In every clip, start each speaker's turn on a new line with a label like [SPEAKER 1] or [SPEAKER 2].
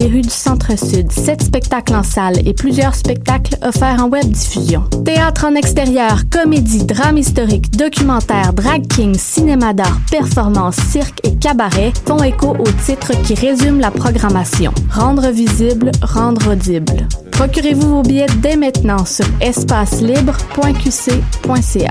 [SPEAKER 1] des rues du Centre-Sud, sept spectacles en salle et plusieurs spectacles offerts en web diffusion. Théâtre en extérieur, comédie, drame historique, documentaire, drag king, cinéma d'art, performance, cirque et cabaret font écho aux titres qui résument la programmation. Rendre visible, rendre audible. Procurez-vous vos billets dès maintenant sur espacelibre.qc.ca.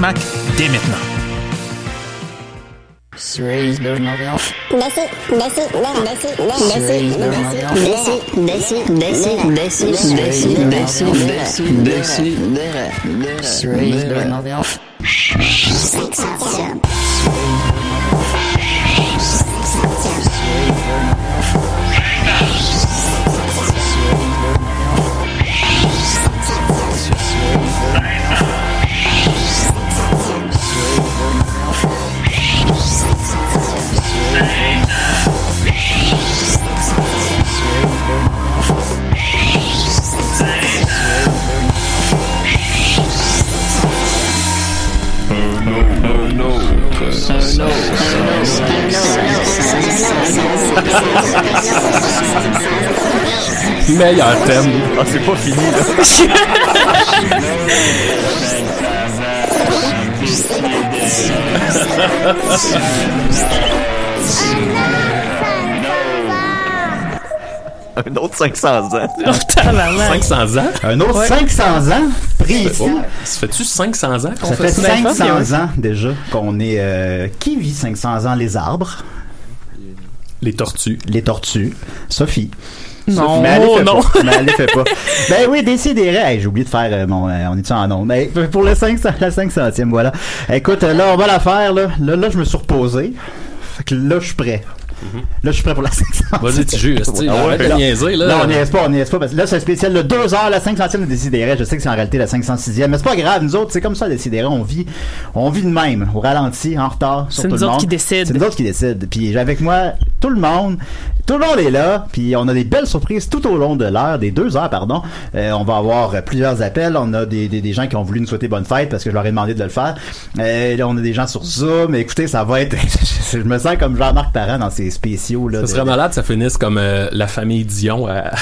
[SPEAKER 2] Mac dès maintenant.
[SPEAKER 3] Cerise de l'ambiance.
[SPEAKER 4] Baissez, baissez, non, baissez, non, baissez,
[SPEAKER 3] Cerise de l'ambiance.
[SPEAKER 4] baissez, baissez, baissez, baissez, baissez, baissez, baissez, baissez,
[SPEAKER 3] Cerise de l'ambiance.
[SPEAKER 5] Meilleur thème. Ah, c'est pas fini, là.
[SPEAKER 6] Un autre 500 ans.
[SPEAKER 5] 500 ans?
[SPEAKER 7] Un autre 500 ans pris ici.
[SPEAKER 5] Oh, ça fait-tu 500 ans Hein, qu'on
[SPEAKER 7] Ça
[SPEAKER 5] fait
[SPEAKER 7] fait
[SPEAKER 5] ça? hein?
[SPEAKER 7] 500 ans déjà qu'on est. euh, qui vit 500 ans Les arbres,
[SPEAKER 5] Les tortues.
[SPEAKER 7] les tortues, Sophie.
[SPEAKER 8] Non,
[SPEAKER 7] mais elle
[SPEAKER 5] Oh,
[SPEAKER 7] les fait
[SPEAKER 8] non.
[SPEAKER 7] pas. Mais elle les fait pas. ben oui, décidérez. Hey, j'ai oublié de faire euh, mon. euh, on est-tu en nom? Mais pour le 500, la 500e, voilà. Écoute, euh, là, on va la faire. Là, là, là, je me suis reposé. Fait que là, je suis prêt. Là, je suis prêt pour la 500.
[SPEAKER 5] Vas-y, Tiju, esti, arrête de
[SPEAKER 7] Non.
[SPEAKER 5] niaiser, là.
[SPEAKER 7] Non, on n'y est pas, on n'y est pas. Parce que là, c'est le spécial de 2 heures, la 500e de Décidéré. Je sais que c'est en réalité la 506e, mais c'est pas grave. Nous autres, c'est comme ça, Décidéré. On vit, on vit de même, au ralenti, en retard, sur
[SPEAKER 8] C'est
[SPEAKER 7] tout
[SPEAKER 8] nous
[SPEAKER 7] le
[SPEAKER 8] autres
[SPEAKER 7] monde.
[SPEAKER 8] qui décident.
[SPEAKER 7] C'est nous autres qui décident. Puis j'ai avec moi tout le monde. Tout le monde est là, puis on a des belles surprises tout au long de l'heure, des deux heures, pardon. Euh, on va avoir euh, plusieurs appels. On a des, des, des gens qui ont voulu nous souhaiter bonne fête parce que je leur ai demandé de le faire. Euh, là, on a des gens sur Zoom. Écoutez, ça va être... je me sens comme Jean-Marc Parent dans ses spéciaux. Là,
[SPEAKER 5] Ça
[SPEAKER 7] de-
[SPEAKER 5] serait malade, ça finisse comme euh, la famille Dion. euh, à-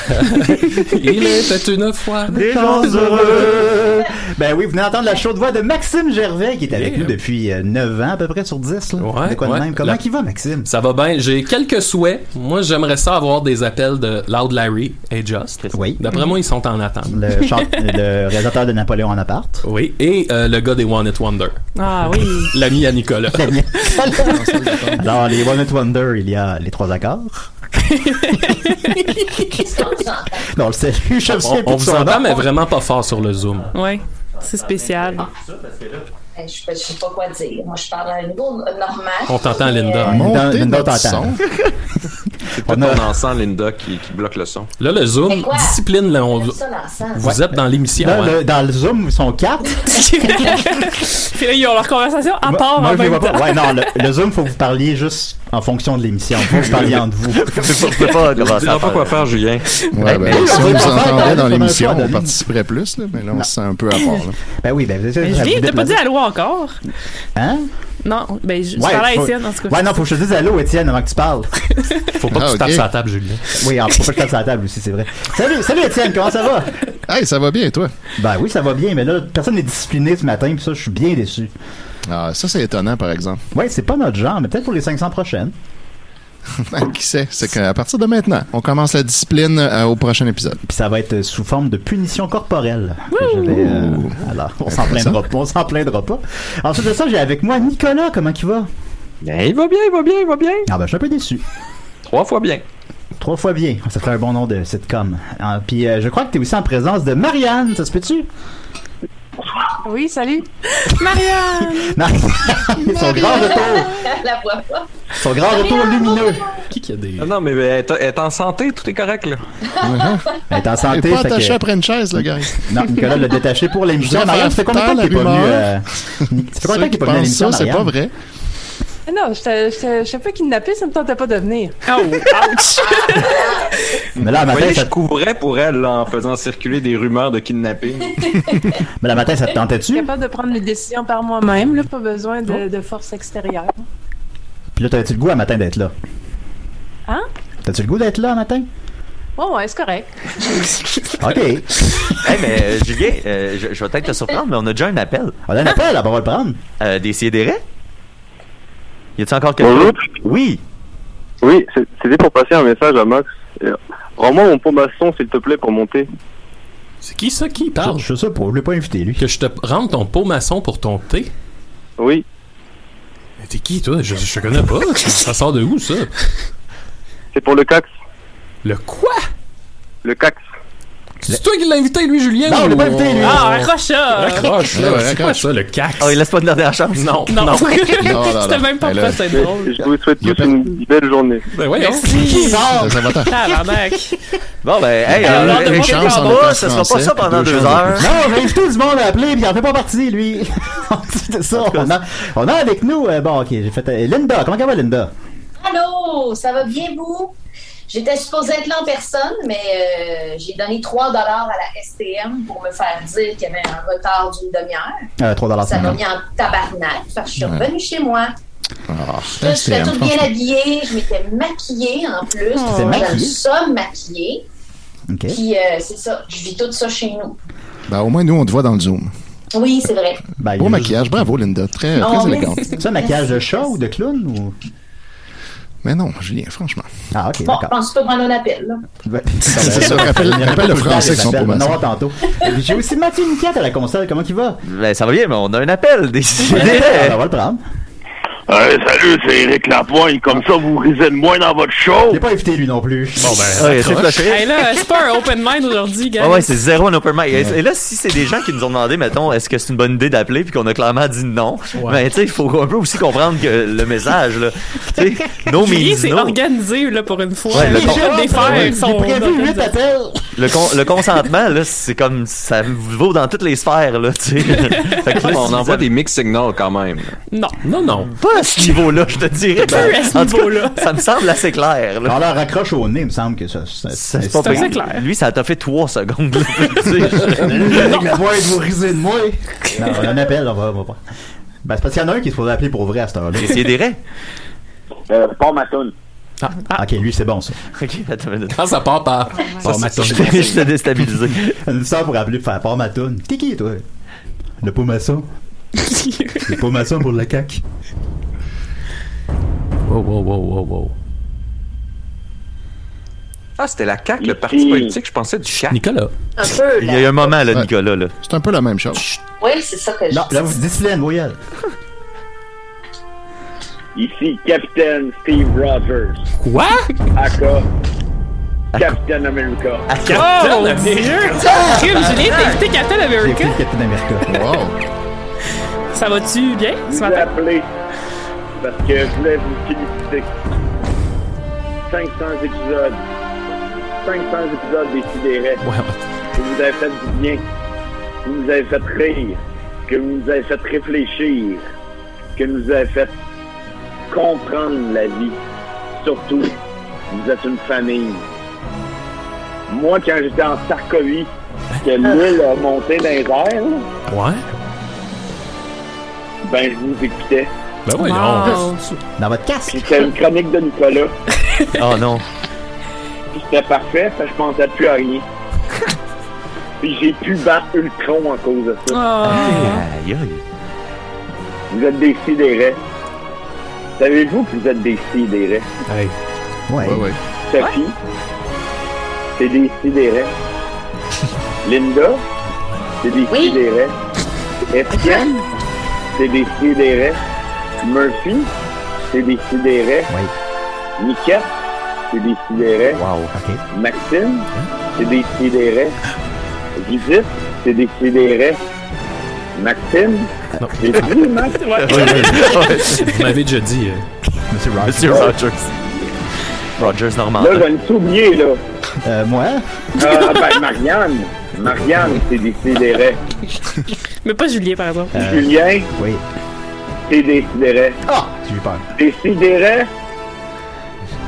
[SPEAKER 5] Il était une fois.
[SPEAKER 7] Des gens heureux! Ben oui, vous venez d'entendre la chaude voix de Maxime Gervais qui est avec
[SPEAKER 5] Yeah.
[SPEAKER 7] nous depuis euh, 9 ans, à peu près sur 10. Là.
[SPEAKER 5] Ouais,
[SPEAKER 7] de quoi
[SPEAKER 5] ouais.
[SPEAKER 7] de même. Comment
[SPEAKER 5] La-
[SPEAKER 7] qu'il va, Maxime?
[SPEAKER 5] Ça va bien. J'ai quelques souhaits. Moi, j'aimerais ça avoir des appels de Loud Larry et Just.
[SPEAKER 7] Oui.
[SPEAKER 5] D'après moi, ils sont en attente.
[SPEAKER 7] Le, chant- Euh, le réalisateur de Napoléon en appart.
[SPEAKER 5] Oui. Et euh, le gars des One It Wonder.
[SPEAKER 8] Ah oui.
[SPEAKER 5] L'ami à Nicolas.
[SPEAKER 7] Dans les One It Wonder, il y a les trois accords. non, le salut, je me
[SPEAKER 5] On,
[SPEAKER 7] souviens
[SPEAKER 5] on
[SPEAKER 7] plus de
[SPEAKER 5] vous
[SPEAKER 7] son
[SPEAKER 5] entend,
[SPEAKER 7] nom.
[SPEAKER 5] mais vraiment pas fort sur le Zoom.
[SPEAKER 8] Ouais. C'est spécial.
[SPEAKER 9] Je ne sais pas quoi dire. Moi, je parle à un niveau normal.
[SPEAKER 5] On t'entend, Linda.
[SPEAKER 7] Une dent-
[SPEAKER 10] Montez
[SPEAKER 7] une dent
[SPEAKER 10] notre
[SPEAKER 7] t'entend.
[SPEAKER 10] son.
[SPEAKER 6] C'est pas
[SPEAKER 7] On a-
[SPEAKER 6] ton ensemble, Linda, qui, qui bloque le son.
[SPEAKER 5] Là, le Zoom
[SPEAKER 9] Mais quoi?
[SPEAKER 5] discipline. là, on-
[SPEAKER 9] J'aime ça l'ensemble.
[SPEAKER 5] vous êtes dans l'émission.
[SPEAKER 7] Là,
[SPEAKER 5] hein.
[SPEAKER 7] le- dans le Zoom, ils sont quatre.
[SPEAKER 8] Puis là, ils ont leur conversation à
[SPEAKER 7] Moi-
[SPEAKER 8] part
[SPEAKER 7] moi,
[SPEAKER 8] Oh, en
[SPEAKER 7] je les
[SPEAKER 8] même
[SPEAKER 7] vois pas.
[SPEAKER 8] temps.
[SPEAKER 7] Ouais, non, le, le Zoom, faut que vous parliez juste en fonction de l'émission. Faut que vous parliez entre vous.
[SPEAKER 6] Je sais pas comment ça. pas quoi faire, Julien.
[SPEAKER 10] Ouais, ben,
[SPEAKER 7] mais-
[SPEAKER 10] si
[SPEAKER 7] mais-
[SPEAKER 10] on nous
[SPEAKER 7] mais- mais-
[SPEAKER 10] entendait dans
[SPEAKER 7] mais-
[SPEAKER 10] l'émission,
[SPEAKER 7] mais-
[SPEAKER 10] on participerait plus, là, mais là, on se sent un peu à part. là.
[SPEAKER 7] Ben oui, ben vous
[SPEAKER 8] Mais Julien, t'as pas dit allô encore?
[SPEAKER 7] Hein?
[SPEAKER 8] Non, ben, je je
[SPEAKER 7] Ouais,
[SPEAKER 8] parlais à
[SPEAKER 7] faut-
[SPEAKER 8] Étienne, en tout cas.
[SPEAKER 7] Ouais, non, faut que je te dise allô, Étienne, avant que tu parles.
[SPEAKER 5] Faut pas que
[SPEAKER 10] Ah,
[SPEAKER 5] tu tapes
[SPEAKER 10] ok.
[SPEAKER 5] sur la table, Julien.
[SPEAKER 7] Oui, alors, faut pas que je tape sur la table aussi, c'est vrai. Salut, salut Étienne, comment ça va?
[SPEAKER 10] Hey, ça va bien, toi?
[SPEAKER 7] Ben oui, ça va bien, mais là, personne n'est discipliné ce matin, puis ça, je suis bien déçu.
[SPEAKER 10] Ah, ça, c'est étonnant, par exemple.
[SPEAKER 7] Ouais, c'est pas notre genre, mais peut-être pour les 500 prochaines.
[SPEAKER 10] Ben, Qui sait? C'est qu'à partir de maintenant, on commence la discipline euh, au prochain épisode.
[SPEAKER 7] Puis ça va être euh, sous forme de punition corporelle. que je vais, euh, alors, on s'en plaindra pas, on s'en plaindra pas. Ensuite de ça, j'ai avec moi Nicolas, comment il va?
[SPEAKER 6] Bien, Ben, il va bien, il va bien, il va bien.
[SPEAKER 7] Ah ben, je suis un peu déçu.
[SPEAKER 6] Trois fois bien.
[SPEAKER 7] Trois fois bien, ça ferait un bon nom de sitcom. Ah, puis euh, je crois que t'es aussi en présence de Marianne, ça se peut-tu?
[SPEAKER 8] Oui, salut. Marianne!
[SPEAKER 7] Marianne, son grand retour!
[SPEAKER 9] la voix pas.
[SPEAKER 7] Son grand retour lumineux.
[SPEAKER 8] Qui
[SPEAKER 5] qu'il y a des.
[SPEAKER 6] Ah Non, mais elle est- elle est en santé, tout est correct, là.
[SPEAKER 7] Elle est en
[SPEAKER 10] Il
[SPEAKER 7] santé.
[SPEAKER 10] est pas
[SPEAKER 7] fait
[SPEAKER 10] attaché
[SPEAKER 7] que-
[SPEAKER 10] après une chaise, le gars.
[SPEAKER 7] Non, Nicolas l'a détaché pour l'émission.
[SPEAKER 10] Je vais
[SPEAKER 7] Marianne,
[SPEAKER 10] faire
[SPEAKER 7] ça fait combien de temps
[SPEAKER 10] taire
[SPEAKER 7] qu'il est
[SPEAKER 10] la
[SPEAKER 7] pas venu? euh,
[SPEAKER 10] rumeur.
[SPEAKER 7] Ça fait combien de temps qu'il est pas venu à
[SPEAKER 10] Pense
[SPEAKER 7] l'émission?
[SPEAKER 10] ça, c'est pas
[SPEAKER 7] Marianne?
[SPEAKER 10] vrai.
[SPEAKER 8] Ah Non, j'étais- j'étais- je sais pas kidnappé, ça me tentait pas de venir.
[SPEAKER 7] Mais là, à
[SPEAKER 6] Vous
[SPEAKER 7] matin,
[SPEAKER 6] voyez,
[SPEAKER 7] ça
[SPEAKER 6] je couvrais pour elle là, en faisant circuler des rumeurs de kidnapping.
[SPEAKER 7] mais là, matin, ça
[SPEAKER 8] Je
[SPEAKER 7] te
[SPEAKER 8] suis
[SPEAKER 7] tentait-tu? Oh.
[SPEAKER 8] capable de prendre les décisions par moi-même, là, pas besoin de, de force extérieure.
[SPEAKER 7] Puis là, t'avais-tu le goût à matin d'être là?
[SPEAKER 8] Hein?
[SPEAKER 7] T'as-tu le goût d'être là à matin?
[SPEAKER 8] Bon, ouais, c'est correct.
[SPEAKER 7] OK.
[SPEAKER 11] Hey, mais euh, Julien, euh, je, je vais peut-être te surprendre, mais on a déjà un appel.
[SPEAKER 7] On a un appel, là, on va le prendre.
[SPEAKER 11] Euh, des sidérés? Y a-t-il encore quelque chose? Oui.
[SPEAKER 12] Oui, c'est- c'était pour passer un message à Max. Euh, Rends-moi mon pompe à son, s'il te plaît, pour monter.
[SPEAKER 5] C'est qui ça qui parle?
[SPEAKER 7] Je, sais pas, je l'ai pas invité, lui.
[SPEAKER 5] Que je te rende ton pot maçon pour ton thé?
[SPEAKER 12] Oui.
[SPEAKER 5] Mais t'es qui, toi? Je, je te connais pas. ça sort de où, ça?
[SPEAKER 12] C'est pour le cax.
[SPEAKER 5] Le quoi?
[SPEAKER 12] Le cax.
[SPEAKER 5] C'est toi qui l'as invité, lui, Julien?
[SPEAKER 12] Non, on l'a pas
[SPEAKER 5] ou-
[SPEAKER 12] invité, lui.
[SPEAKER 8] Ah, raccroche
[SPEAKER 13] Euh,
[SPEAKER 8] ça!
[SPEAKER 5] Raccroche, là.
[SPEAKER 11] Ouais,
[SPEAKER 5] C'est quoi
[SPEAKER 11] raccroche.
[SPEAKER 5] ça, le cac?
[SPEAKER 11] Oh, il laisse pas de dernière chance. Non.
[SPEAKER 5] Non.
[SPEAKER 8] C'était même pas
[SPEAKER 11] là,
[SPEAKER 8] pour c'est drôle.
[SPEAKER 12] Je vous souhaite tous une belle journée.
[SPEAKER 5] Ben ouais,
[SPEAKER 8] Merci! Tabarnak!
[SPEAKER 11] Bon, ben, hey,
[SPEAKER 7] Euh,
[SPEAKER 11] euh,
[SPEAKER 7] lors de
[SPEAKER 11] Rick,
[SPEAKER 7] votre
[SPEAKER 11] chance,
[SPEAKER 7] campagne,
[SPEAKER 11] on a pas,
[SPEAKER 7] on
[SPEAKER 11] ça sera
[SPEAKER 7] commence
[SPEAKER 11] pas ça
[SPEAKER 7] français,
[SPEAKER 11] pendant
[SPEAKER 7] puis
[SPEAKER 11] deux
[SPEAKER 7] gens-
[SPEAKER 11] heures.
[SPEAKER 7] Non, j'ai invité du monde à appeler, puis il en fait pas partie, lui. C'était ça. On a, on a avec nous. euh, bon, OK, j'ai fait. euh, Linda, comment ça va, Linda?
[SPEAKER 9] Allô, ça va bien, vous? J'étais supposée être là en personne, mais euh, j'ai donné 3 dollars à la STM pour me faire dire qu'il y avait un retard d'une demi-heure.
[SPEAKER 7] Euh, 3 dollars
[SPEAKER 9] Ça m'a mis en tabarnak, parce que je suis
[SPEAKER 7] Ouais.
[SPEAKER 9] revenue chez moi.
[SPEAKER 7] Ah,
[SPEAKER 9] Je suis toute bien habillée, je m'étais maquillée en plus.
[SPEAKER 7] Oh.
[SPEAKER 9] J'étais dans le
[SPEAKER 7] maquillée?
[SPEAKER 9] somme maquillée.
[SPEAKER 7] OK.
[SPEAKER 9] Puis euh, c'est ça, je vis tout ça chez nous.
[SPEAKER 10] Ben, au moins, nous, on te voit dans le Zoom.
[SPEAKER 9] Oui, c'est vrai.
[SPEAKER 7] Ben,
[SPEAKER 10] Beau maquillage, bravo, Linda. Très,
[SPEAKER 9] Oh,
[SPEAKER 10] très
[SPEAKER 9] merci.
[SPEAKER 10] élégante.
[SPEAKER 9] C'est un maquillage de chat
[SPEAKER 7] ou de clown ou.
[SPEAKER 10] Mais non, Julien, franchement.
[SPEAKER 7] Ah, OK,
[SPEAKER 9] Bon, je pense pas prendre un appel. là.
[SPEAKER 10] C'est ça, rappelle- rappelle le français qui sont
[SPEAKER 7] On
[SPEAKER 10] pas
[SPEAKER 7] en
[SPEAKER 10] mal.
[SPEAKER 7] aura tantôt. Et J'ai aussi Mathieu Niquette à la console. Comment il va?
[SPEAKER 11] Ben, ça va bien, mais on a un appel, des
[SPEAKER 7] Alors, on va le prendre.
[SPEAKER 14] Ouais, salut, c'est Eric Lapointe. Comme ça, vous risez de moins dans votre show.
[SPEAKER 7] J'ai pas invité lui non plus.
[SPEAKER 11] Bon, ben, Ouais, c'est raccroche. flashé.
[SPEAKER 8] Hey, là, c'est pas un open mind aujourd'hui, gars.
[SPEAKER 11] Ah Ouais, ouais, c'est zéro un open mic. Et- Et là, si c'est des gens qui nous ont demandé, mettons, est-ce que c'est une bonne idée d'appeler, puis qu'on a clairement dit non, ben, tu sais, il faut un peu aussi comprendre que le message, là. Tu sais, no
[SPEAKER 8] Julien,
[SPEAKER 11] means
[SPEAKER 8] c'est
[SPEAKER 11] no.
[SPEAKER 8] organisé, là, pour une fois.
[SPEAKER 11] Ouais, le
[SPEAKER 8] Il fait
[SPEAKER 11] con-
[SPEAKER 8] des
[SPEAKER 11] Ouais.
[SPEAKER 8] fers,
[SPEAKER 11] J'ai
[SPEAKER 8] son
[SPEAKER 7] prévu huit appels.
[SPEAKER 11] Le, con- le consentement, là, c'est comme, ça vaut dans toutes les sphères, là, tu sais. Fait que là,
[SPEAKER 6] Ouais,
[SPEAKER 11] si
[SPEAKER 6] on
[SPEAKER 11] vous
[SPEAKER 6] envoie
[SPEAKER 11] avez-
[SPEAKER 6] des mix signals quand même.
[SPEAKER 8] Non.
[SPEAKER 5] Non, non.
[SPEAKER 11] Pas à ce niveau-là, je te dirais.
[SPEAKER 6] Plus à ce
[SPEAKER 11] en tout cas, ça me semble assez clair. Là.
[SPEAKER 7] On leur raccroche au nez, il me semble que ça. ça-
[SPEAKER 11] C'est pas pire. Lui, ça t'a fait 3 secondes. là, tu sais.
[SPEAKER 7] Avec la voix, vous risez de moi. Non, on a un appel, on va, on va pas. Ben, c'est parce qu'il y en a un qui se faudrait appeler pour vrai à cette heure-là.
[SPEAKER 11] J'ai essayé des raies.
[SPEAKER 12] Euh, pas ma toune.
[SPEAKER 7] Ah, ah. Ok, lui, c'est bon, ça.
[SPEAKER 11] Ok, attends une minute.
[SPEAKER 5] Ah, ça part par.
[SPEAKER 7] Bon, ma toune.
[SPEAKER 11] Je t'ai déstabilisé.
[SPEAKER 7] Une sœur pour appeler pour faire part ma toune. T'es qui, toi? Le pommasson. Le pommasson pour la cac.
[SPEAKER 5] Wow, wow, wow, wow, wow.
[SPEAKER 6] Ah, c'était la CAQ, le parti politique, je pensais du CAQ.
[SPEAKER 5] Nicolas.
[SPEAKER 9] Un peu,
[SPEAKER 11] Il
[SPEAKER 9] là.
[SPEAKER 11] y a eu un moment, là, Nicolas. Là.
[SPEAKER 10] C'est un peu la même chose.
[SPEAKER 9] Oui, c'est ça que je
[SPEAKER 7] Non, là, vous discipline, voyelle.
[SPEAKER 14] Ici, Capitaine Steve Rogers.
[SPEAKER 5] Quoi?
[SPEAKER 14] Aka. Captain America.
[SPEAKER 8] Oh, mon Dieu! Crime, Julien, t'as écouté Captain
[SPEAKER 7] J'ai
[SPEAKER 8] America?
[SPEAKER 7] pris le Captain America.
[SPEAKER 10] Wow.
[SPEAKER 8] Ça va-tu bien ce
[SPEAKER 14] Je vous ai
[SPEAKER 8] matin?
[SPEAKER 14] appelé parce que je voulais vous féliciter. 500 épisodes. 500 épisodes des Sidérés. Vous nous avez fait du bien. Vous nous avez fait rire. Que vous nous avez fait réfléchir. Que vous nous avez fait comprendre la vie. Surtout, vous êtes une famille. Moi, quand j'étais en Sarkovie, que l'huile a monté dans les airs, là,
[SPEAKER 5] Ouais?
[SPEAKER 14] ben, je vous écoutais.
[SPEAKER 5] Ben ouais, non.
[SPEAKER 7] Dans votre casque.
[SPEAKER 14] Puis c'était une chronique de Nicolas.
[SPEAKER 11] Oh non.
[SPEAKER 14] Puis c'était parfait, parce que je pensais plus à rien. Puis j'ai pu battre Ultron à cause de ça.
[SPEAKER 15] Ah.
[SPEAKER 11] Aïe, aïe.
[SPEAKER 14] Vous êtes des sidérés. Savez-vous que vous êtes des sidérés?
[SPEAKER 5] Hey.
[SPEAKER 7] Ouais.
[SPEAKER 10] ouais.
[SPEAKER 14] Sophie, c'est des sidérés. Linda, c'est des sidérés. Étienne, c'est des sidérés. Murphy, c'est des sidérés. Niquette, c'est des sidérés. Maxime, c'est des sidérés. Judith, c'est des sidérés. Maxime, c'est des Max?
[SPEAKER 5] Vous m'avez déjà dit. euh,
[SPEAKER 7] Monsieur Rogers.
[SPEAKER 11] Monsieur Rogers. Rogers Normandin.
[SPEAKER 14] Là, je vais me souvenir, là.
[SPEAKER 7] Euh, moi?
[SPEAKER 14] Ah, ben, Marianne. Marianne, c'est décidéré.
[SPEAKER 13] Mais pas Julien, par exemple.
[SPEAKER 14] Julien?
[SPEAKER 7] Oui.
[SPEAKER 14] C'est décidéré.
[SPEAKER 7] Ah! J'ai eu peur.
[SPEAKER 14] Décidéré.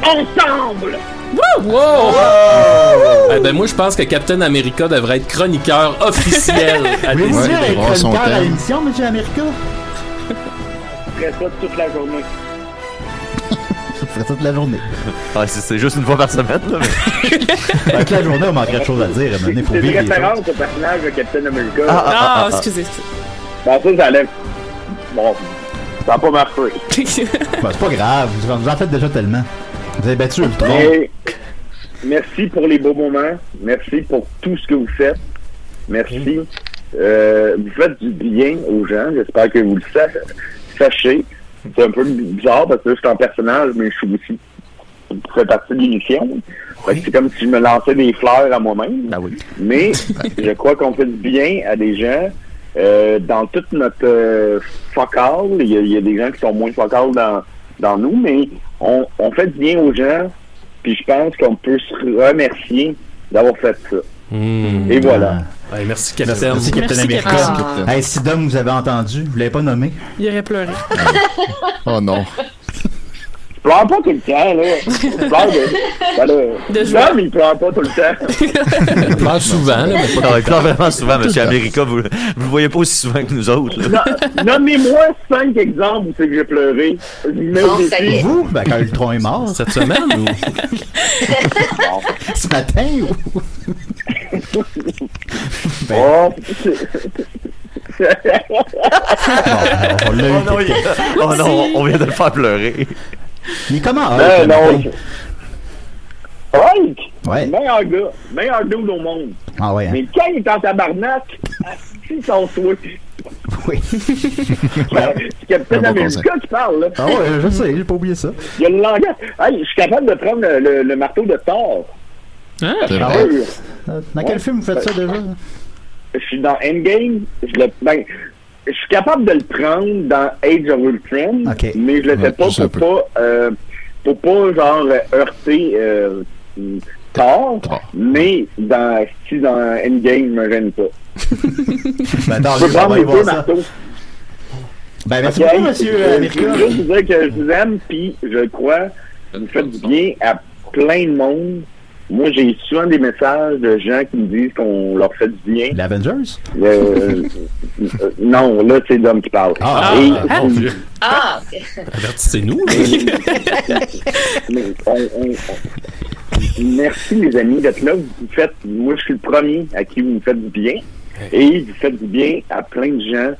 [SPEAKER 14] Ensemble!
[SPEAKER 5] Wow!
[SPEAKER 12] Oh!
[SPEAKER 5] Eh ben moi je pense que Captain America devrait être chroniqueur officiel à
[SPEAKER 7] Voulez-vous
[SPEAKER 5] Décideret.
[SPEAKER 7] dire être chroniqueur à l'émission, Monsieur America?
[SPEAKER 14] Après ça, toute la journée.
[SPEAKER 7] Je ferais ça toute la journée.
[SPEAKER 11] Ouais, c'est- c'est juste une fois par semaine, là, mais-
[SPEAKER 7] Toute la journée, on manquerait de choses à dire. à un moment donné, faut
[SPEAKER 14] C'est une
[SPEAKER 7] vivre les choses.
[SPEAKER 14] référence au personnage de Captain America.
[SPEAKER 7] Ah, ah, ah, Ah, ah, excusez,
[SPEAKER 14] Ben, ça, ça allait. Bon, ça n'a pas marché.
[SPEAKER 7] Ben, c'est pas grave, vous en- vous en faites déjà tellement. Vous avez battu le tronc.
[SPEAKER 14] Mais merci pour les beaux moments. Merci pour tout ce que vous faites. Merci. Euh, vous faites du bien aux gens. J'espère que vous le sa- sachez. C'est un peu bizarre parce que là, je suis en personnage, mais je suis aussi je fais partie de l'émission. Fait que C'est comme si je me lançais des fleurs à moi-même. Mais je crois qu'on fait du bien à des gens. Euh, dans toute notre euh, focale, il y, a- il y a des gens qui sont moins focales dans, dans nous, mais on, on fait du bien aux gens, puis je pense qu'on peut se remercier d'avoir fait ça.
[SPEAKER 7] Hmm.
[SPEAKER 14] Et
[SPEAKER 7] Ah.
[SPEAKER 14] voilà.
[SPEAKER 5] Ouais, merci Captain.
[SPEAKER 7] Merci, Captain America. Hey, Sidom, vous avez entendu, vous l'avez pas nommé?
[SPEAKER 13] Il aurait pleuré.
[SPEAKER 7] Oh non.
[SPEAKER 14] Je pleure pas tout le temps, Ben là. Je pleure de... Ben, là, Sam, il pleure pas tout le temps.
[SPEAKER 11] Il pleure souvent,
[SPEAKER 14] là, mais pas tout
[SPEAKER 11] Non,
[SPEAKER 14] le
[SPEAKER 11] il pleure
[SPEAKER 14] temps.
[SPEAKER 11] vraiment souvent,
[SPEAKER 14] Tout
[SPEAKER 11] Monsieur
[SPEAKER 14] le temps.
[SPEAKER 11] America. Vous, vous le voyez pas aussi souvent que nous autres, là.
[SPEAKER 14] Non- Nommez-moi cinq exemples où c'est que j'ai pleuré. Je vous mets au
[SPEAKER 7] Non, ça
[SPEAKER 14] défi.
[SPEAKER 7] y est. Vous? Ben, quand le tronc est mort. Cette
[SPEAKER 5] semaine, ou-
[SPEAKER 7] Ce matin, ou... Ben,
[SPEAKER 14] Oh.
[SPEAKER 7] Ah, on l'a eu,
[SPEAKER 11] non, il- oh non, on vient de le faire pleurer.
[SPEAKER 7] Il est comment?
[SPEAKER 14] Ben,
[SPEAKER 7] Hulk,
[SPEAKER 14] non.
[SPEAKER 7] le matin?
[SPEAKER 14] Hulk!
[SPEAKER 7] Ouais.
[SPEAKER 14] Meilleur gars. Meilleur dude au monde.
[SPEAKER 7] Ah ouais, hein.
[SPEAKER 14] Mais quand il est en tabarnak, c'est son souhait.
[SPEAKER 7] Oui.
[SPEAKER 14] Ben, c'est Captain
[SPEAKER 7] Un bon
[SPEAKER 14] America
[SPEAKER 7] conseil.
[SPEAKER 14] qui parle, là.
[SPEAKER 7] Ah ouais, je sais, j'ai pas oublié ça.
[SPEAKER 14] Il y a le langage. Hey, je suis capable de prendre le, le- le marteau de Thor.
[SPEAKER 7] C'est
[SPEAKER 14] Ah
[SPEAKER 7] vrai?
[SPEAKER 14] oui.
[SPEAKER 7] Euh, Dans quel
[SPEAKER 14] Ouais.
[SPEAKER 7] film vous faites ça déjà?
[SPEAKER 14] Je suis dans Endgame. Je le, ben, je suis capable de le prendre dans Age of Ultron, mais je le fais
[SPEAKER 12] Ouais,
[SPEAKER 14] pas
[SPEAKER 12] juste un
[SPEAKER 14] pour pas, euh, pour pas genre heurter euh, Thor, mais dans, si dans Endgame, je me gêne pas.
[SPEAKER 7] Ben, dans
[SPEAKER 14] je peux
[SPEAKER 7] les- on
[SPEAKER 14] prendre
[SPEAKER 7] va y
[SPEAKER 14] les
[SPEAKER 7] voir
[SPEAKER 14] deux
[SPEAKER 7] ça.
[SPEAKER 14] marteaux.
[SPEAKER 7] Ben, merci
[SPEAKER 14] Ok,
[SPEAKER 7] beaucoup, monsieur
[SPEAKER 14] je-
[SPEAKER 7] euh, America.
[SPEAKER 14] Je veux juste vous dire que je vous aime, puis je crois que vous faites du bien à plein de monde. Moi, j'ai souvent des messages de gens qui me disent qu'on leur fait du bien. euh,
[SPEAKER 7] L'Avengers?
[SPEAKER 14] non, là, c'est Dom qui parle.
[SPEAKER 5] Ah,
[SPEAKER 14] Et-
[SPEAKER 5] mon Dieu.
[SPEAKER 9] Ah!
[SPEAKER 5] Avertissez-nous.
[SPEAKER 14] mais on- on- on- Merci, les amis, d'être là. Vous faites, moi, je suis le premier à qui vous faites du bien. Et vous faites du bien à plein de gens.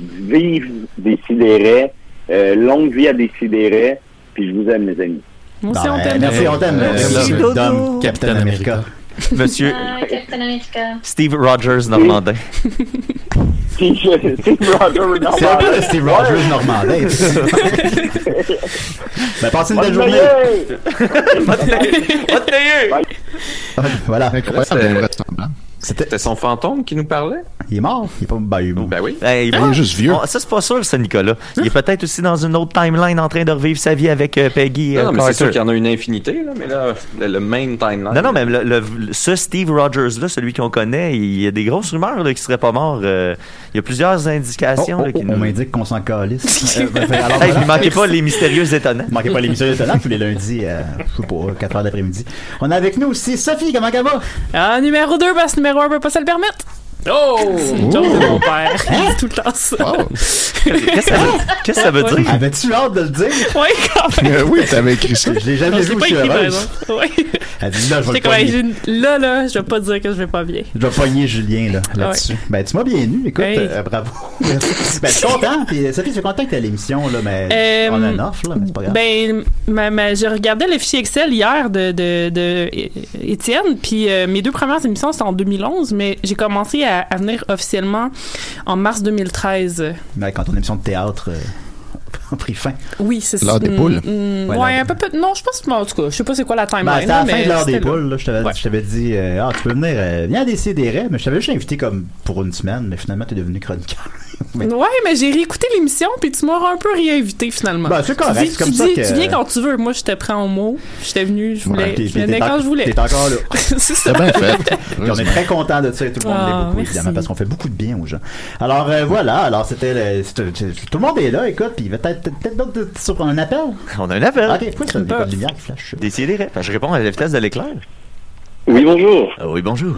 [SPEAKER 14] Vive des sidérés.
[SPEAKER 12] euh,
[SPEAKER 14] longue vie à des sidérés. Puis je vous aime, les amis.
[SPEAKER 13] Moi
[SPEAKER 7] aussi, on t'aime. Ben, Merci, on t'aime.
[SPEAKER 11] Merci,
[SPEAKER 7] Merci,
[SPEAKER 11] Dodo.
[SPEAKER 7] Dom, Captain America.
[SPEAKER 11] Monsieur
[SPEAKER 9] Ah, Captain America.
[SPEAKER 11] Steve Rogers Normandin.
[SPEAKER 14] Steve Rogers Normandin.
[SPEAKER 7] C'est un peu le Steve Rogers normandin. ben, passez une belle journée. Voilà.
[SPEAKER 6] C'était son fantôme qui nous parlait?
[SPEAKER 7] Il est mort. Il est pas. Ben, il est mort.
[SPEAKER 6] Ben oui.
[SPEAKER 11] Hey,
[SPEAKER 6] Ah,
[SPEAKER 11] bon,
[SPEAKER 6] juste vieux.
[SPEAKER 11] on- ça, c'est pas sûr, ça, Nicolas. Il est peut-être aussi dans une autre timeline en train de revivre sa vie avec euh, Peggy. euh,
[SPEAKER 6] Non, mais c'est
[SPEAKER 11] Carter.
[SPEAKER 6] sûr qu'il y en a une infinité, là, mais là, le, le main timeline.
[SPEAKER 11] Non, non, mais le- le- ce Steve Rogers-là, celui qu'on connaît, il y a des grosses rumeurs là, qu'il serait pas mort. Euh, il y a plusieurs indications.
[SPEAKER 7] Oh, oh,
[SPEAKER 11] là, qui
[SPEAKER 7] oh,
[SPEAKER 11] nous-
[SPEAKER 7] on m'indique qu'on s'en calisse. Euh, ben, alors,
[SPEAKER 11] Hey,
[SPEAKER 7] voilà.
[SPEAKER 11] puis manquez pas les mystérieux étonnants.
[SPEAKER 7] Manquez pas l'émission étonnante tous les lundis, euh, je sais pas, 4 h d'après-midi. On a avec nous aussi Sophie, comment ça va?
[SPEAKER 13] Ah, numéro 2, parce que numéro 1 peut pas se le permettre.
[SPEAKER 5] Oh!
[SPEAKER 13] C'est une joke de mon père. C'est tout le temps ça.
[SPEAKER 11] Hein?
[SPEAKER 13] Ah!
[SPEAKER 11] Qu'est-ce que ça veut- qu'est-ce que ça veut
[SPEAKER 13] Ouais.
[SPEAKER 11] dire?
[SPEAKER 7] Avais-tu hâte de le dire?
[SPEAKER 13] Oui, quand même.
[SPEAKER 10] Euh, oui, t'avais écrit ça.
[SPEAKER 7] Je l'ai jamais
[SPEAKER 13] Non, je
[SPEAKER 7] vu
[SPEAKER 13] l'ai pas
[SPEAKER 7] aussi
[SPEAKER 13] écrit, par
[SPEAKER 7] heureuse.
[SPEAKER 13] exemple. Oui.
[SPEAKER 7] Elle dit là, je vais le
[SPEAKER 13] J'étais comme, hey,
[SPEAKER 7] pogner.
[SPEAKER 13] j'ai une- Là, là, je vais pas dire que je vais pas bien.
[SPEAKER 7] Je vais pogner Julien là, là-dessus.
[SPEAKER 13] Ouais.
[SPEAKER 7] Ben, tu m'as bien eu, écoute,
[SPEAKER 13] Hey.
[SPEAKER 7] euh, bravo. ben, je suis content. Puis, euh, Sophie, je suis content que t'aies à l'émission, là, mais
[SPEAKER 13] Euh,
[SPEAKER 7] on a un offre, là, mais c'est pas grave.
[SPEAKER 13] Ben, ma- ma- je regardais le fichier Excel hier de, de, de é- Étienne, puis euh, mes deux premières émissions, c'était en 2011, mais j'ai commencé à, à venir officiellement en mars 2013.
[SPEAKER 7] Ben, Mais quand on est une émission de théâtre, euh, ont pris fin.
[SPEAKER 13] Oui, c'est
[SPEAKER 7] L'heure des poules.
[SPEAKER 13] Mm, mm,
[SPEAKER 7] Ouais,
[SPEAKER 13] ouais,
[SPEAKER 7] l'heure
[SPEAKER 13] un peu peu. Non, je pense. En tout cas, je sais pas c'est quoi la timeline.
[SPEAKER 7] Ben, c'était à
[SPEAKER 13] là,
[SPEAKER 7] la fin
[SPEAKER 13] mais
[SPEAKER 7] de l'heure des
[SPEAKER 13] c'était là.
[SPEAKER 7] poules, là, je t'avais je t'avais dit, euh, ah, tu peux venir, euh, viens à DCDR, mais je t'avais juste invité comme pour une semaine, mais finalement, t'es devenu chroniqueur.
[SPEAKER 13] Ouais, mais j'ai réécouté l'émission, puis tu m'auras un peu réinvité finalement.
[SPEAKER 7] Ben, c'est
[SPEAKER 13] Tu
[SPEAKER 7] correct,
[SPEAKER 13] dis-
[SPEAKER 7] c'est comme
[SPEAKER 13] tu
[SPEAKER 7] ça
[SPEAKER 13] dis,
[SPEAKER 7] que-
[SPEAKER 13] Tu viens quand tu veux. Moi, je te prends au mot. J'étais venu, je voulais.
[SPEAKER 7] Ouais, t'es-
[SPEAKER 13] je venais
[SPEAKER 7] t'es
[SPEAKER 13] quand
[SPEAKER 7] en-
[SPEAKER 13] je voulais.
[SPEAKER 7] T'es encore là.
[SPEAKER 13] c'est ça.
[SPEAKER 7] bien fait. on est très content de ça et tout le monde
[SPEAKER 13] Ah,
[SPEAKER 7] l'est beaucoup,
[SPEAKER 13] merci.
[SPEAKER 7] évidemment, parce qu'on fait beaucoup de bien aux gens. Alors, euh, voilà. Alors, c'était le- c'était- c'était- Tout le monde est là, écoute, puis peut-être peut-être d'autres petites surprises. un appel. Ah,
[SPEAKER 11] On a un appel.
[SPEAKER 7] Ok, pourquoi ça, il y a pas de lumière qui flash?
[SPEAKER 11] Décidez, ré- Enfin, je réponds à la vitesse de l'éclair.
[SPEAKER 12] Oui, bonjour.
[SPEAKER 11] Ah oui, bonjour.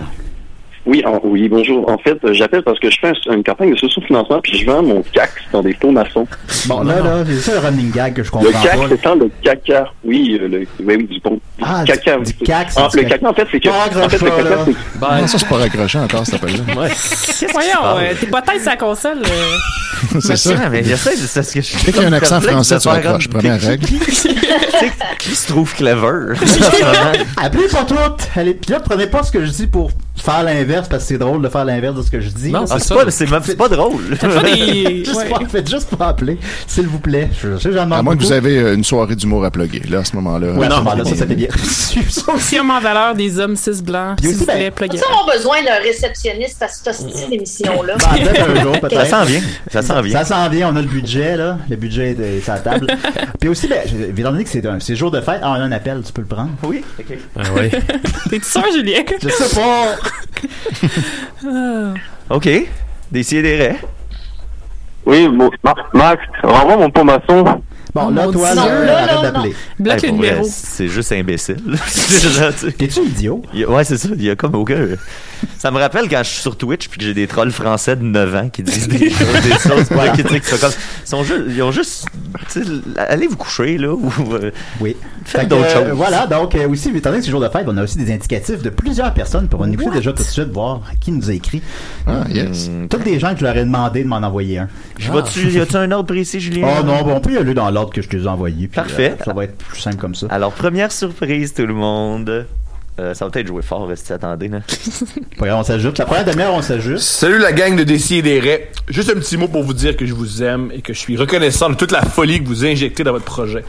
[SPEAKER 12] Oui, en- oui, bonjour. En fait, euh, j'appelle parce que je fais un- une campagne de sous-financement puis je vends mon CAC dans des taux maçons.
[SPEAKER 7] Bon, là, là, c'est ça le running gag que je comprends
[SPEAKER 12] Oh, Le CAC,
[SPEAKER 7] pas.
[SPEAKER 12] c'est tant le caca. Oui, euh, le, oui, oui, du bon.
[SPEAKER 7] Ah, du-
[SPEAKER 12] caca.
[SPEAKER 7] du CAC, c'est
[SPEAKER 12] Ah,
[SPEAKER 7] du
[SPEAKER 12] le
[SPEAKER 7] caca.
[SPEAKER 12] caca, en fait, c'est que.
[SPEAKER 7] Pas
[SPEAKER 12] en fait, le
[SPEAKER 7] accrocheur,
[SPEAKER 12] caca,
[SPEAKER 7] là.
[SPEAKER 12] c'est.
[SPEAKER 10] Non, ça, c'est pas raccroché encore, cet appel-là.
[SPEAKER 13] Voyons,
[SPEAKER 10] parles?
[SPEAKER 13] euh, t'es pas tête sur la console. euh.
[SPEAKER 10] c'est ça.
[SPEAKER 11] Mais je sais, c'est ce que je
[SPEAKER 10] Dès qu'il y a un accent français, tu raccroches, première règle.
[SPEAKER 11] Qui se trouve clever?
[SPEAKER 7] Appelez pas toutes. Allez, puis là, prenez pas ce que je dis pour faire l'inverse, parce que c'est drôle de faire l'inverse de ce que je dis.
[SPEAKER 11] Non, Ah, c'est c'est pas- ça. c'est même- c'est pas drôle. Faites pas des-
[SPEAKER 7] Juste
[SPEAKER 11] Ouais.
[SPEAKER 7] pas- Faites juste pas appeler, s'il vous plaît. Je sais, j'en
[SPEAKER 10] À
[SPEAKER 7] demande
[SPEAKER 10] moins que
[SPEAKER 7] beaucoup.
[SPEAKER 10] vous avez euh, une soirée d'humour à plugger, là, à ce moment-là.
[SPEAKER 7] Ouais, à ce moment-là, ça,
[SPEAKER 10] c'est
[SPEAKER 7] c'était bien.
[SPEAKER 13] Confirme en valeur des hommes cis blancs. S'il vous
[SPEAKER 7] ben,
[SPEAKER 13] plaît, pluguez.
[SPEAKER 9] Nous avons besoin d'un réceptionniste à cette hostie d'émission-là.
[SPEAKER 7] Ben, peut-être un jour, peut-être.
[SPEAKER 11] Ça s'en vient. Ça s'en vient.
[SPEAKER 7] Ça s'en vient. On a le budget, là. Le budget est est sur la table. Puis aussi, ben, je- étant donné que c'est un- c'est jour de fête, ah, on a un appel, tu peux le prendre. Oui.
[SPEAKER 11] Ah oui.
[SPEAKER 13] T'es-tu sûr, Julien?
[SPEAKER 7] Je sais pas.
[SPEAKER 13] Ah.
[SPEAKER 11] OK. Décidez des raies.
[SPEAKER 12] Oui, bon, Ma- Max, renvoie mon pot maçon.
[SPEAKER 7] Bon, là, toi,
[SPEAKER 11] Oh, Non,
[SPEAKER 7] là,
[SPEAKER 11] là,
[SPEAKER 7] arrête
[SPEAKER 11] non,
[SPEAKER 7] d'appeler.
[SPEAKER 11] Hey, pour vrai, C'est juste imbécile.
[SPEAKER 7] T'es-tu idiot?
[SPEAKER 11] Ouais, c'est ça. Il y a comme aucun. Ça me rappelle quand je suis sur Twitch puis que j'ai des trolls français de 9 ans qui disent des choses, des choses
[SPEAKER 7] Voilà.
[SPEAKER 11] ouais, qui, tu sais, qui sont comme. Ils, sont juste, ils ont juste. tu sais, allez vous coucher, là. Ou, euh,
[SPEAKER 7] oui. Fait
[SPEAKER 11] Faites
[SPEAKER 7] que,
[SPEAKER 11] d'autres
[SPEAKER 7] euh,
[SPEAKER 11] choses.
[SPEAKER 7] Voilà, donc euh, aussi, étant donné que c'est jour de fête, on a aussi des indicatifs de plusieurs personnes pour en écouter déjà tout de suite, voir qui nous a écrit. Hum,
[SPEAKER 10] Ah, yes.
[SPEAKER 7] Toutes des gens que je leur ai demandé de m'en envoyer un.
[SPEAKER 11] Je vois-tu- y a-tu un ordre précis, Julien?
[SPEAKER 7] Oh non, bon, on peut y aller dans l'ordre que je te les ai envoyés. puis,
[SPEAKER 11] Parfait.
[SPEAKER 7] euh, ça va être plus simple comme ça.
[SPEAKER 11] Alors, première surprise, tout le monde. Euh, ça va peut-être jouer fort, si attendez, là.
[SPEAKER 7] Pas grave, on s'ajoute. La première demi-heure, on s'ajoute.
[SPEAKER 16] Salut la gang de DC et des Raies. Juste un petit mot pour vous dire que je vous aime et que je suis reconnaissant de toute la folie que vous injectez dans votre projet.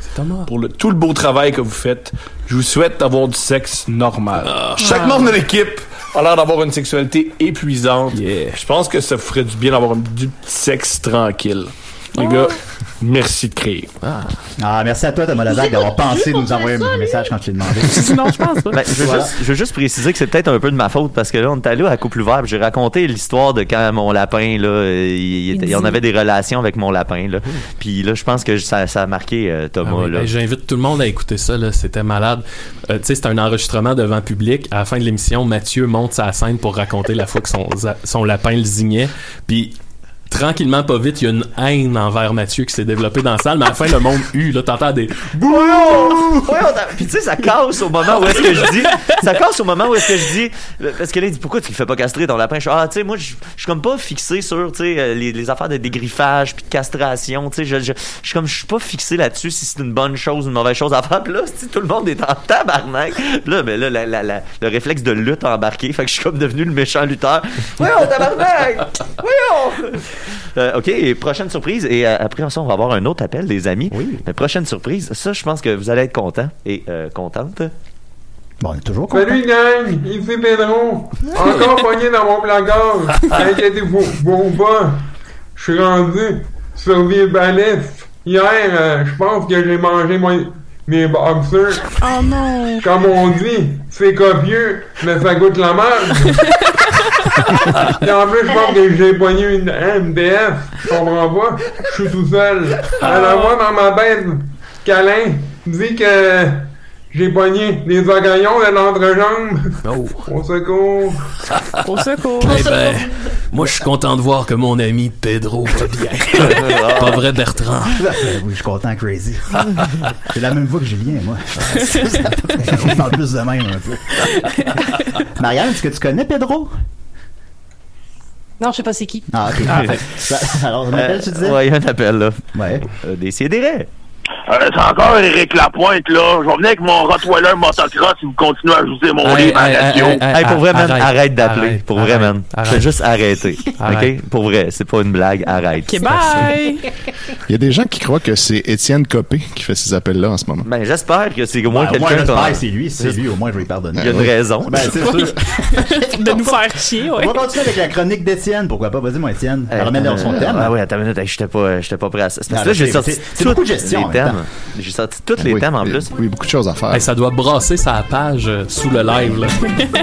[SPEAKER 16] Pour le, tout le beau travail que vous faites, je vous souhaite d'avoir du sexe normal. Chaque
[SPEAKER 15] Ah.
[SPEAKER 16] membre de l'équipe a l'air d'avoir une sexualité épuisante. Je pense que ça vous ferait du bien d'avoir un- du petit sexe tranquille. Les gars, merci de créer.
[SPEAKER 7] Ah, merci à toi, Thomas Lazare, d'avoir pensé nous envoyer un message quand tu l'as demandé.
[SPEAKER 13] non, je pense pas.
[SPEAKER 11] Ben, je, veux
[SPEAKER 7] Voilà.
[SPEAKER 11] juste, je veux juste préciser que c'est peut-être un peu de ma faute parce que là, on est allé à Coupe Ouvert. puis J'ai raconté l'histoire de quand mon lapin, là, euh, il, était-
[SPEAKER 5] Il dit-
[SPEAKER 11] on avait des relations avec mon lapin. Là. Puis là, je pense que ça, ça a marqué euh,
[SPEAKER 5] Ah
[SPEAKER 11] Thomas.
[SPEAKER 5] oui,
[SPEAKER 11] là.
[SPEAKER 5] ben, J'invite tout le monde à écouter ça, là, c'était malade. Euh, tu sais, c'est un enregistrement devant public. À la fin de l'émission, Mathieu monte sa scène pour raconter la fois que son, son lapin le zignait. Puis tranquillement, pas vite, il y a une haine envers Mathieu qui s'est développée dans la salle. Mais à la fin, le monde hue. Là, t'entends des.
[SPEAKER 11] Bouillon! Puis tu sais, ça casse au moment où est-ce que je dis. Ça casse au moment où est-ce que je dis. Parce que là, il dit pourquoi tu le fais pas castrer ton lapin? Je suis, ah, tu sais, moi, je je suis comme pas fixé sur, tu sais, euh, les, les affaires de dégriffage puis de castration. Tu sais, je, je, je suis comme, je suis pas fixé là-dessus si c'est une bonne chose ou une mauvaise chose à faire. Puis là, tu sais, tout le monde est en tabarnak. Puis Là, mais là, la- la- la- le réflexe de lutte a embarqué. Fait que je suis comme devenu le méchant lutteur. Voyons, tabarnak! Voyons! Euh, OK, et prochaine surprise. Et euh, après, ça, on va avoir un autre appel, les amis. Mais prochaine surprise, ça, je pense que vous allez être contents et euh, contentes.
[SPEAKER 7] Bon, on est toujours
[SPEAKER 17] Salut gang, ici Pedro. Encore pogné dans mon placard.
[SPEAKER 5] Ah,
[SPEAKER 17] Inquiétez-vous vous pas. Je suis rendu sur Villebalef. Hier, euh, je pense que j'ai mangé mon- mes boxers.
[SPEAKER 13] Oh non.
[SPEAKER 17] Comme on dit, c'est copieux, mais ça goûte la merde. Et en plus, je pense que j'ai pogné une MDF. Je comprends pas. Je suis tout seul.
[SPEAKER 5] Ah.
[SPEAKER 17] À la voix dans ma tête, câlin, dit que j'ai pogné des orgaillons de l'entrejambe. Au secours.
[SPEAKER 13] Au secours.
[SPEAKER 5] Eh ben, moi, je suis content de voir que mon ami Pedro va bien. pas vrai, Bertrand?
[SPEAKER 10] Ben
[SPEAKER 7] oui, je suis content, Hein, crazy. C'est la même voix que Julien, moi. On parle plus de même un peu. Marianne, est-ce que tu connais Pedro?
[SPEAKER 8] Non, je sais pas c'est qui.
[SPEAKER 7] Ah, ok.
[SPEAKER 11] Ah,
[SPEAKER 7] Parfait. Alors, on appelle, tu disais?
[SPEAKER 11] Euh, ouais, il y a un appel, là.
[SPEAKER 7] Ouais.
[SPEAKER 11] Décidérez.
[SPEAKER 18] Euh, c'est encore Éric Lapointe, là. Je vais venir avec mon Rottweiler motocross si vous continuez à jouer mon
[SPEAKER 11] Hey,
[SPEAKER 18] livre à
[SPEAKER 11] hey,
[SPEAKER 18] Casio.
[SPEAKER 11] hey, hey, hey, pour vrai, man, arrête, d'appeler.
[SPEAKER 18] arrête,
[SPEAKER 11] pour vrai, man. Je vais juste arrêter.
[SPEAKER 18] Arrête.
[SPEAKER 11] OK? Pour vrai, c'est pas une blague, arrête.
[SPEAKER 13] Ok, bye!
[SPEAKER 10] Il y a des gens qui croient que c'est Étienne Copé qui fait ces appels-là en ce moment.
[SPEAKER 11] Ben, j'espère que c'est au moins
[SPEAKER 10] Ben,
[SPEAKER 11] quelqu'un.
[SPEAKER 10] moi, j'espère
[SPEAKER 11] qu'on-
[SPEAKER 10] que c'est lui, c'est lui, au moins, je vais lui pardonner.
[SPEAKER 11] Il y a une raison.
[SPEAKER 7] Ben, c'est sûr.
[SPEAKER 13] de nous faire chier, ouais.
[SPEAKER 7] On va continuer avec la chronique d'Étienne. Pourquoi pas? Vas-y, moi, Étienne.
[SPEAKER 11] Euh,
[SPEAKER 7] Elle remet dans son
[SPEAKER 11] euh,
[SPEAKER 7] thème.
[SPEAKER 11] Ah oui, attends une minute, hey, j'étais pas, j'étais pas prêt à ça. C'est parce
[SPEAKER 7] Non,
[SPEAKER 11] que là,
[SPEAKER 7] je
[SPEAKER 11] j'ai
[SPEAKER 7] sais,
[SPEAKER 11] sorti
[SPEAKER 7] c'est- c'est beaucoup
[SPEAKER 11] tous
[SPEAKER 7] de gestion en
[SPEAKER 11] les
[SPEAKER 7] même
[SPEAKER 11] thèmes.
[SPEAKER 7] temps.
[SPEAKER 11] J'ai sorti tous les thèmes en plus.
[SPEAKER 10] Oui, beaucoup de choses à faire.
[SPEAKER 5] ça doit brasser sa page euh, sous le live. là.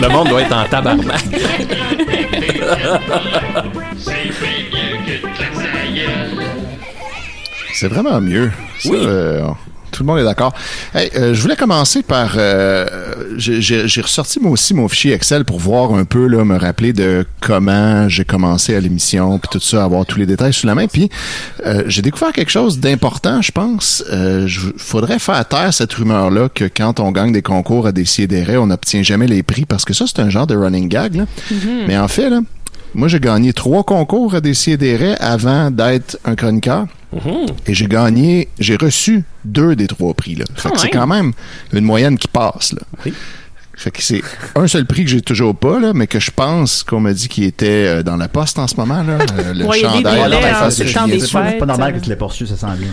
[SPEAKER 5] le monde doit être en tabarnak.
[SPEAKER 10] C'est vraiment mieux. Ça, euh, tout le monde est d'accord. Hey, euh, je voulais commencer par... euh, j'ai- J'ai j'ai ressorti moi aussi mon fichier Excel pour voir un peu, là, me rappeler de comment j'ai commencé à l'émission, puis tout ça, avoir tous les détails sous la main. Puis euh, j'ai découvert quelque chose d'important, je pense. Euh, je- faudrait faire taire cette rumeur-là que quand on gagne des concours à des sidérés, on n'obtient jamais les prix, parce que ça, c'est un genre de running gag. Là.
[SPEAKER 5] Hmm.
[SPEAKER 15] Mhm.
[SPEAKER 10] Mais en fait, là, moi, j'ai gagné trois concours à Décideret avant d'être un chroniqueur.
[SPEAKER 5] Mhm.
[SPEAKER 10] Et j'ai gagné, j'ai reçu deux des trois prix. Là.
[SPEAKER 5] Ah
[SPEAKER 10] Fait que c'est
[SPEAKER 15] même.
[SPEAKER 10] quand même une moyenne qui passe. Là. Fait que c'est un seul prix que j'ai toujours pas, là, mais que je pense qu'on m'a dit qu'il était euh, dans la poste en ce moment. Là, euh, le
[SPEAKER 7] Ouais, il y a des
[SPEAKER 10] chandail.
[SPEAKER 7] délais,
[SPEAKER 10] dans la
[SPEAKER 7] hein,
[SPEAKER 10] face
[SPEAKER 7] c'est
[SPEAKER 10] de
[SPEAKER 7] le temps
[SPEAKER 10] Julien.
[SPEAKER 7] des euh. C'est pas normal que tu l'aies pas reçu, ça sent bien.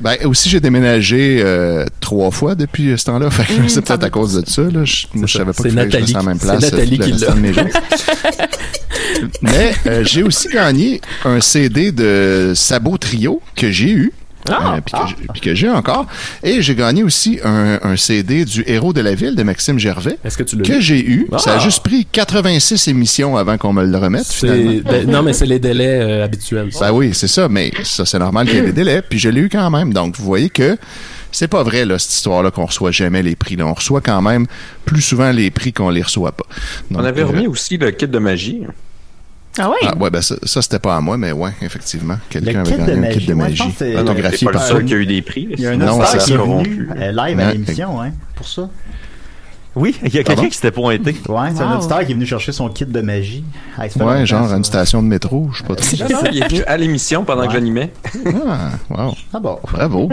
[SPEAKER 10] Ben, aussi, j'ai déménagé euh, trois fois depuis euh, ce temps-là. Fait que
[SPEAKER 7] Mm,
[SPEAKER 10] c'est peut-être à cause de ça. Là. Je, moi, je savais pas
[SPEAKER 5] C'est
[SPEAKER 10] que fallait que je reste à la
[SPEAKER 5] Nathalie-
[SPEAKER 10] même
[SPEAKER 5] c'est
[SPEAKER 10] place. euh, tout
[SPEAKER 5] Nathalie
[SPEAKER 10] le
[SPEAKER 5] qui
[SPEAKER 10] restant
[SPEAKER 5] l'a.
[SPEAKER 10] de mes jours. Mais euh, j'ai aussi gagné un CD de Sabot Trio que j'ai eu.
[SPEAKER 15] Ah!
[SPEAKER 10] euh, puis que j'ai- puis que j'ai encore. Et j'ai gagné aussi un, un CD du Héros de la Ville de Maxime Gervais.
[SPEAKER 5] Est-ce que tu l'as
[SPEAKER 10] Que
[SPEAKER 5] eu?
[SPEAKER 10] j'ai eu. Ça a
[SPEAKER 5] Ah!
[SPEAKER 10] juste pris 86 émissions avant qu'on me le remette,
[SPEAKER 5] C'est-
[SPEAKER 10] finalement.
[SPEAKER 5] ben, non, mais c'est les délais euh, habituels.
[SPEAKER 10] Ben oui, c'est ça, mais ça, c'est normal qu'il y ait des délais, puis je l'ai eu quand même. Donc, vous voyez que c'est pas vrai, là, cette histoire-là, qu'on reçoit jamais les prix. là. On reçoit quand même plus souvent les prix qu'on les reçoit pas. Donc,
[SPEAKER 6] On avait
[SPEAKER 10] euh,
[SPEAKER 6] remis aussi le kit de magie.
[SPEAKER 13] Ah oui?
[SPEAKER 10] Ah, ouais, ben ça, ça, c'était pas à moi, mais ouais, effectivement. Quelqu'un
[SPEAKER 7] kit
[SPEAKER 10] avait
[SPEAKER 7] de
[SPEAKER 10] gagné un
[SPEAKER 7] magie,
[SPEAKER 10] kit de
[SPEAKER 7] moi, je
[SPEAKER 10] magie.
[SPEAKER 7] pense que c'est-
[SPEAKER 10] Autographié
[SPEAKER 7] C'est pas le
[SPEAKER 10] par
[SPEAKER 7] seul qui a eu des
[SPEAKER 6] prix.
[SPEAKER 7] Il y a un
[SPEAKER 10] Non,
[SPEAKER 7] autre
[SPEAKER 10] c'est
[SPEAKER 7] qui est
[SPEAKER 10] ça.
[SPEAKER 7] venu euh, live à
[SPEAKER 10] Ouais.
[SPEAKER 7] l'émission, hein, pour ça.
[SPEAKER 11] Oui, il y a
[SPEAKER 10] Pardon?
[SPEAKER 11] quelqu'un qui s'était pointé.
[SPEAKER 7] Ouais, c'est un
[SPEAKER 11] Wow.
[SPEAKER 7] auditeur qui est venu chercher son kit de magie. Ah, il se fait longtemps,
[SPEAKER 10] Ouais, genre
[SPEAKER 7] ça.
[SPEAKER 10] à une station de métro, je sais pas
[SPEAKER 6] Non, non, il est venu à l'émission pendant que j'animais.
[SPEAKER 10] Ah, wow.
[SPEAKER 7] Ah bon.
[SPEAKER 10] Bravo.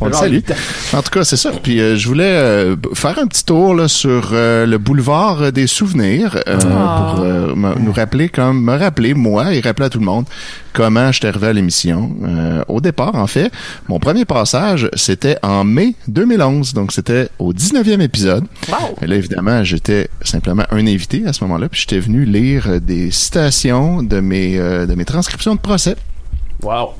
[SPEAKER 10] On le
[SPEAKER 6] Genre
[SPEAKER 10] salue.
[SPEAKER 6] huit ans.
[SPEAKER 10] En tout cas, c'est ça. Puis euh, je voulais euh, b- faire un petit tour là, sur euh, le boulevard euh, des souvenirs euh,
[SPEAKER 15] Ah.
[SPEAKER 10] pour euh, me- nous rappeler, comme me rappeler, moi, et rappeler à tout le monde comment je suis arrivé à l'émission. Euh, au départ, en fait, mon premier passage, c'était en mai 2011. Donc, c'était au 19e épisode. Et là, évidemment, j'étais simplement un invité à ce moment-là. Puis j'étais venu lire euh, des citations de mes, euh, de mes transcriptions de procès.
[SPEAKER 5] Wow.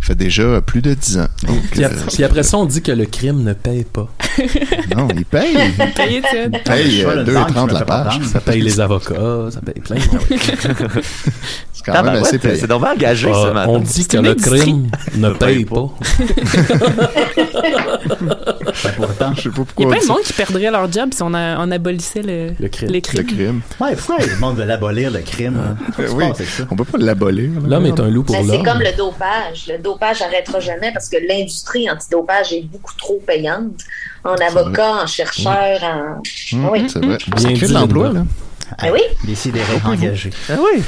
[SPEAKER 10] fait déjà plus de 10 ans. Donc,
[SPEAKER 5] Puis,
[SPEAKER 10] euh,
[SPEAKER 5] ap- puis après ça, on dit que le crime ne paye pas.
[SPEAKER 10] non, il paye. Il
[SPEAKER 13] Payé, Étienne.
[SPEAKER 10] paye euh, 2,30 la page.
[SPEAKER 5] Ça paye les avocats, ça paye plein.
[SPEAKER 10] C'est quand même assez payant.
[SPEAKER 11] Ah C'est normal gagé,
[SPEAKER 5] Euh,
[SPEAKER 11] ce matin.
[SPEAKER 5] on dit que le crime ne paye pas.
[SPEAKER 10] Pourtant, je sais pas
[SPEAKER 13] Il y a
[SPEAKER 10] pourquoi.
[SPEAKER 13] plein de
[SPEAKER 10] on
[SPEAKER 13] monde
[SPEAKER 10] dit
[SPEAKER 13] qui perdrait leur job si on, a- on abolissait le,
[SPEAKER 5] le
[SPEAKER 10] ça.
[SPEAKER 5] crime.
[SPEAKER 10] Le crime. Ah.
[SPEAKER 7] Ouais, pourquoi il demande de l'abolir, le crime? hein? Qu'est-ce qui
[SPEAKER 10] oui.
[SPEAKER 7] se passe avec ça?
[SPEAKER 10] On peut pas l'abolir. là.
[SPEAKER 5] L'homme est un loup pour
[SPEAKER 9] Ben, c'est
[SPEAKER 5] l'homme.
[SPEAKER 9] comme le dopage. Le dopage arrêtera jamais parce que l'industrie antidopage est beaucoup trop payante en avocats, en chercheurs, en.
[SPEAKER 10] Hum,
[SPEAKER 9] oui.
[SPEAKER 10] C'est vrai.
[SPEAKER 5] Bien
[SPEAKER 10] ça crée
[SPEAKER 5] dit,
[SPEAKER 10] de l'emploi,
[SPEAKER 5] Linda.
[SPEAKER 10] là.
[SPEAKER 9] Ben oui.
[SPEAKER 7] Décidez engagés. Ah oui!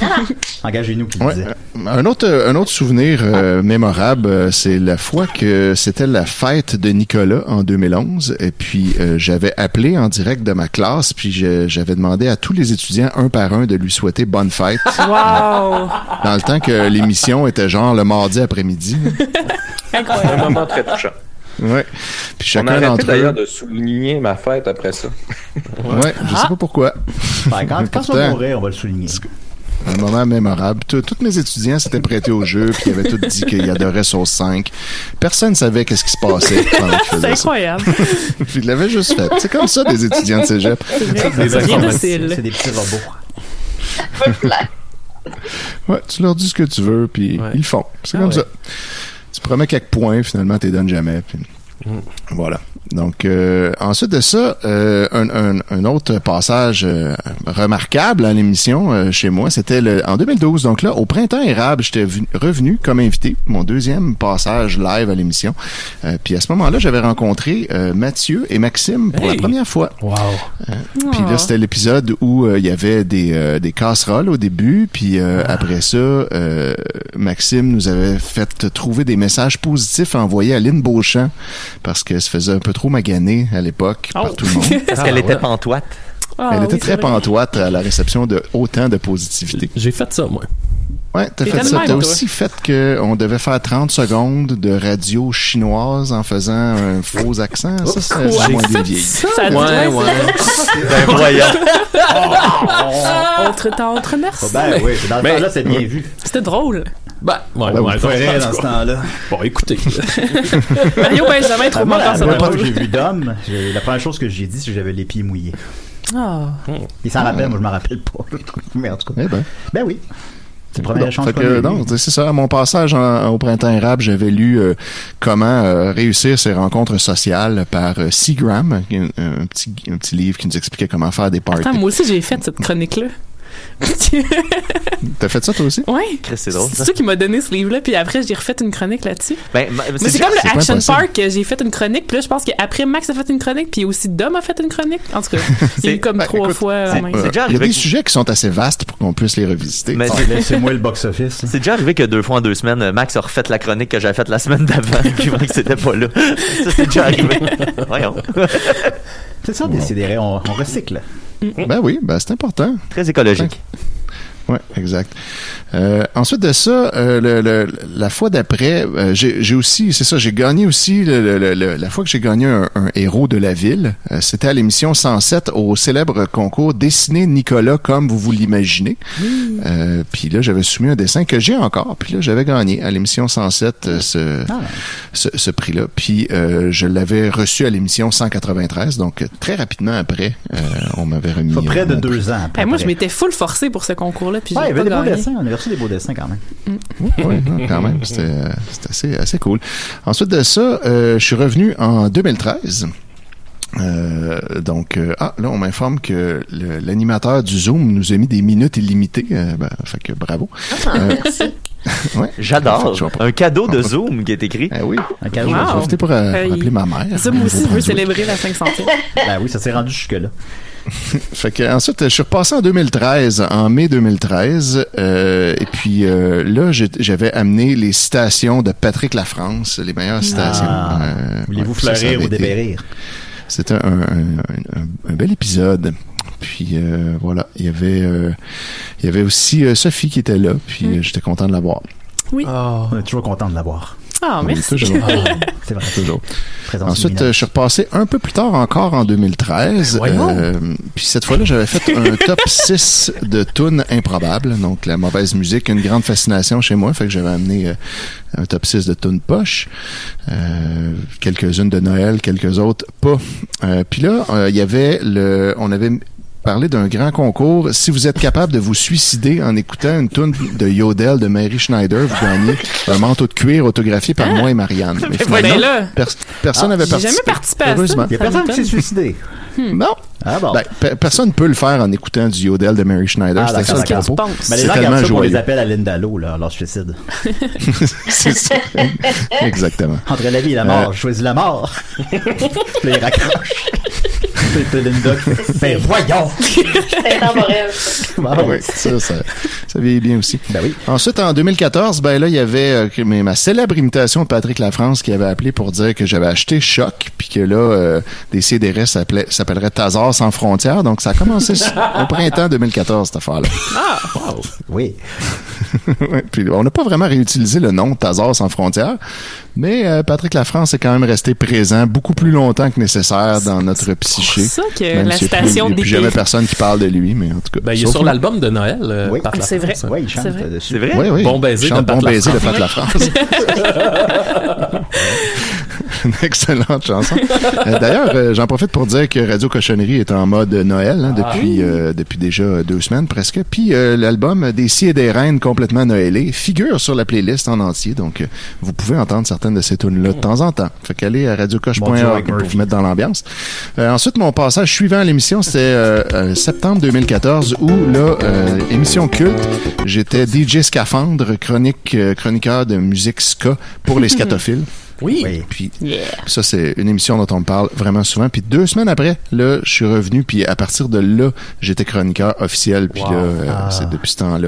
[SPEAKER 7] Engagez-nous, qui
[SPEAKER 10] Ouais.
[SPEAKER 7] disait.
[SPEAKER 10] Un autre, euh, un autre souvenir euh, mémorable, euh, c'est la fois que c'était la fête de Nicolas en 2011. Et puis, euh, j'avais appelé en direct de ma classe, puis je- j'avais demandé à tous les étudiants, un par un, de lui souhaiter bonne fête.
[SPEAKER 13] Wow!
[SPEAKER 10] Dans le temps que l'émission était genre le mardi après-midi.
[SPEAKER 6] C'est un moment très touchant.
[SPEAKER 10] Ouais. Puis
[SPEAKER 6] On a
[SPEAKER 10] chacun
[SPEAKER 6] arrêté
[SPEAKER 10] d'entre
[SPEAKER 6] d'ailleurs
[SPEAKER 10] eux.
[SPEAKER 6] de souligner ma fête après ça.
[SPEAKER 10] Ouais, je
[SPEAKER 13] Ah.
[SPEAKER 10] sais pas pourquoi.
[SPEAKER 7] Ben, quand,
[SPEAKER 10] Mais
[SPEAKER 7] quand ça
[SPEAKER 10] pourtant,
[SPEAKER 7] mourrait, on va le souligner.
[SPEAKER 10] un moment mémorable. Tous tous mes étudiants s'étaient prêtés au jeu, puis ils avaient tous dit qu'ils adoraient Sauce 5. Personne savait qu'est-ce qui se passait pendant qu'ils
[SPEAKER 13] C'est
[SPEAKER 10] faisaient ça.
[SPEAKER 13] incroyable.
[SPEAKER 10] Puis ils l'avaient juste fait. C'est comme ça, des étudiants de cégep.
[SPEAKER 13] C'est vrai. Des C'est bien informations. docile.
[SPEAKER 7] C'est des petits robots.
[SPEAKER 10] Ouais, tu leur dis ce que tu veux, puis ils le font. C'est
[SPEAKER 5] Ah
[SPEAKER 10] comme
[SPEAKER 5] ouais.
[SPEAKER 10] ça. Tu promets quelques points, finalement, tu les donnes jamais. puis Voilà. Donc, euh, ensuite de ça, euh, un, un- un autre passage euh, remarquable à l'émission euh, chez moi, c'était le- en 2012. Donc là, au printemps érable, j'étais venu- revenu comme invité, mon deuxième passage live à l'émission. Euh, puis à ce moment-là, j'avais rencontré euh, Mathieu et Maxime pour la première fois. Euh,
[SPEAKER 5] Wow.
[SPEAKER 19] Ah.
[SPEAKER 10] Puis
[SPEAKER 11] Ah.
[SPEAKER 10] là, c'était l'épisode où euh, il y avait des, euh, des casseroles au début, puis euh,
[SPEAKER 11] Ah.
[SPEAKER 10] après ça, euh, Maxime nous avait fait trouver des messages positifs à envoyer à Lynn Beauchamp, parce qu'elle se faisait un peu trop maganée à l'époque par tout le monde.
[SPEAKER 11] Oh. Parce
[SPEAKER 5] Ah,
[SPEAKER 11] qu'elle était pantoite. Ah,
[SPEAKER 10] Elle était très pantoite à la réception de autant de positivité.
[SPEAKER 5] J'ai fait ça, moi.
[SPEAKER 10] Ouais, t'as
[SPEAKER 13] T'es
[SPEAKER 10] fait ça.
[SPEAKER 13] tellement
[SPEAKER 10] T'as
[SPEAKER 13] bon,
[SPEAKER 10] aussi fait qu'on devait faire 30 secondes de radio chinoise en faisant un faux accent.
[SPEAKER 11] Oh,
[SPEAKER 10] Ça, c'est
[SPEAKER 13] Quoi?
[SPEAKER 10] moins
[SPEAKER 13] Euh, J'ai
[SPEAKER 10] des
[SPEAKER 13] fait
[SPEAKER 10] vieilles.
[SPEAKER 13] ça? Ça a Ouais, duré, ouais. ça. Ben voyons. Entre temps, entre merci.
[SPEAKER 7] Ben oui, dans ce
[SPEAKER 5] Mais-
[SPEAKER 7] temps-là, c'est bien vu.
[SPEAKER 13] C'était drôle.
[SPEAKER 5] Bah, ouais,
[SPEAKER 7] Ben, vous
[SPEAKER 5] ouais,
[SPEAKER 7] le
[SPEAKER 5] dans-
[SPEAKER 7] ferez
[SPEAKER 5] en
[SPEAKER 7] dans
[SPEAKER 5] tout
[SPEAKER 7] ce
[SPEAKER 5] cas.
[SPEAKER 7] temps-là.
[SPEAKER 5] Bon, écoutez.
[SPEAKER 13] Mario Benjamin trouve
[SPEAKER 7] Moi,
[SPEAKER 13] encore
[SPEAKER 7] la
[SPEAKER 13] ça
[SPEAKER 7] première fois
[SPEAKER 13] drôle.
[SPEAKER 7] que j'ai vu Dom, j'ai- la première chose que j'ai dit, c'est que j'avais les pieds mouillés.
[SPEAKER 13] Ah.
[SPEAKER 7] Il s'en rappelle, moi je m'en rappelle pas. Mais en tout cas.
[SPEAKER 10] ben. Ah,
[SPEAKER 7] oui. C'est le
[SPEAKER 10] Fait
[SPEAKER 7] premier échange
[SPEAKER 10] que,
[SPEAKER 7] qu'on a eu.
[SPEAKER 10] non, c'est c'est ça. À mon passage en- au printemps arabe, j'avais lu euh, comment euh, réussir ses rencontres sociales par euh, Seagram, qui est un, un petit, un petit livre qui nous expliquait comment faire des parties.
[SPEAKER 13] Attends, moi aussi, j'ai fait cette chronique-là.
[SPEAKER 10] T'as fait ça toi aussi?
[SPEAKER 13] Oui.
[SPEAKER 11] C'est drôle.
[SPEAKER 13] C'est ça qui m'a donné ce livre-là, puis après, j'ai refait une chronique là-dessus.
[SPEAKER 11] Ben, ma-
[SPEAKER 13] Mais c'est comme
[SPEAKER 11] c'est pas
[SPEAKER 13] le Action
[SPEAKER 11] impossible.
[SPEAKER 13] Park, euh, j'ai fait une chronique, puis là, je pense qu'après, Max a fait une chronique, puis aussi Dom a fait une chronique. En tout cas, il y a eu
[SPEAKER 11] ben,
[SPEAKER 13] comme trois fois euh, la même.
[SPEAKER 10] Euh, Il y a des sujets qui sont assez vastes pour qu'on puisse les revisiter.
[SPEAKER 11] Mais
[SPEAKER 10] Ah,
[SPEAKER 11] c'est-
[SPEAKER 7] le box-office.
[SPEAKER 11] C'est déjà arrivé que deux fois en deux semaines, euh, Max a refait la chronique que j'avais faite la semaine d'avant, puis Max n'était pas là. Ça, c'est déjà arrivé. Voyons.
[SPEAKER 7] C'est ça, décidéré, on, on recycle.
[SPEAKER 10] Ben oui, ben c'est important.
[SPEAKER 11] Mmh. Très écologique.
[SPEAKER 10] Ouais, exact. Euh, ensuite de ça, euh, le- le- la fois d'après, euh, j'ai j'ai aussi, c'est ça, j'ai gagné aussi, le- le- le- le- la fois que j'ai gagné un, un héros de la ville, euh, c'était à l'émission 107 au célèbre concours Dessiner Nicolas comme vous vous l'imaginez. Euh, puis là, j'avais soumis un dessin que j'ai encore, puis là, j'avais gagné à l'émission 107 euh, ce,
[SPEAKER 20] Ah,
[SPEAKER 10] ce, ce prix-là. Puis euh, je l'avais reçu à l'émission 193, donc euh, très rapidement après, euh, on m'avait remis. euh,
[SPEAKER 7] près de
[SPEAKER 10] mon prix.
[SPEAKER 7] deux ans.
[SPEAKER 13] Eh, moi, je m'étais full forcé pour ce concours-là, puis j'ai
[SPEAKER 7] Ouais, il y avait des
[SPEAKER 13] pas
[SPEAKER 7] beaux
[SPEAKER 13] gagné.
[SPEAKER 7] dessins. On avait reçu des beaux dessins quand même.
[SPEAKER 10] Oui, non, quand même, c'était euh, c'était assez, assez cool. Ensuite de ça, euh, je suis revenu en 2013. Euh, donc, euh, ah, là, on m'informe que le- l'animateur du Zoom nous a mis des minutes illimitées. Euh, ben, fait que bravo.
[SPEAKER 7] Ah,
[SPEAKER 13] Ah.
[SPEAKER 10] Euh, ouais. Fait
[SPEAKER 11] J'adore.
[SPEAKER 10] que je vais pas-
[SPEAKER 11] Un cadeau de Zoom qui est écrit.
[SPEAKER 10] Ah oui.
[SPEAKER 7] Un
[SPEAKER 10] Je vais en profiter pour euh,
[SPEAKER 13] Hey.
[SPEAKER 10] appeler ma mère.
[SPEAKER 13] Ça, moi aussi, je veux célébrer la 500e.
[SPEAKER 7] Ben oui, ça s'est rendu jusque-là.
[SPEAKER 10] fait que, ensuite, je suis repassé en 2013, en mai 2013. euh, et puis euh, là, j'ai- j'avais amené les citations de Patrick Lafrance, les meilleures citations.
[SPEAKER 7] Ah. Voulez-vous
[SPEAKER 10] ça, ça
[SPEAKER 7] fleurir
[SPEAKER 10] avait
[SPEAKER 7] ou
[SPEAKER 10] été-
[SPEAKER 7] débérir?
[SPEAKER 10] C'était un, un- un- un- un bel épisode. Puis euh, voilà, il y avait euh, il y avait aussi euh, Sophie qui était là. Puis
[SPEAKER 7] Mm.
[SPEAKER 10] euh, j'étais content de la voir.
[SPEAKER 13] Oui.
[SPEAKER 7] Ah. On est toujours content de l'avoir.
[SPEAKER 13] Ah,
[SPEAKER 10] Oui,
[SPEAKER 13] merci.
[SPEAKER 10] toujours.
[SPEAKER 7] C'est vrai.
[SPEAKER 10] Toujours.
[SPEAKER 7] Présence
[SPEAKER 10] Ensuite,
[SPEAKER 7] lumineuse.
[SPEAKER 10] euh, je suis repassé un peu plus tard encore en 2013.
[SPEAKER 7] Ben, voyons.
[SPEAKER 10] euh, puis cette fois-là, j'avais fait un top 6 de tunes improbables. Donc, la mauvaise musique, une grande fascination chez moi. Fait que j'avais amené euh, un top 6 de tunes poche. Euh, quelques-unes de Noël, quelques autres pas. Euh, puis là, euh, il y avait le... On avait parlé d'un grand concours. Si vous êtes capable de vous suicider en écoutant une tune de Yodel de Mary Schneider, vous gagnez un manteau de cuir autographié par moi et Marianne. Mais
[SPEAKER 13] voyons.
[SPEAKER 10] finalement,
[SPEAKER 13] Ah! Ben là.
[SPEAKER 10] pers- personne
[SPEAKER 13] Ah,
[SPEAKER 10] n'avait
[SPEAKER 13] j'ai jamais
[SPEAKER 10] participé.
[SPEAKER 13] participé à ça. Hmm.
[SPEAKER 10] Heureusement.
[SPEAKER 13] Il y a Ça personne m'étonne. qui s'est
[SPEAKER 7] suicidé.
[SPEAKER 10] Non.
[SPEAKER 7] Ah
[SPEAKER 10] Ben, pe- personne ne peut le faire en écoutant du Yodel de Mary Schneider.
[SPEAKER 7] Ah,
[SPEAKER 10] C'était ça
[SPEAKER 7] d'accord,
[SPEAKER 10] le
[SPEAKER 7] d'accord.
[SPEAKER 10] propos.
[SPEAKER 7] Mais Ben, les
[SPEAKER 10] C'est
[SPEAKER 7] gens gardent
[SPEAKER 10] tellement
[SPEAKER 7] ça pour les
[SPEAKER 10] joyeux.
[SPEAKER 7] appels à Lindalo, là, leur suicide.
[SPEAKER 10] C'est ça. Exactement.
[SPEAKER 7] Entre la vie et la mort,
[SPEAKER 10] Euh,
[SPEAKER 7] je choisis la mort. Puis ils raccrochent. Puis t'as Linda qui fait, Ben voyons!
[SPEAKER 9] C'était temporel.
[SPEAKER 10] Ah oui, ça, ça, ça vieillit bien aussi. Ensuite, en 2014, ben là, il y avait euh, que- mais ma célèbre imitation de Patrick Lafrance qui avait appelé pour dire que j'avais acheté Choc, puis que là, euh, des CDR s'appelait- s'appellerait Tazar sans frontières. Donc, ça a commencé s- au printemps 2014, cette affaire-là.
[SPEAKER 7] Ah! Oui.
[SPEAKER 10] Ouais, puis on n'a pas vraiment réutilisé le nom Tazar sans frontières, mais euh, Patrick Lafrance est quand même resté présent beaucoup plus longtemps que nécessaire dans notre psyché.
[SPEAKER 13] ça que
[SPEAKER 10] Même
[SPEAKER 13] la
[SPEAKER 10] s'il y a
[SPEAKER 13] station
[SPEAKER 10] plus-
[SPEAKER 13] des
[SPEAKER 10] plus jamais
[SPEAKER 13] pays-
[SPEAKER 10] personne qui parle de lui, mais en tout cas.
[SPEAKER 5] Ben, il est
[SPEAKER 10] sauf
[SPEAKER 5] sur
[SPEAKER 10] nous.
[SPEAKER 5] l'album de Noël. euh, Pat Lafrance,
[SPEAKER 13] C'est vrai.
[SPEAKER 5] hein.
[SPEAKER 13] Oui, il chante euh, C'est vrai.
[SPEAKER 7] dessus.
[SPEAKER 5] C'est vrai?
[SPEAKER 10] Oui, oui.
[SPEAKER 5] Bon baiser
[SPEAKER 10] Il chante
[SPEAKER 5] de Pat
[SPEAKER 10] Bon baiser de
[SPEAKER 5] Lafrance.
[SPEAKER 10] Pat Lafrance. Une excellente chanson. Euh, D'ailleurs, euh, j'en profite pour dire que Radio Cochonnerie est en mode Noël hein,
[SPEAKER 5] Ah.
[SPEAKER 10] depuis, euh, depuis déjà deux semaines presque. Puis euh, l'album Des Scies et des Reines complètement noëlé figure sur la playlist en entier. Donc, euh, vous pouvez entendre certaines de ces tunes-là
[SPEAKER 5] Mm.
[SPEAKER 10] de temps en temps. Fait qu'aller à radiocoche.org
[SPEAKER 7] Mike
[SPEAKER 10] pour vous mettre dans l'ambiance. Euh, ensuite, mon passage suivant à l'émission, c'était euh, euh, septembre 2014 où, là, euh, émission culte, j'étais DJ Scaphandre, chronique, euh, chroniqueur de musique ska pour les scatophiles.
[SPEAKER 5] Oui.
[SPEAKER 10] Puis ça, c'est une émission dont on me parle vraiment souvent. Puis deux semaines après, là, je suis revenu. Puis à partir de là, j'étais chroniqueur officiel. Puis là, euh, c'est depuis ce temps-là,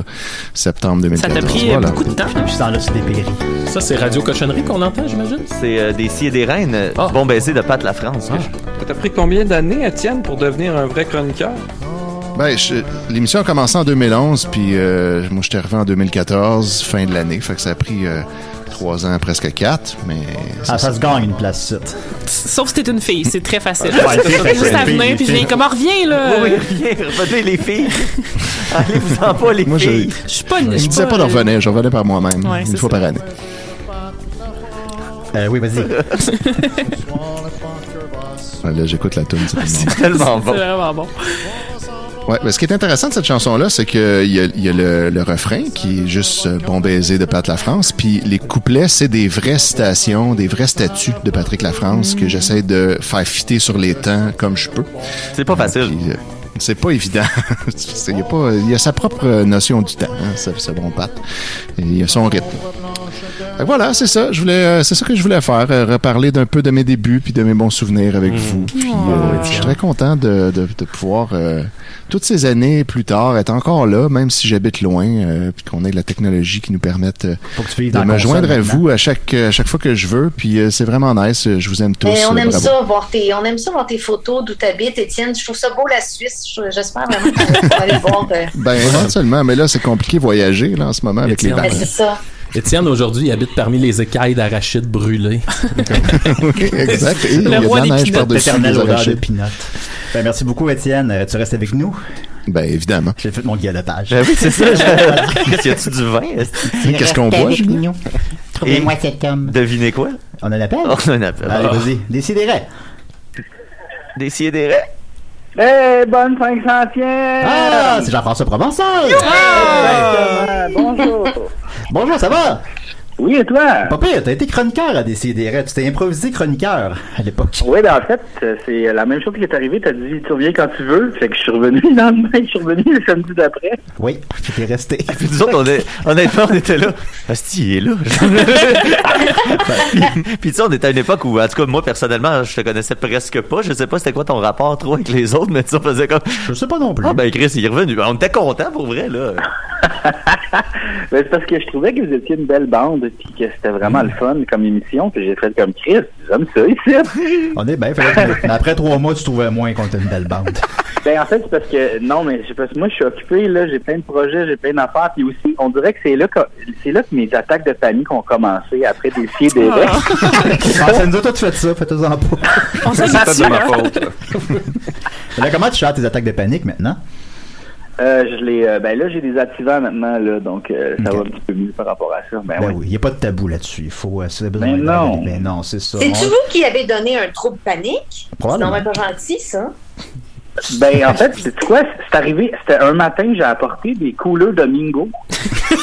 [SPEAKER 10] septembre 2014. Voilà.
[SPEAKER 13] de temps.
[SPEAKER 7] Puis dans là, c'est dépéri.
[SPEAKER 5] Ça, c'est Radio Cochonnerie qu'on entend, j'imagine?
[SPEAKER 11] C'est euh, des scies et des reines. euh, Bon baiser de Pat la France.
[SPEAKER 5] Ah.
[SPEAKER 15] T'as pris combien d'années, Étienne, pour devenir un vrai chroniqueur?
[SPEAKER 10] Ben, je- l'émission a commencé en 2011, puis euh, moi, j'étais arrivé en 2014, fin de l'année. Fait que ça a pris euh, trois ans, presque quatre, mais...
[SPEAKER 7] Ah, ça se gagne, une place site.
[SPEAKER 13] Sauf si t'es une fille, c'est très facile.
[SPEAKER 10] Ouais, les filles,
[SPEAKER 13] T'as juste
[SPEAKER 10] les filles,
[SPEAKER 13] à venir,
[SPEAKER 10] les
[SPEAKER 13] puis je
[SPEAKER 10] filles.
[SPEAKER 13] viens comme, Ah, reviens, là.
[SPEAKER 11] Oui, oui, reviens, revenez les filles. Allez-vous-en pas, les
[SPEAKER 10] Moi, je-
[SPEAKER 11] filles.
[SPEAKER 13] Je suis pas une-
[SPEAKER 10] Je disais pas d'en revenir, je revenais par moi-même,
[SPEAKER 11] Ouais,
[SPEAKER 10] une
[SPEAKER 11] c'est
[SPEAKER 10] fois par année.
[SPEAKER 7] Euh, oui, vas-y.
[SPEAKER 10] Ouais, Là, j'écoute la tune.
[SPEAKER 11] C'est tellement bon.
[SPEAKER 13] C'est vraiment bon.
[SPEAKER 10] Ouais, mais ce qui est intéressant de cette chanson-là, c'est qu'il y a, il y a le, le refrain qui est juste euh, Bon baiser de Pat La France, puis les couplets, c'est des vraies citations, des vrais statuts de Patrick La France que j'essaie de faire fitter sur les temps comme je peux. Euh,
[SPEAKER 11] C'est pas facile.
[SPEAKER 10] c'est pas évident. C'est- Il y, a pas- il y a sa propre notion du temps, hein, ce, ce bon Pat. Et Il y a son rythme. Fait que voilà, c'est ça. Je voulais, euh, c'est ça que je voulais faire, euh, reparler d'un peu de mes débuts puis de mes bons souvenirs avec vous. Puis, euh, je suis très content de, de- de pouvoir euh, toutes ces années plus tard être encore là, même si j'habite loin, euh, puis qu'on ait de la technologie qui nous permette euh,
[SPEAKER 7] vives
[SPEAKER 10] de
[SPEAKER 7] dans la
[SPEAKER 10] me
[SPEAKER 7] console
[SPEAKER 10] joindre à
[SPEAKER 7] maintenant.
[SPEAKER 10] vous à chaque à chaque fois que je veux. Puis euh, c'est vraiment nice. Je vous aime tous.
[SPEAKER 9] Mais Ben, Eh, on
[SPEAKER 10] Euh,
[SPEAKER 9] aime
[SPEAKER 10] bravo.
[SPEAKER 9] ça voir tes, on aime ça voir tes photos d'où t'habites, Étienne. Je trouve ça beau la Suisse. Je- J'espère vraiment qu'on va aller voir. euh,
[SPEAKER 10] Ben éventuellement, mais là c'est compliqué de voyager là en ce moment avec les
[SPEAKER 9] ben,
[SPEAKER 10] vacances.
[SPEAKER 9] c'est ça.
[SPEAKER 5] Étienne, aujourd'hui, il habite parmi les écailles d'arachides brûlées.
[SPEAKER 10] exact. Et Le il y a de la roi des neige pinottes. par-dessus
[SPEAKER 7] L'éternelle
[SPEAKER 10] les
[SPEAKER 7] odeur de
[SPEAKER 10] arachides.
[SPEAKER 7] pinottes. Ben, merci beaucoup, Étienne. Euh, Tu restes avec nous?
[SPEAKER 10] Ben, évidemment.
[SPEAKER 7] J'ai fait mon guillotage.
[SPEAKER 11] Ben oui, c'est ça. je- Qu'est-ce qu'il y a-tu du vin? est-ce que-
[SPEAKER 7] Julien?
[SPEAKER 11] Trouvez-moi
[SPEAKER 7] cet homme.
[SPEAKER 11] Devinez quoi?
[SPEAKER 7] On a un appel?
[SPEAKER 11] On a un appel.
[SPEAKER 7] Allez, vas-y. Décidérez.
[SPEAKER 11] Décidez des rêves.
[SPEAKER 7] Eh,
[SPEAKER 14] Hey, bonne 500e!
[SPEAKER 7] Ah, c'est Jean-François Provençal.
[SPEAKER 14] Exactement. Bonjour!
[SPEAKER 7] Bonjour, ça va?
[SPEAKER 14] Oui, et toi?
[SPEAKER 7] Papa, t'as été chroniqueur à Décidérez. Tu t'es improvisé chroniqueur à l'époque.
[SPEAKER 14] Oui, ben en fait, euh, c'est la même chose qui est arrivée. T'as dit, tu reviens quand tu veux. Fait que je suis revenu le lendemain, je suis revenu le samedi d'après.
[SPEAKER 7] Oui, puis t'es resté.
[SPEAKER 11] Ah, Puis nous autres, on est, honnêtement, on était là. Asti, il est là. puis, puis tu sais, on était à une époque où, en tout cas, moi, personnellement, je te connaissais presque pas. Je sais pas c'était quoi ton rapport trop avec les autres, mais tu sais, on faisait comme. Je
[SPEAKER 7] sais pas non plus.
[SPEAKER 11] Ah, ben Chris, il est revenu. Ben, On était contents pour vrai, là.
[SPEAKER 14] Ben, c'est parce que je trouvais que vous étiez une belle bande et que c'était vraiment le fun comme émission. Puis j'ai fait comme Chris, j'aime ça ici.
[SPEAKER 7] On est bien, fallait que- mais après trois mois, tu trouvais moins qu'on était une belle bande.
[SPEAKER 14] Ben en fait, c'est parce que non, mais c'est parce que moi je suis occupé là, j'ai plein de projets, j'ai plein d'affaires, puis aussi, on dirait que c'est là que c'est là que mes attaques de panique ont commencé après des pieds des
[SPEAKER 7] Ah. Ah, ça nous a tout fait ça, faites-en pas.
[SPEAKER 14] On s'en Ça, c'est pas de ma faute.
[SPEAKER 7] Mais là, comment tu gères tes attaques de panique maintenant?
[SPEAKER 14] Euh, je l'ai, euh, ben là j'ai des activants maintenant là, donc euh, ça va un petit peu mieux par rapport à ça. Ben,
[SPEAKER 7] Ben
[SPEAKER 14] oui.
[SPEAKER 7] oui, il n'y a pas de tabou là-dessus. Il faut. euh, si vous avez besoin
[SPEAKER 14] Ben
[SPEAKER 7] d'aide,
[SPEAKER 14] non.
[SPEAKER 7] Ben non, c'est ça.
[SPEAKER 9] C'est-tu
[SPEAKER 7] On-
[SPEAKER 9] vous qui avez donné un trouble panique? C'est
[SPEAKER 7] Probablement.
[SPEAKER 9] normalement pas gentil, ça.
[SPEAKER 14] Ben en fait, c'est quoi C'est arrivé, c'était un matin, j'ai apporté des couleurs de Mingo.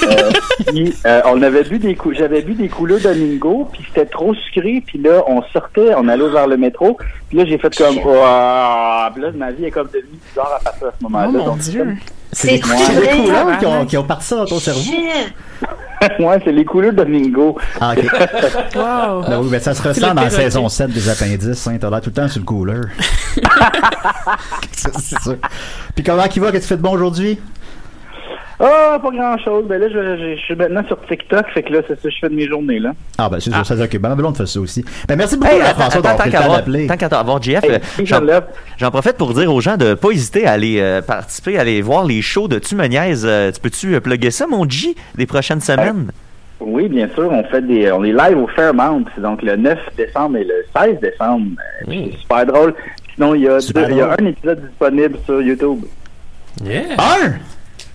[SPEAKER 14] Euh, puis, euh, on avait bu des cou- j'avais bu des couleurs de Mingo, puis c'était trop sucré, puis là on sortait, on allait vers le métro, puis là j'ai fait comme Ouah! Puis là ma vie est comme devenue bizarre à partir de ce moment-là.
[SPEAKER 7] Oh, mon
[SPEAKER 14] Donc,
[SPEAKER 7] Dieu.
[SPEAKER 14] c'est
[SPEAKER 7] C'est les
[SPEAKER 14] vrai, hein?
[SPEAKER 7] couleurs, les couleurs
[SPEAKER 14] tabarnak.
[SPEAKER 7] qui ont, qui ont parti dans ton cerveau.
[SPEAKER 14] ouais, c'est les couleurs de Mingo.
[SPEAKER 7] Ah, ok.
[SPEAKER 13] Wow.
[SPEAKER 7] Ben oui, ben ça se
[SPEAKER 14] C'est
[SPEAKER 7] ressent
[SPEAKER 14] le
[SPEAKER 7] dans la
[SPEAKER 14] perroquet.
[SPEAKER 7] saison 7 des appendices. Hein, T'as l'air tout le temps sur le couleur. Ça, c'est sûr. Puis comment qui va? Qu'est-ce que tu fais de bon aujourd'hui?
[SPEAKER 14] Ah, pas grand-chose. Ben là, je, je- je suis maintenant sur TikTok, fait que là, c'est ça que je fais de mes journées, là.
[SPEAKER 7] Ah, ben c'est sûr, ça dit, ok. Ben, ben, on fait ça aussi. Ben merci beaucoup,
[SPEAKER 11] Hey,
[SPEAKER 7] à
[SPEAKER 11] attends,
[SPEAKER 7] François, d'avoir
[SPEAKER 11] attends,
[SPEAKER 7] pris le
[SPEAKER 11] tant qu'à
[SPEAKER 7] temps
[SPEAKER 11] avoir-
[SPEAKER 7] d'appeler.
[SPEAKER 11] tant qu'à avoir JF,
[SPEAKER 7] Hey,
[SPEAKER 11] euh,
[SPEAKER 7] Jean
[SPEAKER 11] j'en-
[SPEAKER 7] Lep.
[SPEAKER 11] j'en profite pour dire aux gens de pas hésiter à aller euh, participer, à aller voir les shows de Tu me niaises. Euh, tu peux-tu euh, plugger ça, mon G, des prochaines semaines?
[SPEAKER 14] Oui, bien sûr, on fait des, on est live au Fairmount, c'est donc le 9 décembre et le 16 décembre. Euh, C'est super drôle. Sinon, il y, a
[SPEAKER 7] Super
[SPEAKER 14] deux- il y a
[SPEAKER 7] drôle.
[SPEAKER 14] un épisode disponible sur YouTube.
[SPEAKER 7] Un?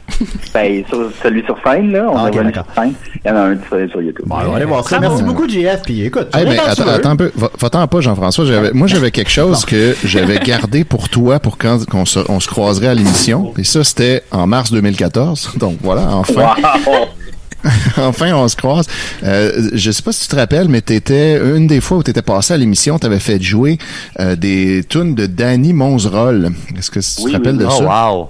[SPEAKER 14] Ben, sur, celui sur Fine, là. On
[SPEAKER 7] Ah, ok,
[SPEAKER 14] a un
[SPEAKER 7] d'accord.
[SPEAKER 14] sur Fine. Il y en a un disponible sur YouTube.
[SPEAKER 7] Bon, on va aller voir ça. Merci beaucoup, JF. Puis écoute, tu
[SPEAKER 10] Eh
[SPEAKER 7] reviens
[SPEAKER 10] ben,
[SPEAKER 7] quand tu
[SPEAKER 10] attends,
[SPEAKER 7] veux.
[SPEAKER 10] attends un peu. Va- Va-t'en pas, Jean-François. J'avais- Moi, j'avais quelque chose que j'avais gardé pour toi pour quand qu'on se, on se croiserait à l'émission. Et ça, c'était en mars 2014. Donc voilà, enfin.
[SPEAKER 14] Wow!
[SPEAKER 10] enfin, on se croise. Euh, je sais pas si tu te rappelles, mais t'étais une des fois où t'étais passé à l'émission, t'avais fait jouer euh, des tunes de Danny Monzeroll. Est-ce que tu
[SPEAKER 11] Oui,
[SPEAKER 10] te rappelles
[SPEAKER 11] oui.
[SPEAKER 10] de
[SPEAKER 11] Oh,
[SPEAKER 10] ça?
[SPEAKER 11] wow.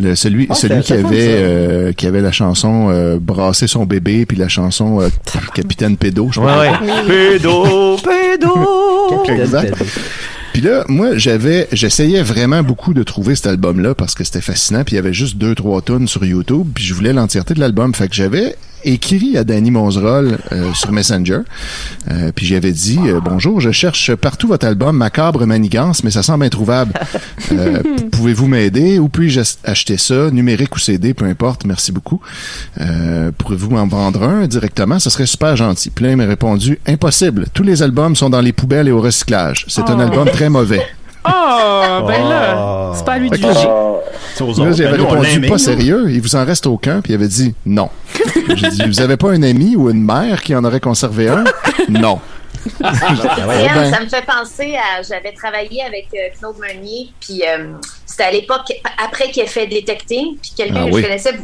[SPEAKER 10] Le, celui
[SPEAKER 11] Ah,
[SPEAKER 10] celui
[SPEAKER 11] c'est-
[SPEAKER 10] qui
[SPEAKER 11] c'est fun,
[SPEAKER 10] avait
[SPEAKER 11] ça.
[SPEAKER 10] euh, qui avait la chanson euh, Brasser son bébé puis la chanson euh, Capitaine Pédo, je
[SPEAKER 11] Ouais,
[SPEAKER 10] pense.
[SPEAKER 11] ouais. pédo, pédo.
[SPEAKER 10] Exact. Puis là, moi, j'avais, j'essayais vraiment beaucoup de trouver cet album-là parce que c'était fascinant. Puis il y avait juste deux, trois tonnes sur YouTube. Puis je voulais l'entièreté de l'album. Fait que j'avais écrit à Danny Monzeroll euh, sur Messenger. Euh, puis j'avais dit euh, Bonjour, je cherche partout votre album Macabre Manigance, mais ça semble introuvable. Euh, p- Pouvez-vous m'aider Où puis-je as- acheter ça Numérique ou CD, peu importe, merci beaucoup. Euh, Pouvez-vous m'en vendre un directement Ce serait super gentil. Puis là, il m'a répondu Impossible. Tous les albums sont dans les poubelles et au recyclage. C'est un
[SPEAKER 13] Oh.
[SPEAKER 10] album très mauvais.
[SPEAKER 13] Oh, ben là, c'est pas à lui de
[SPEAKER 10] Fait que là,
[SPEAKER 13] juger.
[SPEAKER 10] j'ai-
[SPEAKER 7] aux
[SPEAKER 10] là,
[SPEAKER 7] autres.
[SPEAKER 10] j'avais
[SPEAKER 7] Ben, nous, on
[SPEAKER 10] répondu
[SPEAKER 7] l'aimait,
[SPEAKER 10] pas
[SPEAKER 7] nous.
[SPEAKER 10] sérieux. Il vous en reste aucun. Puis il avait dit non. J'ai dit, vous avez pas un ami ou une mère qui en aurait conservé un? Non.
[SPEAKER 9] Étienne,
[SPEAKER 10] Ben,
[SPEAKER 9] Ah, euh, ça me fait penser à. J'avais travaillé avec euh, Claude Meunier, puis euh, c'était à l'époque, après qu'il ait fait Detecting, puis
[SPEAKER 10] Ah
[SPEAKER 9] quelqu'un que
[SPEAKER 10] oui.
[SPEAKER 9] je connaissais,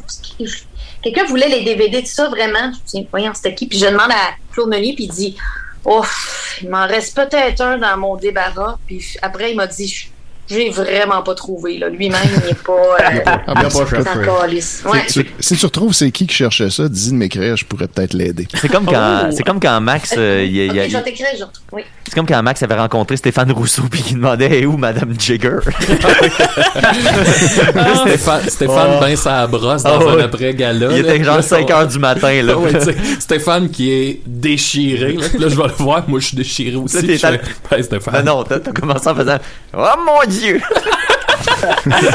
[SPEAKER 9] quelqu'un voulait les DVD de ça vraiment. Je me dis, voyons, c'était qui? Puis je demande à Claude Meunier, puis il dit, ouf, il m'en reste peut-être un dans mon débarras. Puis après, il m'a dit, Je- j'ai vraiment pas trouvé. là. Lui-même, il n'est pas. euh,
[SPEAKER 10] Ah, ben,
[SPEAKER 9] s'en
[SPEAKER 10] c'est-
[SPEAKER 9] calisse. Ouais.
[SPEAKER 10] Si tu- Si tu retrouves c'est qui qui cherchait ça, dis de m'écrire, je pourrais peut-être l'aider.
[SPEAKER 11] C'est comme quand, c'est comme quand Max, euh, il- il-
[SPEAKER 9] Oh. Ok,
[SPEAKER 11] il-
[SPEAKER 9] je vais t'écrire, je retrouve. Oui.
[SPEAKER 11] c'est comme quand Max avait rencontré Stéphane Rousseau puis qui demandait Hey, où Madame Jigger.
[SPEAKER 5] Stéphane, Stéphane baisse à la brosse dans
[SPEAKER 11] Ah
[SPEAKER 5] un
[SPEAKER 11] ouais.
[SPEAKER 5] après-gala.
[SPEAKER 11] Oh. Il
[SPEAKER 5] là.
[SPEAKER 11] était genre
[SPEAKER 5] Là,
[SPEAKER 11] 5
[SPEAKER 5] on-
[SPEAKER 11] heures du matin, là.
[SPEAKER 5] Ah ouais, tu sais, Stéphane qui est déchiré. Là, Puis là, je vais le voir. Moi, je suis déchiré aussi.
[SPEAKER 11] t'es
[SPEAKER 5] Je fais,
[SPEAKER 11] allé-
[SPEAKER 5] Ben, Stéphane.
[SPEAKER 11] Non, non, t'as t'as commencé en faisant Oh mon Dieu!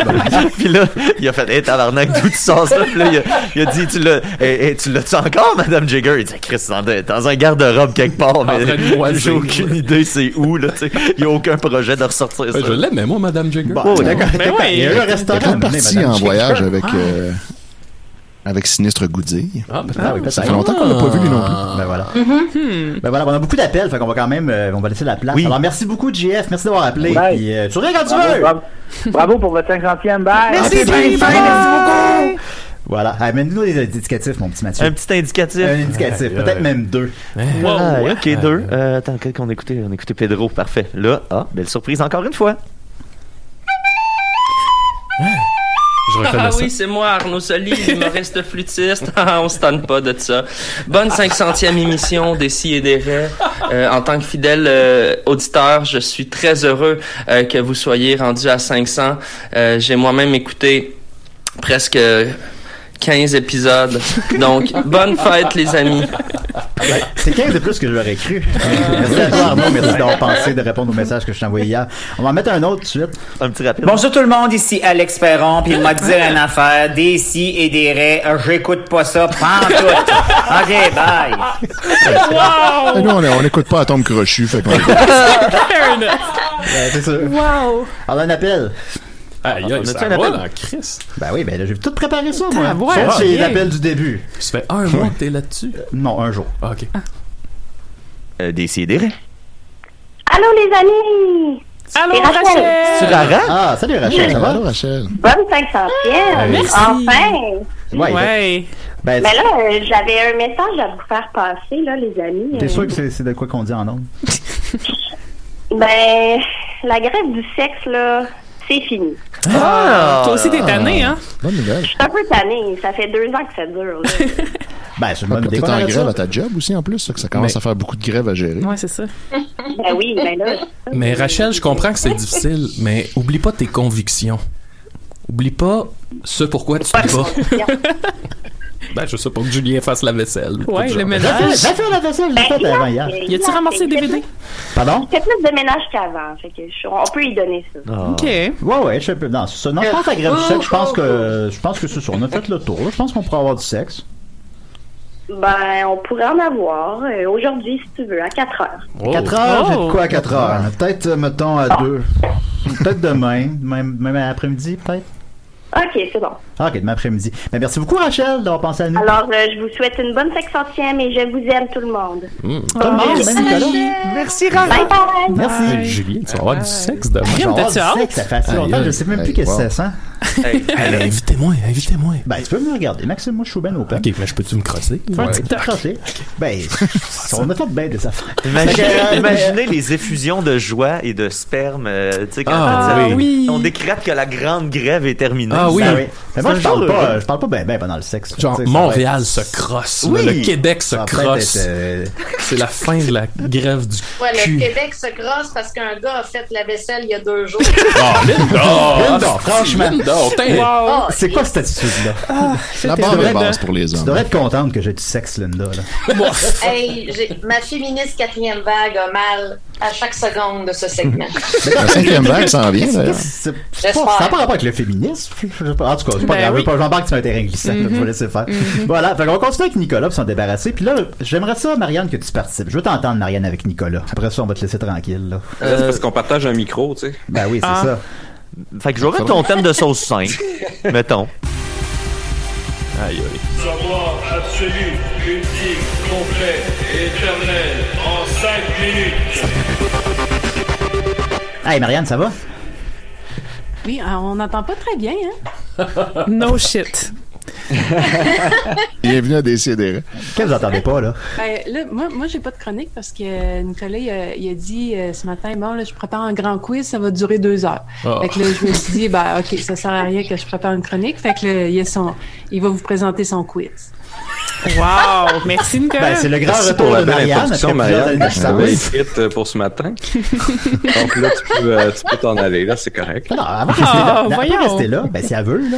[SPEAKER 11] puis là, il a fait Hey, tabarnak, d'où tu sors ça? Puis là, il a, il a dit Tu l'as hey, hey, tu l'as-tu encore, Madame Jigger? Il dit Chris, c'est dans, dans un garde-robe quelque part, mais
[SPEAKER 5] train de moisir,
[SPEAKER 11] j'ai aucune idée c'est où, là, tu sais. Il n'y a aucun projet de
[SPEAKER 14] Ben,
[SPEAKER 11] ressortir ça.
[SPEAKER 5] je l'aimais, moi, Madame Jigger.
[SPEAKER 11] Bon,
[SPEAKER 10] Ouais.
[SPEAKER 11] d'accord.
[SPEAKER 7] Ben
[SPEAKER 10] Mais
[SPEAKER 11] d'accord.
[SPEAKER 10] ouais,
[SPEAKER 11] Il y a eu un
[SPEAKER 10] Il est
[SPEAKER 11] restaurant.
[SPEAKER 10] reparti en voyage avec, euh, avec Sinistre Goudille.
[SPEAKER 7] Ah oui,
[SPEAKER 10] ça fait
[SPEAKER 7] peut-être.
[SPEAKER 10] longtemps qu'on l'a pas vu lui non
[SPEAKER 7] Ah.
[SPEAKER 10] plus.
[SPEAKER 7] Ben voilà. Ben voilà, on a beaucoup d'appels, fait qu'on va quand même, euh, on va laisser la place. Alors merci beaucoup, JF, merci d'avoir appelé.
[SPEAKER 15] Bye.
[SPEAKER 7] Puis, euh, tu reviens quand tu
[SPEAKER 15] Bravo,
[SPEAKER 7] veux.
[SPEAKER 15] bravo. Bravo pour votre 50e bail.
[SPEAKER 7] Merci,
[SPEAKER 15] Ah, c'est
[SPEAKER 7] Steve.
[SPEAKER 15] bien fin,
[SPEAKER 7] Bye.
[SPEAKER 15] merci beaucoup.
[SPEAKER 7] Voilà, amène-nous des indicatifs, mon petit Mathieu.
[SPEAKER 11] Un petit indicatif.
[SPEAKER 7] Un indicatif,
[SPEAKER 11] Ouais,
[SPEAKER 7] peut-être
[SPEAKER 11] ouais.
[SPEAKER 7] même deux.
[SPEAKER 11] Ah, ok,
[SPEAKER 7] Ouais.
[SPEAKER 11] deux. Euh, attends, qu'est-ce qu'on écoutait? On écoutait Pedro, parfait. Là, ah, belle surprise encore une fois. Je
[SPEAKER 21] Ah oui, c'est moi, Arnaud Soli, l'humoriste flûtiste. Ah, on se tanne pas de ça. Bonne 500e émission des Si et des Raies. Euh, en tant que fidèle euh, auditeur, je suis très heureux euh, que vous soyez rendu à 500. Euh, J'ai moi-même écouté presque 15 épisodes. Donc, bonne fête, les amis.
[SPEAKER 7] Ben, C'est 15 de plus que je l'aurais cru. merci à toi, Arnaud. Merci d'avoir pensé de répondre au message que je t'ai envoyé hier. On va en mettre un autre tout de suite.
[SPEAKER 11] Un petit rapide.
[SPEAKER 22] Bonjour tout le monde, ici Alex Perron, puis il m'a dit une affaire, des si et des raies, euh, j'écoute pas ça, pantoute. OK, bye.
[SPEAKER 10] Et Eh, nous, on on n'écoute pas à tombe crochu, fait qu'on
[SPEAKER 7] c'est sûr.
[SPEAKER 13] Wow!
[SPEAKER 7] Alors, un appel.
[SPEAKER 5] Aïe, aïe,
[SPEAKER 7] On a-tu
[SPEAKER 5] ça
[SPEAKER 7] un
[SPEAKER 5] va,
[SPEAKER 7] appel?
[SPEAKER 5] là, Chris.
[SPEAKER 7] Ben oui, ben là, j'ai tout préparé ça, moi.
[SPEAKER 5] Tabarouette,
[SPEAKER 7] Sauf
[SPEAKER 5] ok.
[SPEAKER 7] les appels du début. Euh,
[SPEAKER 5] Ça fait un mois que t'es là-dessus. Ah,
[SPEAKER 7] Non, un jour.
[SPEAKER 5] OK.
[SPEAKER 7] Ah.
[SPEAKER 11] Euh, des si et des raies.
[SPEAKER 23] Allô les amis!
[SPEAKER 13] Allô
[SPEAKER 23] C'est Rachel.
[SPEAKER 13] Rachel!
[SPEAKER 11] Tu la rends?
[SPEAKER 7] Ah, salut Rachel, ça va? Rachel.
[SPEAKER 23] Bonne 500e!
[SPEAKER 7] Ah, merci.
[SPEAKER 23] Enfin!
[SPEAKER 7] Ouais.
[SPEAKER 23] Mais
[SPEAKER 7] Ben,
[SPEAKER 23] là, euh, j'avais un message à vous faire passer, là, les amis.
[SPEAKER 7] t'es
[SPEAKER 23] Euh,
[SPEAKER 7] sûr que c'est c'est de quoi qu'on dit en ondes?
[SPEAKER 23] Ben, la grève du sexe, là, c'est fini.
[SPEAKER 13] Ah, toi aussi, t'es tanné, hein?
[SPEAKER 10] Bonne nouvelle.
[SPEAKER 23] Je suis un peu tannée. Ça fait deux ans que ça dure, là.
[SPEAKER 7] Ben, c'est une
[SPEAKER 10] Ah,
[SPEAKER 7] bonne idée.
[SPEAKER 10] T'es
[SPEAKER 7] qu'on
[SPEAKER 10] en
[SPEAKER 7] arrête ça.
[SPEAKER 10] grève à ta job aussi en plus, ça, que ça commence
[SPEAKER 5] Mais-
[SPEAKER 10] à faire beaucoup de grèves à gérer.
[SPEAKER 13] Ouais, c'est ça.
[SPEAKER 23] ben oui, ben là.
[SPEAKER 5] Mais Rachel, je comprends que c'est difficile, mais oublie pas tes convictions. Oublie pas ce pourquoi tu te bats. ben, je sais pas que Julien fasse la vaisselle.
[SPEAKER 23] Ouais,
[SPEAKER 5] Tout
[SPEAKER 23] le
[SPEAKER 5] genre.
[SPEAKER 23] ménage.
[SPEAKER 7] J'ai fait la vaisselle, j'ai
[SPEAKER 23] Ben,
[SPEAKER 7] fait avant hier.
[SPEAKER 23] Y a-tu ramassé des DVD?
[SPEAKER 7] Pardon?
[SPEAKER 23] C'est plus de ménage qu'avant. Fait que je- on peut y donner ça.
[SPEAKER 7] Ok. Ah. Oh, Ouais, ouais, je sais pas. Non, c'est ça. Non, je pense que la grève du sexe, je pense que, je pense que c'est ça. On a fait le tour, là. Je pense qu'on pourrait avoir du sexe.
[SPEAKER 23] Ben, on pourrait en avoir euh, aujourd'hui, si tu veux, à 4 heures.
[SPEAKER 5] Oh.
[SPEAKER 7] 4 Oh. heures, j'ai de quoi à 4 heures? Peut-être, euh, mettons, à 2. Peut-être demain, même, même à l'après-midi, peut-être?
[SPEAKER 23] OK, c'est bon.
[SPEAKER 7] Ah, ok, demain après-midi. Ben, merci beaucoup, Rachel, d'avoir pensé à nous.
[SPEAKER 23] Alors, euh, je vous souhaite une bonne 500e et je vous aime tout le monde.
[SPEAKER 13] Mmh.
[SPEAKER 7] Tout le monde, même Nicolas.
[SPEAKER 23] Merci, Bye bye.
[SPEAKER 7] Merci.
[SPEAKER 5] Julien, tu vas avoir du sexe demain.
[SPEAKER 7] Je vais avoir du sexe, ça fait assez longtemps, je sais même plus qu'est-ce que c'est, hein?
[SPEAKER 5] Allez, invitez-moi, invitez-moi.
[SPEAKER 7] Ben, tu peux me regarder. Maxime, moi, je suis bien open.
[SPEAKER 5] Ok, mais je peux-tu me crosser?
[SPEAKER 7] Faut un petit crochet. Ben, on a fait bien des affaires.
[SPEAKER 11] Imaginez,
[SPEAKER 7] Fait que, euh,
[SPEAKER 11] imaginez les effusions de joie et de sperme. euh, tu sais, quand
[SPEAKER 7] Ah,
[SPEAKER 11] on dit,
[SPEAKER 7] oui. oui.
[SPEAKER 11] on décrète que la grande grève est terminée.
[SPEAKER 7] Ben
[SPEAKER 11] Ça-
[SPEAKER 7] Mais moi,
[SPEAKER 11] Ah c'est
[SPEAKER 7] je parle
[SPEAKER 11] dangereux.
[SPEAKER 7] pas, je parle pas ben, ben pendant le sexe.
[SPEAKER 11] Genre,
[SPEAKER 7] Tu sais, ça
[SPEAKER 11] Montréal
[SPEAKER 7] va être-
[SPEAKER 5] se crosse,
[SPEAKER 7] Oui.
[SPEAKER 5] là, le Québec se
[SPEAKER 7] Ça va peut-être
[SPEAKER 5] crosse.
[SPEAKER 7] être,
[SPEAKER 5] C'est la fin de la grève du
[SPEAKER 9] Ouais, le
[SPEAKER 5] cul.
[SPEAKER 9] Québec se crosse parce qu'un gars a fait la vaisselle il y a deux jours.
[SPEAKER 5] Ah, Linda!
[SPEAKER 7] Linda, franchement.
[SPEAKER 5] Linda, longtemps.
[SPEAKER 7] Wow.
[SPEAKER 9] Ah,
[SPEAKER 7] C'est quoi cette attitude-là?
[SPEAKER 10] La barre
[SPEAKER 7] Tu devrais
[SPEAKER 10] est basse
[SPEAKER 7] être-
[SPEAKER 10] pour les hommes.
[SPEAKER 7] Tu devrais être contente que j'ai du sexe, Linda. Là.
[SPEAKER 9] Hey, j'ai- ma féministe quatrième vague a mal à chaque seconde de ce segment.
[SPEAKER 10] La cinquième vague s'en vient,
[SPEAKER 7] Qu'est-ce-
[SPEAKER 10] d'ailleurs.
[SPEAKER 7] qu'est-ce que c'est- c'est pas- Ça n'a
[SPEAKER 9] J'espère.
[SPEAKER 7] pas rapport avec le féminisme. Je sais pas. En tout cas, c'est pas
[SPEAKER 9] Ben
[SPEAKER 7] grave.
[SPEAKER 9] oui. Mm-hmm.
[SPEAKER 7] Pas- J'embarque sur un terrain glissant. là, Je vais laisser faire. Voilà. Fait qu'on continue avec Nicolas pour s'en débarrasser. Puis là, j'aimerais ça, Marianne, que tu participes. Je veux t'entendre, Marianne, avec Nicolas. Après ça, on va te laisser tranquille. Là.
[SPEAKER 6] C'est parce qu'on partage un micro, tu sais.
[SPEAKER 7] Ben oui, c'est
[SPEAKER 11] Ah.
[SPEAKER 7] ça.
[SPEAKER 11] Fait que j'aurais ton thème de sauce 5, mettons. Aïe, aïe.
[SPEAKER 1] Savoir absolu, ultime, complet et éternel en 5 minutes.
[SPEAKER 7] Hey, Marianne, ça va?
[SPEAKER 8] Oui, euh, on n'entend pas très bien, hein?
[SPEAKER 13] No shit.
[SPEAKER 10] Bienvenue à Décideret.
[SPEAKER 7] Qu'est-ce que vous entendez pas, là?
[SPEAKER 8] Ben, là, moi, moi j'ai pas de chronique parce que euh, Nicolas, il a, il a dit euh, ce matin, bon, là, je prépare un grand quiz, ça va durer deux heures.
[SPEAKER 7] Ah.
[SPEAKER 13] Oh.
[SPEAKER 8] Fait que là, je me suis dit, ben, OK, ça sert à rien que je prépare une chronique. Fait que là, il, a son, il va vous présenter son quiz.
[SPEAKER 13] Wow! Merci, Nicolas.
[SPEAKER 6] Ben,
[SPEAKER 7] c'est le grand
[SPEAKER 6] Merci
[SPEAKER 7] retour
[SPEAKER 6] pour la
[SPEAKER 7] de
[SPEAKER 6] belle
[SPEAKER 7] Marianne,
[SPEAKER 6] introduction,
[SPEAKER 7] après plusieurs
[SPEAKER 6] Marianne.
[SPEAKER 7] années de
[SPEAKER 6] Oui,
[SPEAKER 7] service.
[SPEAKER 6] hit, euh, pour ce matin. Donc là, tu peux euh, tu peux t'en aller, là, c'est correct.
[SPEAKER 7] Non, avant de
[SPEAKER 11] Ah.
[SPEAKER 7] rester là. Non, pas rester là. Ben, si elle veut, là.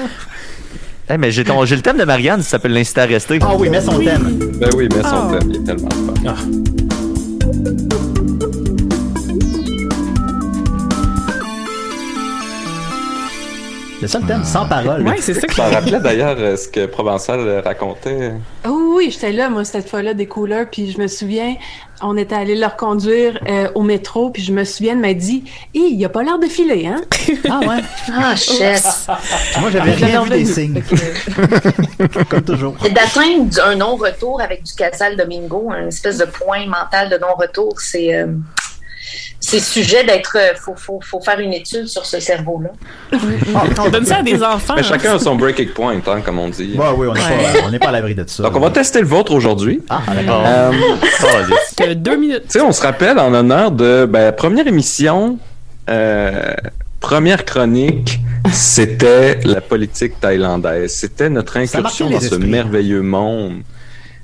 [SPEAKER 11] Hey, Eh, mais j'ai ton- j'ai le thème de Marianne, ça s'appelle l'inciter à rester.
[SPEAKER 7] Ah oui, mets son thème.
[SPEAKER 6] Ben oui, mais
[SPEAKER 11] Ah.
[SPEAKER 6] son thème, il est tellement fort.
[SPEAKER 7] Ah, Le seul thème sans parole.
[SPEAKER 6] Je m'en rappelais d'ailleurs euh, ce que Provençal euh, racontait.
[SPEAKER 8] Oh oui, j'étais là, moi, cette fois-là, des couleurs, puis je me souviens, on était allé leur conduire euh, au métro, puis je me souviens, elle m'a dit, « Hi, il a pas l'air de filer, hein? »
[SPEAKER 7] Ah ouais?
[SPEAKER 9] Ah, chess.
[SPEAKER 7] Moi, j'avais
[SPEAKER 9] Je l'avais
[SPEAKER 7] rien vu des
[SPEAKER 9] revenu.
[SPEAKER 7] signes. Comme toujours.
[SPEAKER 9] Et D'atteindre du- un non-retour avec du Casal Domingo, une espèce de point mental de non-retour, c'est euh, c'est sujet d'être. euh, faut, faut, faut faire une étude sur ce cerveau-là.
[SPEAKER 7] Ah,
[SPEAKER 13] Ah, On donne ça à des enfants.
[SPEAKER 6] Mais chacun a son breaking point, hein, comme on dit.
[SPEAKER 7] oui, on n'est pas, on n'est pas à l'abri de ça.
[SPEAKER 6] Donc, on va tester le vôtre aujourd'hui. Euh,
[SPEAKER 7] Ah,
[SPEAKER 13] d'accord. Que deux minutes.
[SPEAKER 6] Tu sais, on se rappelle en honneur de ben, première émission, euh, première chronique, c'était la politique thaïlandaise. C'était notre
[SPEAKER 7] Ça marquait
[SPEAKER 6] incursion
[SPEAKER 7] les
[SPEAKER 6] dans ce
[SPEAKER 7] esprits.
[SPEAKER 6] merveilleux monde.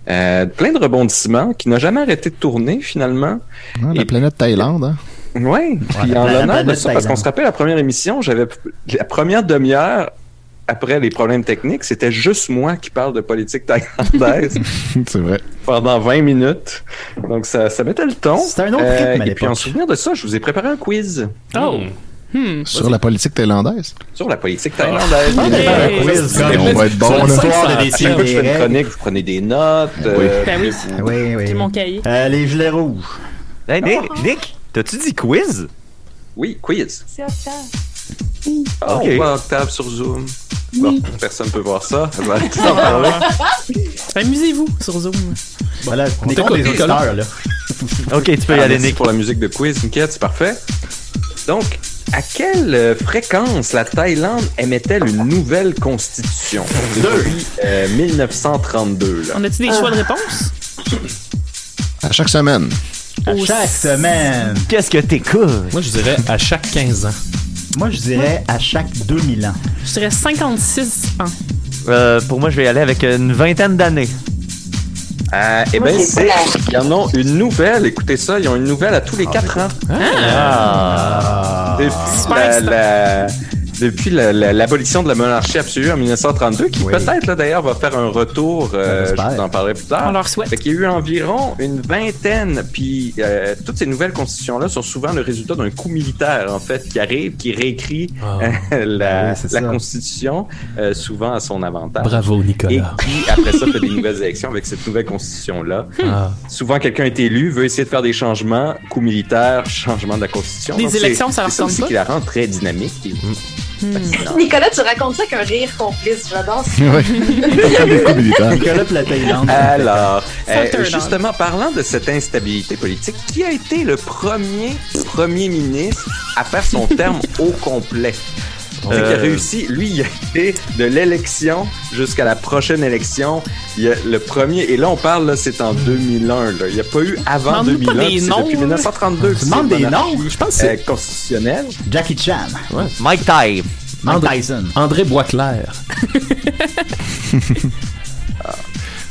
[SPEAKER 6] Euh, plein de rebondissements qui n'a jamais arrêté de tourner finalement.
[SPEAKER 10] Ouais, la planète Thaïlande, hein?
[SPEAKER 6] Oui, puis
[SPEAKER 10] la
[SPEAKER 6] en
[SPEAKER 10] planète
[SPEAKER 6] l'honneur de ça, parce
[SPEAKER 10] Thaïlande.
[SPEAKER 6] qu'on se rappelle la première émission, j'avais la première demi-heure après les problèmes techniques, c'était juste moi qui parle de politique thaïlandaise.
[SPEAKER 10] C'est vrai.
[SPEAKER 6] pendant 20 minutes. Donc, ça, ça mettait le ton. Euh,
[SPEAKER 7] C'était un autre rythme à
[SPEAKER 6] Et
[SPEAKER 7] l'époque.
[SPEAKER 6] puis, en souvenir de ça, je vous ai préparé un quiz.
[SPEAKER 13] Oh.
[SPEAKER 10] Sur la politique thaïlandaise.
[SPEAKER 6] Sur la politique thaïlandaise.
[SPEAKER 10] Ah, on va faire un quiz.
[SPEAKER 6] Mais
[SPEAKER 10] On va être bon,
[SPEAKER 6] Sur
[SPEAKER 10] là.
[SPEAKER 6] le soir de
[SPEAKER 10] Ça,
[SPEAKER 6] des
[SPEAKER 10] ça,
[SPEAKER 6] Chaque fois que je fais
[SPEAKER 10] des
[SPEAKER 6] une chronique, vous prenez des notes. euh,
[SPEAKER 13] Ben oui.
[SPEAKER 7] Oui, oui.
[SPEAKER 13] J'ai mon cahier. Ah.
[SPEAKER 7] Euh, les gilets rouges.
[SPEAKER 6] Ben,
[SPEAKER 11] Hey, Nick, Nick, t'as-tu dit quiz?
[SPEAKER 6] Oui, quiz.
[SPEAKER 8] C'est Octave.
[SPEAKER 6] Ah,
[SPEAKER 11] Ok.
[SPEAKER 6] On voit Octave sur Zoom. Bon, personne ne peut voir ça. On va tout en parler.
[SPEAKER 13] Ben, Amusez-vous sur Zoom.
[SPEAKER 7] Voilà,
[SPEAKER 6] On
[SPEAKER 7] des
[SPEAKER 6] t'écoute,
[SPEAKER 7] comptes des
[SPEAKER 6] Nicolas.
[SPEAKER 7] auditeurs, là.
[SPEAKER 11] Ok, tu peux y
[SPEAKER 6] Ah,
[SPEAKER 11] aller,
[SPEAKER 6] merci
[SPEAKER 11] Nick.
[SPEAKER 6] pour la musique de quiz, Nicolas, c'est parfait. Donc, à quelle euh, fréquence la Thaïlande émettait-elle une nouvelle constitution depuis euh, 1932? là?
[SPEAKER 13] On a-tu des choix de réponse?
[SPEAKER 10] À chaque semaine.
[SPEAKER 7] À chaque semaine.
[SPEAKER 11] Qu'est-ce que t'écoutes?
[SPEAKER 5] Moi, je dirais à chaque 15 ans.
[SPEAKER 7] Moi, je dirais à chaque 2000 ans.
[SPEAKER 13] Je dirais 56 ans.
[SPEAKER 11] Euh, pour moi, je vais y aller avec une vingtaine d'années.
[SPEAKER 6] Euh, eh
[SPEAKER 11] Moi,
[SPEAKER 6] bien,
[SPEAKER 11] j'ai
[SPEAKER 6] c'est.
[SPEAKER 11] pas.
[SPEAKER 6] Ils en ont une nouvelle, écoutez ça, ils ont une nouvelle à tous les quatre ans.
[SPEAKER 5] Ah.
[SPEAKER 6] Depuis la- la- Depuis la- la- l'abolition de la monarchie absolue en 1932, qui peut-être là, d'ailleurs va faire un retour, euh, je vous en parlerai plus tard.
[SPEAKER 13] On leur souhaite.
[SPEAKER 6] Fait qu'il y a eu environ une vingtaine, puis euh, toutes ces nouvelles constitutions-là sont souvent le résultat d'un coup militaire, en fait, qui arrive, qui réécrit euh, la,
[SPEAKER 5] Ah. Oui, c'est
[SPEAKER 6] la
[SPEAKER 5] ça.
[SPEAKER 6] constitution, euh, souvent à son avantage.
[SPEAKER 5] Bravo, Nicolas.
[SPEAKER 6] Et qui, après ça, fait des nouvelles élections avec cette nouvelle constitution-là.
[SPEAKER 5] Hmm. Ah.
[SPEAKER 6] Souvent, quelqu'un est élu, veut essayer de faire des changements, coup militaire, changement de la constitution.
[SPEAKER 13] Les
[SPEAKER 6] Donc, c'est-
[SPEAKER 13] élections, ça leur
[SPEAKER 6] C'est ça
[SPEAKER 13] ressemble
[SPEAKER 6] aussi
[SPEAKER 13] pas. Hmm.
[SPEAKER 6] qui la rend très dynamique. et-
[SPEAKER 5] Hmm.
[SPEAKER 6] fascinante.
[SPEAKER 9] Nicolas, tu racontes ça avec un rire complice, j'adore ça.
[SPEAKER 7] Nicolas pour la Thaïlande.
[SPEAKER 6] Alors,
[SPEAKER 7] Ça
[SPEAKER 6] euh,
[SPEAKER 7] turn on.
[SPEAKER 6] justement, parlant de cette instabilité politique, qui a été le premier premier ministre à faire son terme au complet? C'est qu'il a
[SPEAKER 11] Euh.
[SPEAKER 6] réussi, lui, il a été de l'élection jusqu'à la prochaine élection. Il a- le premier, et là on parle, là, c'est en 2001. Là. Il n'y a pas eu avant
[SPEAKER 7] Demande-nous pas
[SPEAKER 6] 2001,
[SPEAKER 7] des
[SPEAKER 6] puis c'est
[SPEAKER 7] noms,
[SPEAKER 6] depuis
[SPEAKER 7] là.
[SPEAKER 6] 1932. que
[SPEAKER 7] Demande
[SPEAKER 6] c'est une
[SPEAKER 7] des
[SPEAKER 6] monarchie,
[SPEAKER 7] noms, je pense que c'est-
[SPEAKER 6] euh, constitutionnelle.
[SPEAKER 7] Jackie Chan.
[SPEAKER 11] Mike Type.
[SPEAKER 7] Mike Tyson.
[SPEAKER 5] André Boisclair.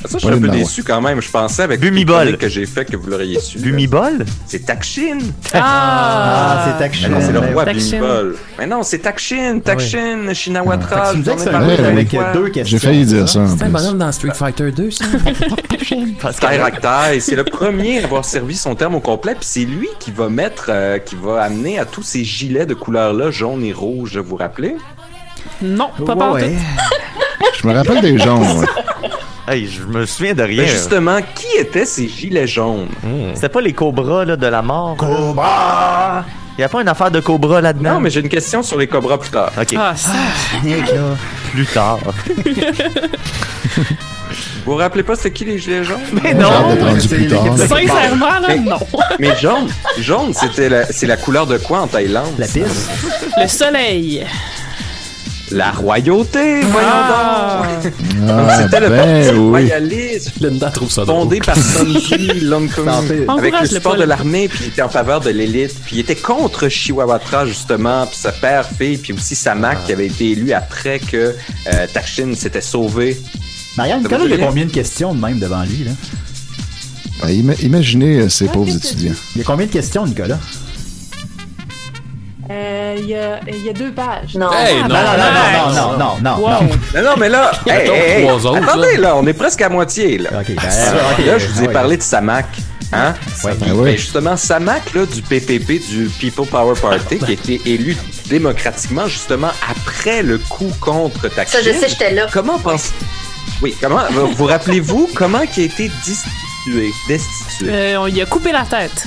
[SPEAKER 6] Ça, je suis un peu déçu quand même. Je pensais avec
[SPEAKER 11] Bumibol.
[SPEAKER 6] les chroniques que j'ai fait que vous l'auriez su.
[SPEAKER 11] Bumibol?
[SPEAKER 6] C'est Takshin.
[SPEAKER 11] Ah!
[SPEAKER 7] Ah, c'est Takshin.
[SPEAKER 6] Non, c'est le roi
[SPEAKER 7] Takshin.
[SPEAKER 6] Bumibol. Mais non, c'est Takshin, Takshin, Shinawatra.
[SPEAKER 7] Fait que Ah, tu me disais que
[SPEAKER 6] j'en ai
[SPEAKER 7] ça venait
[SPEAKER 6] parlé
[SPEAKER 7] avec
[SPEAKER 6] une fois.
[SPEAKER 7] deux questions. J'ai failli dire ça, en C'est un plus. bonhomme
[SPEAKER 5] dans Street Fighter 2, ça.
[SPEAKER 6] Skyrock c'est le premier à avoir servi son terme au complet, puis c'est lui qui va mettre, euh, qui va amener à tous ces gilets de couleur-là, jaune et rouge, vous vous rappelez?
[SPEAKER 13] Non, pas par
[SPEAKER 6] Ouais.
[SPEAKER 10] Je me rappelle des gens. ouais.
[SPEAKER 11] Hey, je me souviens de rien. Hmm.
[SPEAKER 6] Mais Ben, justement, qui étaient ces gilets jaunes?
[SPEAKER 11] C'était pas les cobras là, de la mort? Cobra! Il n'y a pas une affaire de cobra là-dedans?
[SPEAKER 6] Non, mais j'ai une question sur les cobras plus tard.
[SPEAKER 11] OK.
[SPEAKER 13] Ah, ça.
[SPEAKER 11] Plus tard.
[SPEAKER 6] Vous vous rappelez pas c'est qui les gilets jaunes?
[SPEAKER 13] Mais non! Sincèrement, là,
[SPEAKER 6] Mais-
[SPEAKER 13] non.
[SPEAKER 6] Mais jaune, jaune, c'était la- c'est la couleur de quoi en Thaïlande? La
[SPEAKER 7] pisse.
[SPEAKER 13] Le soleil.
[SPEAKER 6] La royauté, voyons donc. Donc,
[SPEAKER 10] Ah,
[SPEAKER 6] C'était le
[SPEAKER 10] ben
[SPEAKER 6] parti
[SPEAKER 10] oui.
[SPEAKER 6] royaliste
[SPEAKER 5] Linda trouve ça drôle.
[SPEAKER 6] fondé par Sun Tzu, Lon Kuei, avec le
[SPEAKER 5] Encourage-le
[SPEAKER 6] support
[SPEAKER 5] pas,
[SPEAKER 6] de
[SPEAKER 5] là.
[SPEAKER 6] l'armée, puis il était en faveur de l'élite, puis il était contre Chihuahua justement, puis sa père, fille, puis aussi Samak qui avait été élu après que euh, Takshin s'était sauvé.
[SPEAKER 7] Marianne,
[SPEAKER 6] Ça
[SPEAKER 7] Nicolas,
[SPEAKER 6] vous
[SPEAKER 7] il y a
[SPEAKER 6] dit
[SPEAKER 7] combien de questions de même devant lui, là?
[SPEAKER 10] Ben, ima- imaginez euh,
[SPEAKER 13] Ah,
[SPEAKER 10] ces pauvres étudiants.
[SPEAKER 7] Il y a combien de questions, Nicolas?
[SPEAKER 8] Euh, Il y, a, il y a deux pages.
[SPEAKER 7] Non. ben, Hey, Ah, non, non, non, non, non, non, non, non.
[SPEAKER 6] Non, non, mais là,
[SPEAKER 7] Il y a
[SPEAKER 6] hey,
[SPEAKER 7] donc
[SPEAKER 6] hey, hey,
[SPEAKER 7] trois autres,
[SPEAKER 6] attendez,
[SPEAKER 7] là.
[SPEAKER 6] là, on est presque à moitié. Là, Ah,
[SPEAKER 7] ben, ok,
[SPEAKER 6] là je vous ai
[SPEAKER 7] ouais.
[SPEAKER 6] parlé de Samak. Hein?
[SPEAKER 7] Ben
[SPEAKER 6] Mais
[SPEAKER 7] oui.
[SPEAKER 6] justement, Samak là, du PPP, du People Power Party,
[SPEAKER 7] Ah,
[SPEAKER 6] qui a
[SPEAKER 7] ben.
[SPEAKER 6] été élu démocratiquement justement après le coup contre Taxi.
[SPEAKER 9] Ça, je sais, j'étais là.
[SPEAKER 6] Comment pense... Oui, comment... vous- Vous rappelez-vous comment qui a été destitué? Destitué.
[SPEAKER 13] Euh, on lui a coupé la tête.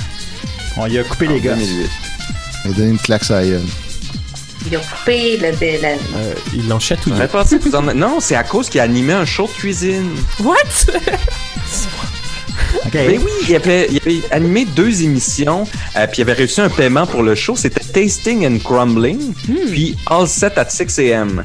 [SPEAKER 7] On lui a coupé les gosses.
[SPEAKER 10] Il a donné une claque à gueule.
[SPEAKER 9] Il a coupé le. le- le-
[SPEAKER 7] Euh,
[SPEAKER 5] Ils l'ont chatouillé.
[SPEAKER 6] J'aurais pensé que vous en- Non, c'est à cause qu'il a animé un show de cuisine.
[SPEAKER 13] What?
[SPEAKER 6] Mais Ben oui, il avait, il avait animé deux émissions, euh, puis il avait réussi un paiement pour le show. C'était Tasting and Crumbling, puis All Set at 6 a.m.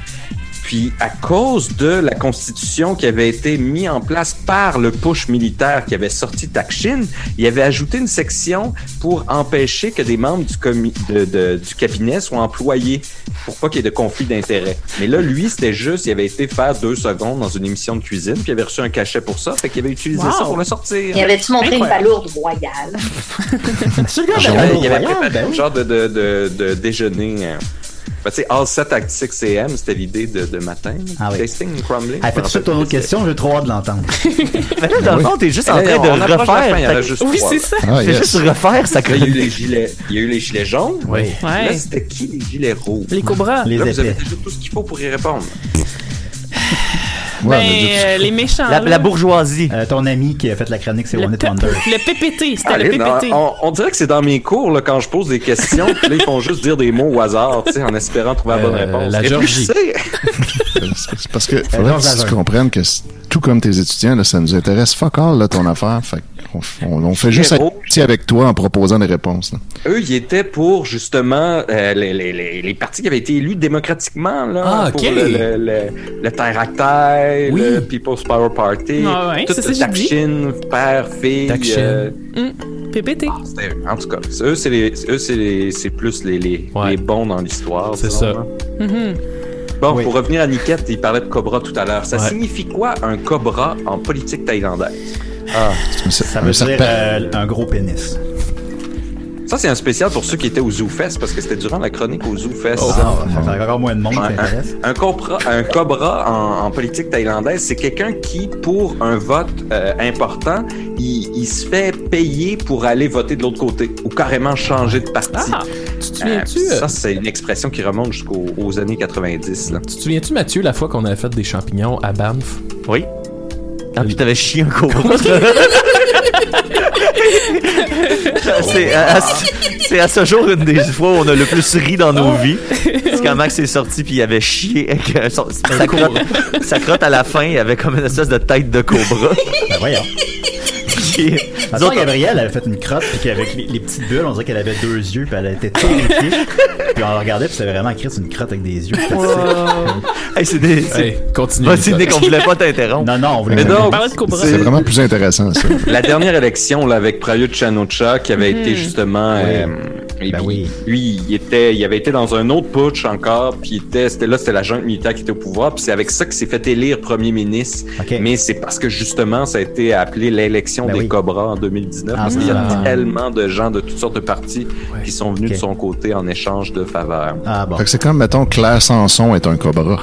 [SPEAKER 6] Puis à cause de la constitution qui avait été mise en place par le push militaire qui avait sorti Takshin, il avait ajouté une section pour empêcher que des membres du, comi- de- de- du cabinet soient employés pour pas qu'il y ait de conflit d'intérêts. Mais là, lui, c'était juste, il avait été faire deux secondes dans une émission de cuisine, puis il avait reçu un cachet pour ça, fait qu'il avait utilisé ça
[SPEAKER 9] Wow.
[SPEAKER 6] pour le sortir.
[SPEAKER 9] Il avait-tu montré une
[SPEAKER 6] Incroyable.
[SPEAKER 9] palourde royale?
[SPEAKER 6] Genre,
[SPEAKER 9] Royal,
[SPEAKER 6] Ah, ben, il avait préparé
[SPEAKER 9] ben
[SPEAKER 6] un
[SPEAKER 9] oui.
[SPEAKER 6] genre de, de, de, de déjeuner. hein. Ben, tu sais, All Set at 6 a.m., c'était l'idée de, de matin.
[SPEAKER 7] Ah oui.
[SPEAKER 6] Tasting and crumbling.
[SPEAKER 7] Elle fait tout de suite ton autre question, j'ai trop hâte de l'entendre.
[SPEAKER 11] Mais là, dans le fond, t'es juste en train
[SPEAKER 6] Hey, on
[SPEAKER 11] de
[SPEAKER 6] approche la fin,
[SPEAKER 11] refaire.
[SPEAKER 6] il y en a
[SPEAKER 11] ta- Ah,
[SPEAKER 6] juste trois, là.
[SPEAKER 11] C'est juste refaire sa
[SPEAKER 6] Là, Il y a eu les
[SPEAKER 11] chronique.
[SPEAKER 6] gilets, il y a eu les gilets jaunes.
[SPEAKER 11] Oui.
[SPEAKER 6] Là,
[SPEAKER 11] Ouais.
[SPEAKER 6] c'était qui les gilets rouges?
[SPEAKER 13] Les cobras.
[SPEAKER 6] Là,
[SPEAKER 13] Les
[SPEAKER 6] vous avez
[SPEAKER 13] épais.
[SPEAKER 6] déjà tout ce qu'il faut pour y répondre.
[SPEAKER 13] Ben, euh, les méchants. là.
[SPEAKER 11] bourgeoisie.
[SPEAKER 7] Euh, ton ami qui a fait la chronique, c'est One Hit Wonder.
[SPEAKER 13] Le PPT, c'était le
[SPEAKER 6] Allez, non,
[SPEAKER 13] PPT.
[SPEAKER 6] on, on dirait que c'est dans mes cours là, quand je pose des questions, puis là, ils font juste dire des mots au hasard, tu sais, en espérant trouver la bonne
[SPEAKER 10] Euh,
[SPEAKER 6] réponse.
[SPEAKER 10] la
[SPEAKER 6] Et plus
[SPEAKER 10] Géorgie.
[SPEAKER 6] je sais,
[SPEAKER 10] C'est parce que
[SPEAKER 6] non,
[SPEAKER 10] faudrait que
[SPEAKER 6] j'avais.
[SPEAKER 10] tu comprennes que c- tout comme tes étudiants, là, ça nous intéresse fuck all, là, ton affaire. Fait qu'on f- on, on fait juste
[SPEAKER 6] Zéro.
[SPEAKER 10] être petit avec toi en proposant des réponses. là.
[SPEAKER 6] Eux, ils étaient pour justement euh, les, les, les, les partis qui avaient été élus démocratiquement là,
[SPEAKER 5] Ah,
[SPEAKER 6] pour
[SPEAKER 5] ok.
[SPEAKER 6] le, le, le, le terre à terre, le People's Power Party,
[SPEAKER 13] Ah ouais,
[SPEAKER 6] toute
[SPEAKER 13] c'est ça que j'ai dit.
[SPEAKER 6] Takshin, père, fille.
[SPEAKER 5] Takshin.
[SPEAKER 6] euh,
[SPEAKER 13] Mm, PPT.
[SPEAKER 6] c'était- en tout cas, c'est- eux, c'est les, eux, c'est les, c'est plus les, les, les bons dans l'histoire.
[SPEAKER 5] C'est
[SPEAKER 6] disons,
[SPEAKER 5] ça.
[SPEAKER 6] hein.
[SPEAKER 13] Mhm.
[SPEAKER 6] Bon, pour revenir à Niket, il parlait de cobra tout à l'heure. Ça
[SPEAKER 5] Ouais.
[SPEAKER 6] signifie quoi un cobra en politique thaïlandaise Ah,
[SPEAKER 7] Ça veut dire euh, un gros pénis.
[SPEAKER 6] Ça, c'est un spécial pour ceux qui étaient au Zoo Fest, parce que c'était durant la chronique au Zoo Fest.
[SPEAKER 7] Oh,
[SPEAKER 6] Ça.
[SPEAKER 5] Ah,
[SPEAKER 7] ça fait encore moins de monde qui
[SPEAKER 6] Un,
[SPEAKER 7] s'intéresse.
[SPEAKER 6] un- un cobra, un cobra en, en politique thaïlandaise, c'est quelqu'un qui, pour un vote euh, important, il, il se fait payer pour aller voter de l'autre côté ou carrément changer de parti.
[SPEAKER 5] Ah, tu te souviens-tu, euh,
[SPEAKER 6] ça, c'est une expression qui remonte jusqu'aux aux années 90. Là.
[SPEAKER 5] Tu te souviens-tu, Mathieu, la fois qu'on avait fait des champignons à Banff?
[SPEAKER 11] Oui. Ah, puis t'avais chié un cobra. Ah, C'est à, à ce- c'est à ce jour une des fois où on a le plus ri dans nos vies. Parce quand Max est sorti puis il avait chié avec un- son- sa, crotte, sa crotte à la fin, il avait comme une espèce de tête de cobra.
[SPEAKER 7] Ben voyons.
[SPEAKER 11] Puis, nous
[SPEAKER 7] Attends,
[SPEAKER 11] autres,
[SPEAKER 7] Gabrielle, elle a fait une crotte, puis qu'avec les, les petites bulles, on dirait qu'elle avait deux yeux, puis elle était terrifiée. puis on la regardait, puis c'était vraiment écrit sur une crotte avec des yeux. C'était
[SPEAKER 11] Hey, c'est des.
[SPEAKER 5] Hey, continue.
[SPEAKER 11] Vas-y, Nick, on voulait pas t'interrompre.
[SPEAKER 7] Non, non, on
[SPEAKER 6] Mais donc,
[SPEAKER 10] c'est vraiment plus intéressant, ça.
[SPEAKER 7] Hmm.
[SPEAKER 6] La dernière élection là, avec Prayut Chan-o-cha qui avait
[SPEAKER 10] Mhm.
[SPEAKER 6] été justement euh,
[SPEAKER 7] Ben
[SPEAKER 6] Et puis, Lui, il était, il avait été dans un autre putsch encore, puis il était, c'était là, c'était la junte militaire qui était au pouvoir, puis c'est avec ça qu'il s'est fait élire premier ministre. Mais c'est parce que justement, ça a été appelé l'élection
[SPEAKER 7] Ben
[SPEAKER 6] des
[SPEAKER 7] oui.
[SPEAKER 6] Cobras en 2019.
[SPEAKER 7] Ah,
[SPEAKER 6] parce qu'il y a
[SPEAKER 7] ça.
[SPEAKER 6] tellement de gens de toutes sortes de partis qui sont venus de son côté en échange de faveurs.
[SPEAKER 10] Fait que c'est comme, mettons, Claire Sanson est un cobra.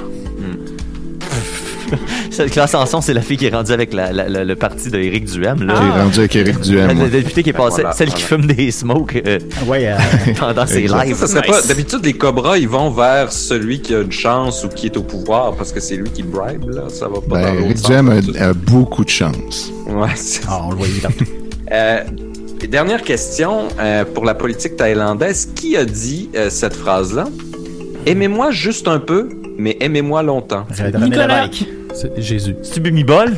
[SPEAKER 11] Cette Claire Sanson, c'est la fille qui est rendue avec la- la- la- le parti de Éric Duhem. Là.
[SPEAKER 10] Qui est rendu avec Éric
[SPEAKER 11] La,
[SPEAKER 10] Duhem.
[SPEAKER 11] la
[SPEAKER 10] ouais.
[SPEAKER 11] députée qui est passée,
[SPEAKER 6] Voilà,
[SPEAKER 11] celle qui
[SPEAKER 6] voilà.
[SPEAKER 11] fume des smokes euh, pendant ses
[SPEAKER 6] Exact.
[SPEAKER 11] lives.
[SPEAKER 6] Ça serait pas- D'habitude, les cobras, ils vont vers celui qui a une chance ou qui est au pouvoir parce que c'est lui qui bribe, là. Ça va pas dans
[SPEAKER 10] Ben,
[SPEAKER 6] l'autre
[SPEAKER 10] Rick
[SPEAKER 6] sens.
[SPEAKER 10] Duhem a, a beaucoup de chance.
[SPEAKER 6] Ouais, c'est ça. Euh, dernière question euh, pour la politique thaïlandaise. Qui a dit euh, cette phrase-là? Aimez-moi juste un peu, mais aimez-moi longtemps.
[SPEAKER 5] C'est Jésus.
[SPEAKER 11] C'est Bimi Bol?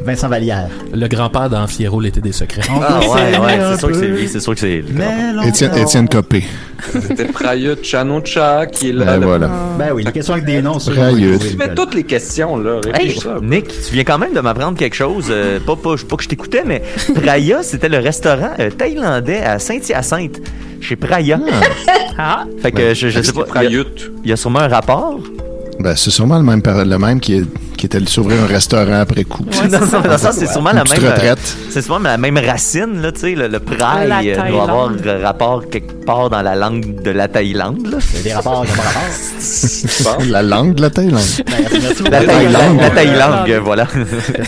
[SPEAKER 7] Vincent Vallière.
[SPEAKER 5] Le grand-père d'Anfiero, l'été des secrets.
[SPEAKER 11] Ah ouais, ouais, c'est sûr que c'est lui, c'est sûr que c'est lui.
[SPEAKER 10] Étienne, Étienne Copé.
[SPEAKER 6] C'était Prayut Chanocha qui est là.
[SPEAKER 10] Ben
[SPEAKER 6] là.
[SPEAKER 10] voilà.
[SPEAKER 7] Ben oui, les questions avec des noms. ça,
[SPEAKER 10] Prayut.
[SPEAKER 7] oui,
[SPEAKER 11] Tu
[SPEAKER 7] oui.
[SPEAKER 11] fais
[SPEAKER 6] Toutes les questions, là.
[SPEAKER 11] Hey, Nick, tu viens quand même de m'apprendre quelque chose. euh, pas, pas, pas que je t'écoutais, mais Praya, c'était le restaurant euh, thaïlandais à Saint-Hyacinthe, chez Praya.
[SPEAKER 13] Ah.
[SPEAKER 11] Fait que je, je sais pas. il y a- Il y a sûrement un rapport.
[SPEAKER 10] Ben, c'est sûrement le même, par- le même qui, est, qui était allé s'ouvrir un restaurant après coup.
[SPEAKER 11] Non, non, mais dans le sens, c'est sûrement
[SPEAKER 10] Une
[SPEAKER 11] la
[SPEAKER 10] petite
[SPEAKER 11] même. euh,
[SPEAKER 10] retraite.
[SPEAKER 11] C'est sûrement la même racine, là, tu sais. Le, le
[SPEAKER 10] La
[SPEAKER 11] praille euh, doit avoir
[SPEAKER 10] Thaïlande.
[SPEAKER 11] un rapport quelque part dans la langue de la Thaïlande, là.
[SPEAKER 7] Des rapports, des rapports.
[SPEAKER 10] la langue de la Thaïlande.
[SPEAKER 7] Ben,
[SPEAKER 11] La Thaïlande, la Thaïlande, euh, voilà.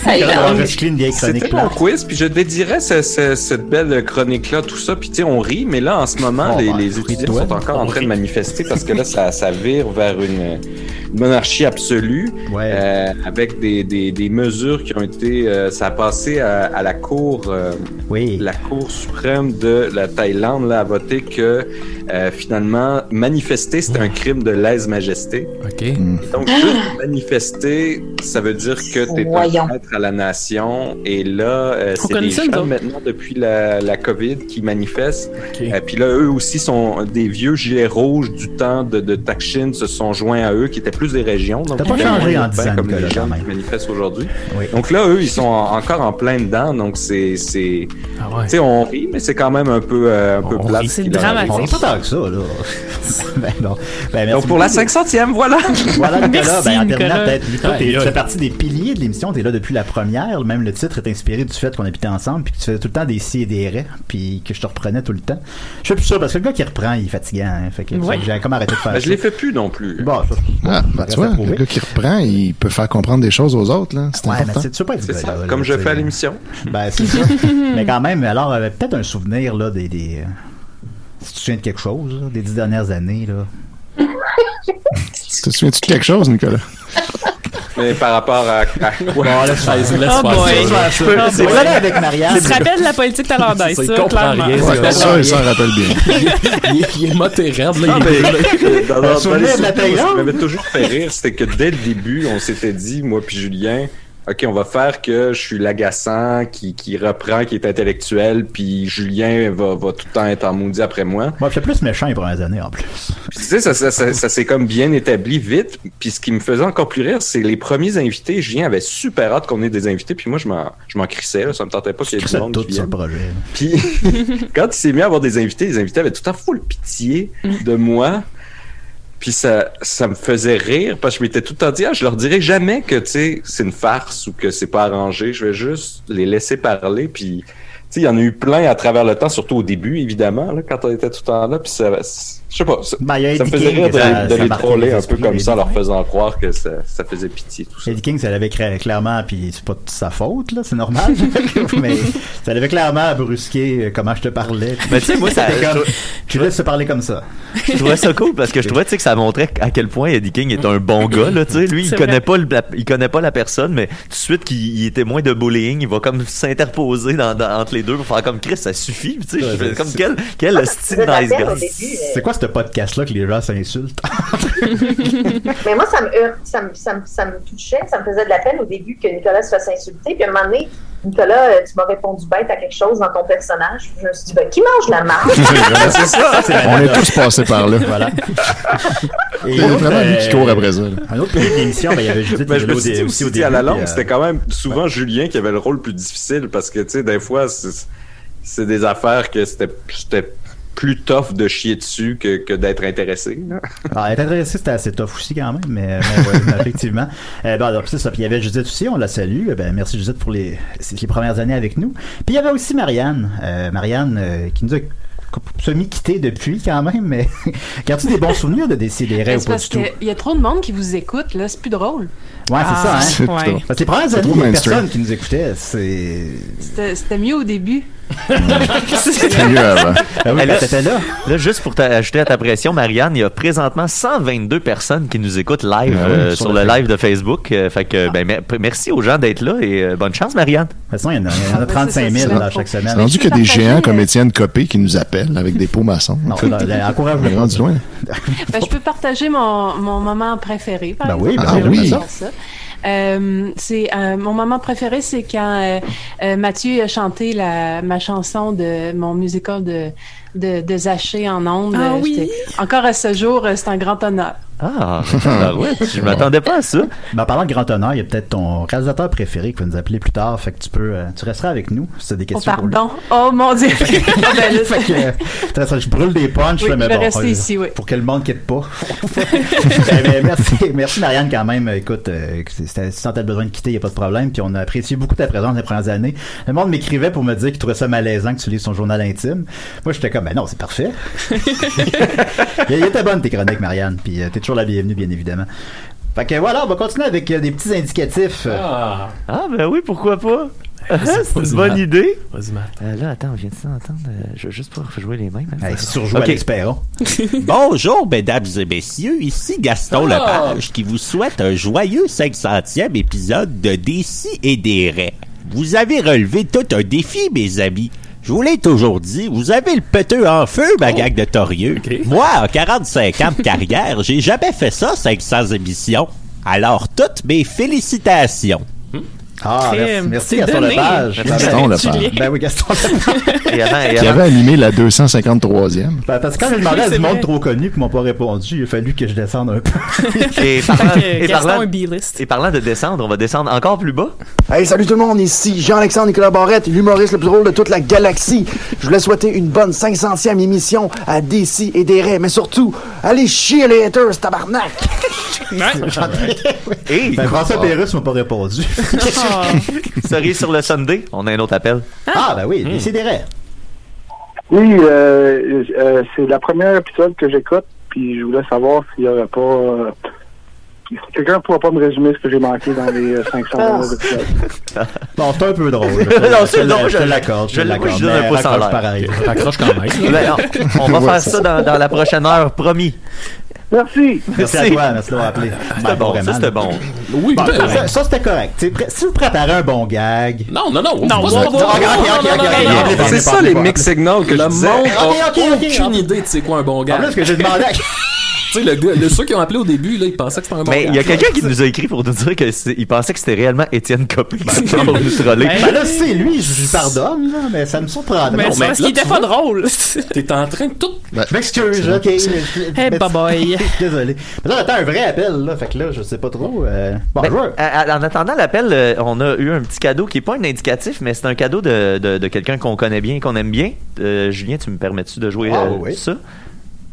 [SPEAKER 7] Thaïlande. recycler une vieille chronique
[SPEAKER 6] C'était mon quiz, puis je dédierais ce- ce- cette belle chronique-là, tout ça. Puis tu sais, on rit, mais là, en ce moment,
[SPEAKER 12] Oh,
[SPEAKER 6] les,
[SPEAKER 12] ben,
[SPEAKER 6] les étudiants sont encore en train de manifester parce que là, ça, ça vire vers une une monarchie absolue euh, avec des, des- des mesures qui ont été... euh, ça a passé à, à la Cour euh,
[SPEAKER 7] la
[SPEAKER 6] Cour suprême de la Thaïlande là, a voté que euh, finalement, manifester, c'était un crime de lèse-majesté.
[SPEAKER 5] OK.
[SPEAKER 6] Donc, juste manifester, ça veut dire que t'es
[SPEAKER 9] Voyons.
[SPEAKER 6] un traître à la nation. Et là, euh, c'est
[SPEAKER 9] connaît
[SPEAKER 6] des
[SPEAKER 9] ça,
[SPEAKER 6] gens
[SPEAKER 9] nous autres.
[SPEAKER 6] maintenant depuis la, la COVID qui manifestent. Euh, Puis là, eux aussi sont des vieux gilets rouges du temps de, de Takchin se sont joints à eux, qui étaient plus des régions. Donc,
[SPEAKER 7] T'as pas
[SPEAKER 6] ils étaient
[SPEAKER 7] changé
[SPEAKER 6] moins
[SPEAKER 7] en
[SPEAKER 6] urbains
[SPEAKER 7] 10 ans,
[SPEAKER 6] comme les
[SPEAKER 7] Nicolas,
[SPEAKER 6] gens
[SPEAKER 7] quand même.
[SPEAKER 6] qui manifestent aujourd'hui. Donc là, eux, ils sont en- encore en plein dedans. Donc c'est, c'est, tu sais, on rit, mais c'est quand même un peu, euh, un peu plate. ce qui leur arrive.
[SPEAKER 7] On est pas tant que ça, là. ben non. Ben, merci
[SPEAKER 6] Donc pour la
[SPEAKER 7] beaucoup.
[SPEAKER 6] 500e, voilà.
[SPEAKER 7] Voilà, Nicolas, ben, en terminant,
[SPEAKER 6] Nicolas.
[SPEAKER 7] peut-être, Nicolas, t'es-
[SPEAKER 6] Aïe,
[SPEAKER 7] tu
[SPEAKER 6] aïe.
[SPEAKER 7] fais partie des piliers de l'émission, t'es là depuis la première, même le titre est inspiré du fait qu'on habitait ensemble, puis que tu faisais tout le temps des si et des raies, puis que je te reprenais tout le temps. Je suis plus sûr, parce que le gars qui reprend, il est fatigant, hein, fait que
[SPEAKER 6] Ouais.
[SPEAKER 7] j'ai comme arrêté de faire
[SPEAKER 6] Ben, je l'ai fait plus non plus.
[SPEAKER 7] Bon, ça,
[SPEAKER 10] Ah, ben, tu vois, le gars qui reprend, il peut faire comprendre des choses aux autres. Là. C'est
[SPEAKER 7] Ouais, mais
[SPEAKER 10] important.
[SPEAKER 7] c'est- tu sais pas être
[SPEAKER 6] C'est ça,
[SPEAKER 7] là, là,
[SPEAKER 6] comme je
[SPEAKER 7] tu sais.
[SPEAKER 6] fais à l'émission.
[SPEAKER 7] Ben, c'est ça. mais quand même, alors, euh, peut-être un souvenir, là, des. des, euh, si tu te souviens de quelque chose, là, des dix dernières années, là.
[SPEAKER 10] Tu te souviens-tu de quelque chose, Nicolas?
[SPEAKER 6] Mais par rapport à, à quoi?
[SPEAKER 13] Oh boy.
[SPEAKER 6] Je peux-
[SPEAKER 13] Oh
[SPEAKER 6] c'est
[SPEAKER 13] boy.
[SPEAKER 6] vrai avec Marianne.
[SPEAKER 13] Tu te rappelles de la politique thaïlandaise,
[SPEAKER 5] C'est-
[SPEAKER 13] ça,
[SPEAKER 5] il comprend
[SPEAKER 13] clairement.
[SPEAKER 5] rien,
[SPEAKER 10] Ouais, ça, il s'en rappelle bien.
[SPEAKER 5] il, est- il est motérable, là.
[SPEAKER 6] Non,
[SPEAKER 5] il est-
[SPEAKER 6] mais dans- dans-
[SPEAKER 7] Bah,
[SPEAKER 6] dans les
[SPEAKER 5] Souvenir de
[SPEAKER 7] hein?
[SPEAKER 6] souvenirs, moi,
[SPEAKER 5] la
[SPEAKER 6] ce qui
[SPEAKER 5] Thaïlande.
[SPEAKER 6] m'avait toujours fait rire, c'était que dès le début, on s'était dit, moi puis Julien, OK, on va faire que je suis l'agaçant qui, qui reprend, qui est intellectuel, puis Julien va, va tout le temps être en maudit après moi.
[SPEAKER 7] Moi, je suis plus méchant les premières années, en plus.
[SPEAKER 6] Puis, tu sais, ça, ça, ça, ça s'est comme bien établi vite. Puis ce qui me faisait encore plus rire, c'est les premiers invités. Julien avait super hâte qu'on ait des invités. Puis moi, je m'en, je m'en crissais. Là. Ça me tentait pas qu'il y ait du
[SPEAKER 7] C'est
[SPEAKER 6] monde
[SPEAKER 7] tout
[SPEAKER 6] qui
[SPEAKER 7] sur le
[SPEAKER 6] vienne.
[SPEAKER 7] projet. là.
[SPEAKER 6] Puis quand il s'est mis à avoir des invités, les invités avaient tout le temps full pitié de moi. Puis ça, ça me faisait rire parce que je m'étais tout le temps dit, ah, je leur dirais jamais que tu sais, c'est une farce ou que c'est pas arrangé. Je vais juste les laisser parler. Puis tu sais, il y en a eu plein à travers le temps, surtout au début, évidemment, là, quand on était tout le temps là. Puis ça, je sais pas, ça,
[SPEAKER 7] Ben, il y a
[SPEAKER 6] ça me
[SPEAKER 7] Eddie
[SPEAKER 6] faisait
[SPEAKER 7] King,
[SPEAKER 6] rire de,
[SPEAKER 7] ça-
[SPEAKER 6] de
[SPEAKER 7] ça
[SPEAKER 6] les
[SPEAKER 7] marquait
[SPEAKER 6] troller
[SPEAKER 7] les
[SPEAKER 6] un peu
[SPEAKER 7] esprits,
[SPEAKER 6] comme
[SPEAKER 7] les
[SPEAKER 6] ça, en leur faisant croire que ça, ça faisait pitié. tout ça.
[SPEAKER 7] Eddie King, ça l'avait cra- clairement, puis c'est pas de sa faute, là, c'est normal. mais ça l'avait clairement brusqué euh, comment je te parlais.
[SPEAKER 11] Mais Ben, tu sais, moi, ça-
[SPEAKER 7] C'était comme,
[SPEAKER 11] je-
[SPEAKER 7] tu laisses se parler comme ça.
[SPEAKER 11] Je trouvais ça cool parce que je trouvais tu sais, que ça montrait à quel point Eddie King est un bon gars. Là, tu sais. lui, il
[SPEAKER 7] C'est
[SPEAKER 11] connaît,
[SPEAKER 7] vrai.
[SPEAKER 11] pas le, la- il connaît pas la personne, mais tout de suite qu'il il est témoin de bullying, il va comme s'interposer dans- dans- entre les deux pour faire comme Chris, ça suffit. Tu sais, je fais comme quel, quel style nice gars.
[SPEAKER 6] euh,
[SPEAKER 7] C'est quoi ce podcast-là que les gens s'insultent?
[SPEAKER 9] Mais moi, ça me, heurt- ça, me, ça, me, ça me touchait, ça me faisait de la peine au début que Nicolas se fasse insulter. Puis à un moment donné, Nicolas, euh, tu m'as répondu bête à quelque chose dans ton personnage. Je me suis dit, ben, qui mange la marque?
[SPEAKER 10] C'est
[SPEAKER 9] ça.
[SPEAKER 10] On est tous passés par là. Voilà. Il y a vraiment lui qui court après ça. là.
[SPEAKER 7] Un autre pilier de l'émission, ben, il y avait Judith
[SPEAKER 6] Ben, je me
[SPEAKER 7] Mello
[SPEAKER 6] suis dit
[SPEAKER 7] dé- aussi
[SPEAKER 6] aussi
[SPEAKER 7] au
[SPEAKER 6] dit à la
[SPEAKER 7] début,
[SPEAKER 6] langue,
[SPEAKER 7] puis, euh,
[SPEAKER 6] c'était quand même souvent Julien qui avait le rôle plus difficile parce que, tu sais, des fois, c'est c'est des affaires que c'était c'était
[SPEAKER 24] plus tough de chier dessus que, que d'être intéressé. là.
[SPEAKER 7] Ah, être intéressé, c'était assez tough aussi quand même, mais, mais ouais, mais effectivement. Euh, bon, alors, c'est ça. Puis il y avait Judith aussi, on la salue. Eh Ben, merci Judith pour les, les premières années avec nous. Puis il y avait aussi Marianne. Euh, Marianne euh, qui nous a semi-quitté depuis quand même, mais gardes-tu des bons souvenirs de Décidéré
[SPEAKER 10] Eh,
[SPEAKER 8] Ben,
[SPEAKER 7] ou
[SPEAKER 8] C'est
[SPEAKER 7] pas du
[SPEAKER 8] parce
[SPEAKER 7] tout? Ouais,
[SPEAKER 8] qu'il y a trop de monde qui vous écoute, là. C'est plus drôle.
[SPEAKER 7] c'est
[SPEAKER 13] Ah,
[SPEAKER 8] Ah,
[SPEAKER 7] ça, hein? Parce que les premières
[SPEAKER 10] C'est
[SPEAKER 7] années,
[SPEAKER 10] trop
[SPEAKER 7] il y a
[SPEAKER 10] mainstream.
[SPEAKER 7] personne qui nous écoutait. C'est.
[SPEAKER 8] C'était c'était mieux au début.
[SPEAKER 10] C'était mieux avant.
[SPEAKER 7] Ah oui,
[SPEAKER 11] Eh,
[SPEAKER 7] ben, t'étais là.
[SPEAKER 11] Là, juste pour t'ajouter à ta pression, Marianne, il y a présentement 122 personnes qui nous écoutent live
[SPEAKER 7] Ah oui,
[SPEAKER 11] euh,
[SPEAKER 7] sur
[SPEAKER 11] sur
[SPEAKER 7] le
[SPEAKER 11] le live de Facebook. Euh, fait que, ben, mer- merci aux gens d'être là et euh, bonne chance, Marianne.
[SPEAKER 7] De toute façon, il y en a, il y en a 35 000 là, chaque semaine.
[SPEAKER 10] C'est rendu que des géants comme Étienne Copé qui nous appellent avec des pots maçons. Non,
[SPEAKER 7] là, là, encourage-le
[SPEAKER 10] On est rendu loin.
[SPEAKER 8] Ben, je peux partager mon, mon moment préféré, par
[SPEAKER 10] Ben
[SPEAKER 8] exemple.
[SPEAKER 10] oui, ben Ah oui. oui.
[SPEAKER 8] J'aime ça. Euh, c'est euh, mon moment préféré, c'est quand euh, euh, Mathieu a chanté la ma chanson de mon musical de de, de Zaché en ondes.
[SPEAKER 13] Ah
[SPEAKER 8] Euh,
[SPEAKER 13] oui.
[SPEAKER 8] j'étais- Encore à ce jour, euh, c'est un grand honneur.
[SPEAKER 11] Ah, ben ouais, je m'attendais pas à ça.
[SPEAKER 7] Ben, en parlant de grand honneur, il y a peut-être ton réalisateur préféré qui va nous appeler plus tard. Fait que tu peux, euh, tu resteras avec nous si tu as des
[SPEAKER 8] Oh
[SPEAKER 7] questions. pour lui.
[SPEAKER 8] pardon. Oh mon Dieu. Ah, ben là,
[SPEAKER 7] fait que, euh, putain, ça, je brûle des punchs,
[SPEAKER 8] Oui,
[SPEAKER 7] là, mais
[SPEAKER 8] je vais
[SPEAKER 7] bon,
[SPEAKER 8] rester
[SPEAKER 7] euh,
[SPEAKER 8] ici, oui.
[SPEAKER 7] pour que le monde quitte pas. Eh bien, merci, merci Marianne quand même. Écoute, euh, c'était- si t'as besoin de quitter, il n'y a pas de problème. Puis on a apprécié beaucoup ta présence les premières années. Le monde m'écrivait pour me dire qu'il trouvait ça malaisant que tu lises son journal intime. Moi, j'étais comme, ben non, c'est parfait. il, il était bonne tes chroniques, Marianne. Puis euh, t'es toujours la bienvenue, bien évidemment. Fait que voilà, on va continuer avec euh, des petits indicatifs.
[SPEAKER 11] Ah. ben oui, pourquoi pas? Ah, C'est une bonne idée. Euh, là, attends, on vient de s'entendre. euh, je juste pour jouer les mêmes. hein?
[SPEAKER 7] Hey, c'est surjoué à l'expéron.
[SPEAKER 25] Bonjour, mesdames et messieurs, ici Gaston
[SPEAKER 11] Ah!
[SPEAKER 25] Lepage qui vous souhaite un joyeux 500e épisode de Décis et des Raies. Vous avez relevé tout un défi, mes amis. Je vous l'ai toujours dit, vous avez le peteux en feu, ma gang de torieux. Moi, à 45 ans de carrière, j'ai jamais fait ça, 500 émissions. Alors, toutes mes félicitations.
[SPEAKER 7] Ah, merci, merci Gaston Lepage.
[SPEAKER 10] Gaston Lepage.
[SPEAKER 7] Ben oui, Gaston Lepage.
[SPEAKER 10] Qui avait animé la 253e.
[SPEAKER 7] Ben, parce que quand j'ai demandé à
[SPEAKER 10] C'est
[SPEAKER 7] du monde
[SPEAKER 10] vrai.
[SPEAKER 7] trop connu qui m'ont pas répondu, il a fallu que je descende un peu.
[SPEAKER 11] Et parlant, et,
[SPEAKER 7] Gaston
[SPEAKER 11] parlant,
[SPEAKER 7] est
[SPEAKER 11] et parlant de descendre, on va descendre encore plus bas.
[SPEAKER 14] Hey, salut tout le monde, ici Jean-Alexandre Nicolas Barrette, l'humoriste le plus drôle de toute la galaxie. Je voulais souhaiter une bonne 500e émission à DC et des mais surtout, allez chier les haters, tabarnak!
[SPEAKER 7] ben, François Pérus m'a pas répondu.
[SPEAKER 11] Cerise sur le Sunday, on a un autre appel. Hmm.
[SPEAKER 7] Ah, ben oui, décidérez.
[SPEAKER 14] Oui, euh, euh, c'est la première épisode que j'écoute, puis je voulais savoir s'il y aurait pas... euh, si quelqu'un ne pourra pas me résumer ce que j'ai manqué dans les euh, 500
[SPEAKER 7] Ah.
[SPEAKER 14] derniers épisodes.
[SPEAKER 7] Bon, c'est un peu drôle.
[SPEAKER 14] Non, c'est
[SPEAKER 7] Je te-
[SPEAKER 14] drôle,
[SPEAKER 7] Je te
[SPEAKER 14] je-
[SPEAKER 7] l'accorde, je
[SPEAKER 14] je-
[SPEAKER 7] te
[SPEAKER 14] oui,
[SPEAKER 7] l'accorde.
[SPEAKER 14] je donne un
[SPEAKER 7] mais
[SPEAKER 14] pouce en
[SPEAKER 7] raccroche
[SPEAKER 14] l'air.
[SPEAKER 7] pareil.
[SPEAKER 5] Raccroche quand même.
[SPEAKER 11] Ben, on- on, va faire ça dans, dans la prochaine heure, promis.
[SPEAKER 14] Merci.
[SPEAKER 7] Merci à toi, merci d'avoir appelé.
[SPEAKER 11] C'était bon, ça c'était bon.
[SPEAKER 7] Oui,
[SPEAKER 11] ben,
[SPEAKER 7] ça,
[SPEAKER 11] ben.
[SPEAKER 7] ça, ça, c'était correct. Tu sais, pré- Si vous préparez un bon gag.
[SPEAKER 5] Non, non, non.
[SPEAKER 7] Non,
[SPEAKER 5] c'est pas ça.
[SPEAKER 7] non, non,
[SPEAKER 5] Ok, ok,
[SPEAKER 7] non,
[SPEAKER 5] ok,
[SPEAKER 7] non,
[SPEAKER 5] ok,
[SPEAKER 7] non,
[SPEAKER 5] ok.
[SPEAKER 7] non, non,
[SPEAKER 5] C'est
[SPEAKER 7] non,
[SPEAKER 5] ça
[SPEAKER 7] non,
[SPEAKER 5] les
[SPEAKER 7] non,
[SPEAKER 5] mix
[SPEAKER 7] non.
[SPEAKER 5] signals que
[SPEAKER 7] Le
[SPEAKER 5] je disais.
[SPEAKER 7] monde a
[SPEAKER 5] Ah,
[SPEAKER 7] ok, ok, ok,
[SPEAKER 5] aucune
[SPEAKER 7] ok.
[SPEAKER 5] idée de c'est quoi un bon gars.
[SPEAKER 7] En plus, que j'ai demandé à-
[SPEAKER 5] Tu sais, le, gars- le- ceux qui ont appelé au début, là, ils pensaient que c'était un bon
[SPEAKER 11] Mais
[SPEAKER 5] gars.
[SPEAKER 11] il y a quelqu'un qui nous a écrit pour nous dire qu'il pensait que c'était réellement Étienne Copé pour nous troller.
[SPEAKER 7] Ben là, c'est lui, je lui pardonne, là, mais ça me surprend.
[SPEAKER 13] Mais c'est parce qu'il était pas drôle.
[SPEAKER 5] T'es en train de tout.
[SPEAKER 7] Ben, Je m'excuse, ok.
[SPEAKER 13] Hey, bye bye.
[SPEAKER 7] Désolé. Mais là, attends, un vrai appel, là. Fait que là, je sais pas trop. euh,
[SPEAKER 11] Ben,
[SPEAKER 7] Bonjour.
[SPEAKER 11] à- à- en attendant l'appel, euh, on a eu un petit cadeau qui n'est pas un indicatif, mais c'est un cadeau de, de- de quelqu'un qu'on connaît bien, qu'on aime bien. Euh, Julien, tu me permets-tu de jouer
[SPEAKER 6] Ah,
[SPEAKER 11] euh,
[SPEAKER 6] oui.
[SPEAKER 11] ça?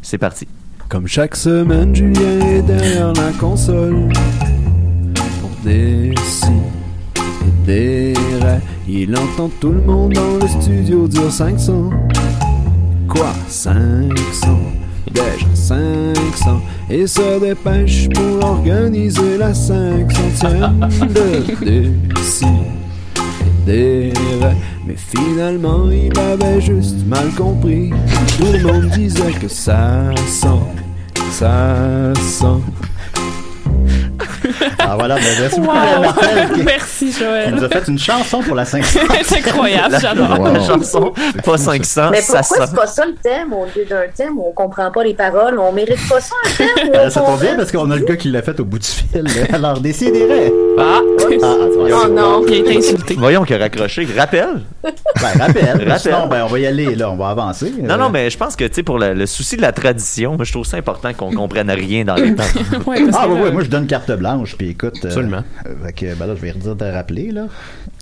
[SPEAKER 11] C'est parti.
[SPEAKER 6] Comme chaque semaine, Julien est derrière la console. Pour des si et des raies. Il entend tout le monde dans le studio dire 500. Quoi 500 Déjà 500. Et se dépêche pour organiser la 500e de Décis et des raies. Mais finalement, il avait juste mal compris. Tout le monde disait que ça sent, ça sent.
[SPEAKER 7] Ah, voilà, ben, merci beaucoup,
[SPEAKER 13] Wow.
[SPEAKER 7] Madame Martel, qui-
[SPEAKER 13] Merci,
[SPEAKER 7] qui nous a
[SPEAKER 13] Joël.
[SPEAKER 7] fait une chanson pour la 500.
[SPEAKER 13] C'est incroyable, j'adore.
[SPEAKER 11] La chanson, pas 500,
[SPEAKER 9] Mais
[SPEAKER 11] ça sent.
[SPEAKER 9] pourquoi c'est pas ça le thème au lieu d'un thème où on comprend pas les paroles, on mérite pas ça un thème où
[SPEAKER 7] Euh,
[SPEAKER 9] on
[SPEAKER 7] ça tombe bien
[SPEAKER 9] comprend.
[SPEAKER 7] parce qu'on a le gars qui l'a fait au bout du fil. Alors, décidérez.
[SPEAKER 11] Ah,
[SPEAKER 9] Oh non.
[SPEAKER 13] Il a été insulté.
[SPEAKER 11] Voyons qu'il a raccroché. Rappel?
[SPEAKER 7] Ben, rappel.
[SPEAKER 11] Rappel.
[SPEAKER 7] Sinon, ben, on va y aller, là. On va avancer. euh.
[SPEAKER 11] Non, non, mais je pense que, tu sais, pour le, le souci de la tradition, moi, je trouve ça important qu'on comprenne rien dans les temps.
[SPEAKER 7] ah, oui, oui, moi je donne carte blanche, puis écoute. euh,
[SPEAKER 11] Absolument.
[SPEAKER 7] euh, fait que, ben là, je vais redire de rappeler, là.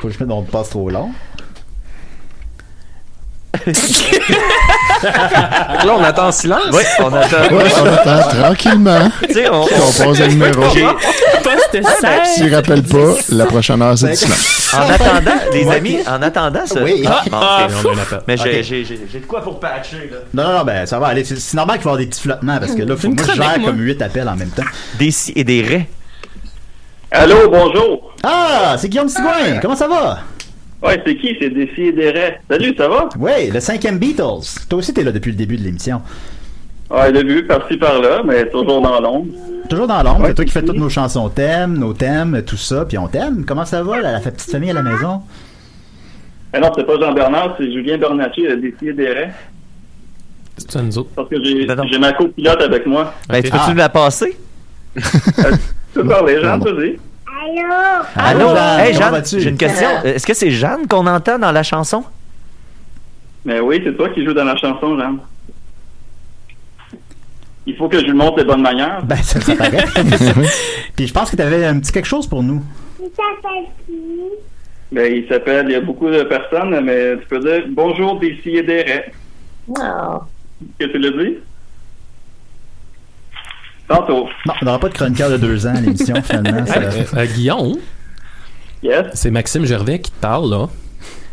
[SPEAKER 7] Faut que je mette mon passe trop long.
[SPEAKER 6] Là, on attend en silence.
[SPEAKER 11] Oui, on attend.
[SPEAKER 10] Ouais, on attend tranquillement.
[SPEAKER 11] Tu sais, on-
[SPEAKER 10] qu'on passe le numéro.
[SPEAKER 11] J'ai-
[SPEAKER 13] Poste
[SPEAKER 10] S'il rappelle pas, la prochaine heure, c'est du silence.
[SPEAKER 11] ben, En attendant, les amis, en attendant ce.
[SPEAKER 7] Oui.
[SPEAKER 11] bon,
[SPEAKER 7] Ah,
[SPEAKER 11] ok.
[SPEAKER 7] fou. On a un appel.
[SPEAKER 11] Mais j'ai-
[SPEAKER 7] Ok.
[SPEAKER 11] j'ai j'ai- j'ai de quoi pour patcher, là.
[SPEAKER 7] Non, non, non, ben ça va aller. C'est c'est normal qu'il va y avoir des petits flottements parce que là, faut,
[SPEAKER 11] Une
[SPEAKER 7] moi, je
[SPEAKER 11] chronique,
[SPEAKER 7] gère
[SPEAKER 11] moi.
[SPEAKER 7] comme 8 appels en même temps.
[SPEAKER 11] Des si et des raies.
[SPEAKER 12] Allô, bonjour.
[SPEAKER 7] Ah, c'est Guillaume Sigouin. Comment ça va?
[SPEAKER 12] Ouais, c'est qui? C'est des raies. Salut, ça va?
[SPEAKER 7] Oui, le cinquième Beatles. Toi aussi, t'es là depuis le début de l'émission.
[SPEAKER 12] Ouais, le vu, par-ci, par-là, mais toujours dans l'ombre.
[SPEAKER 7] Toujours dans l'ombre, c'est toi qui fais toutes nos chansons thèmes, nos thèmes, tout ça, puis on t'aime. Comment ça va, la, la petite famille à la maison?
[SPEAKER 12] Mais non, c'est pas Jean-Bernard, c'est Julien Bernatier, le des raies.
[SPEAKER 5] C'est ça, nous autres.
[SPEAKER 12] Parce que j'ai j'ai ma copilote avec moi. Ah,
[SPEAKER 11] Ben, tu peux-tu me la passer?
[SPEAKER 12] Tu peux parler, Jean, vas-y.
[SPEAKER 7] Ah.
[SPEAKER 11] Allô? Allô? Hey,
[SPEAKER 12] Allô, Jeanne, comment
[SPEAKER 11] Jeanne,
[SPEAKER 12] vas-tu?
[SPEAKER 11] j'ai une question.
[SPEAKER 12] Ça va.
[SPEAKER 11] Euh, Est-ce que c'est Jeanne qu'on entend dans la chanson?
[SPEAKER 12] Mais oui, c'est toi qui joues dans la chanson, Jean. Il faut que je lui montre les bonnes manières.
[SPEAKER 7] Ben, ça, ça paraît. puis je pense que t'avais un petit quelque chose pour nous.
[SPEAKER 12] Ben, il s'appelle, il y a beaucoup de personnes, mais tu peux dire bonjour des et des raies. Qu'est-ce que tu le dis? Tantôt.
[SPEAKER 7] Non, on n'aura pas de chroniqueur de deux ans à l'émission, finalement. Ça...
[SPEAKER 5] Hey, euh, euh, Guillaume?
[SPEAKER 12] Yes?
[SPEAKER 5] C'est Maxime Gervais qui te parle, là.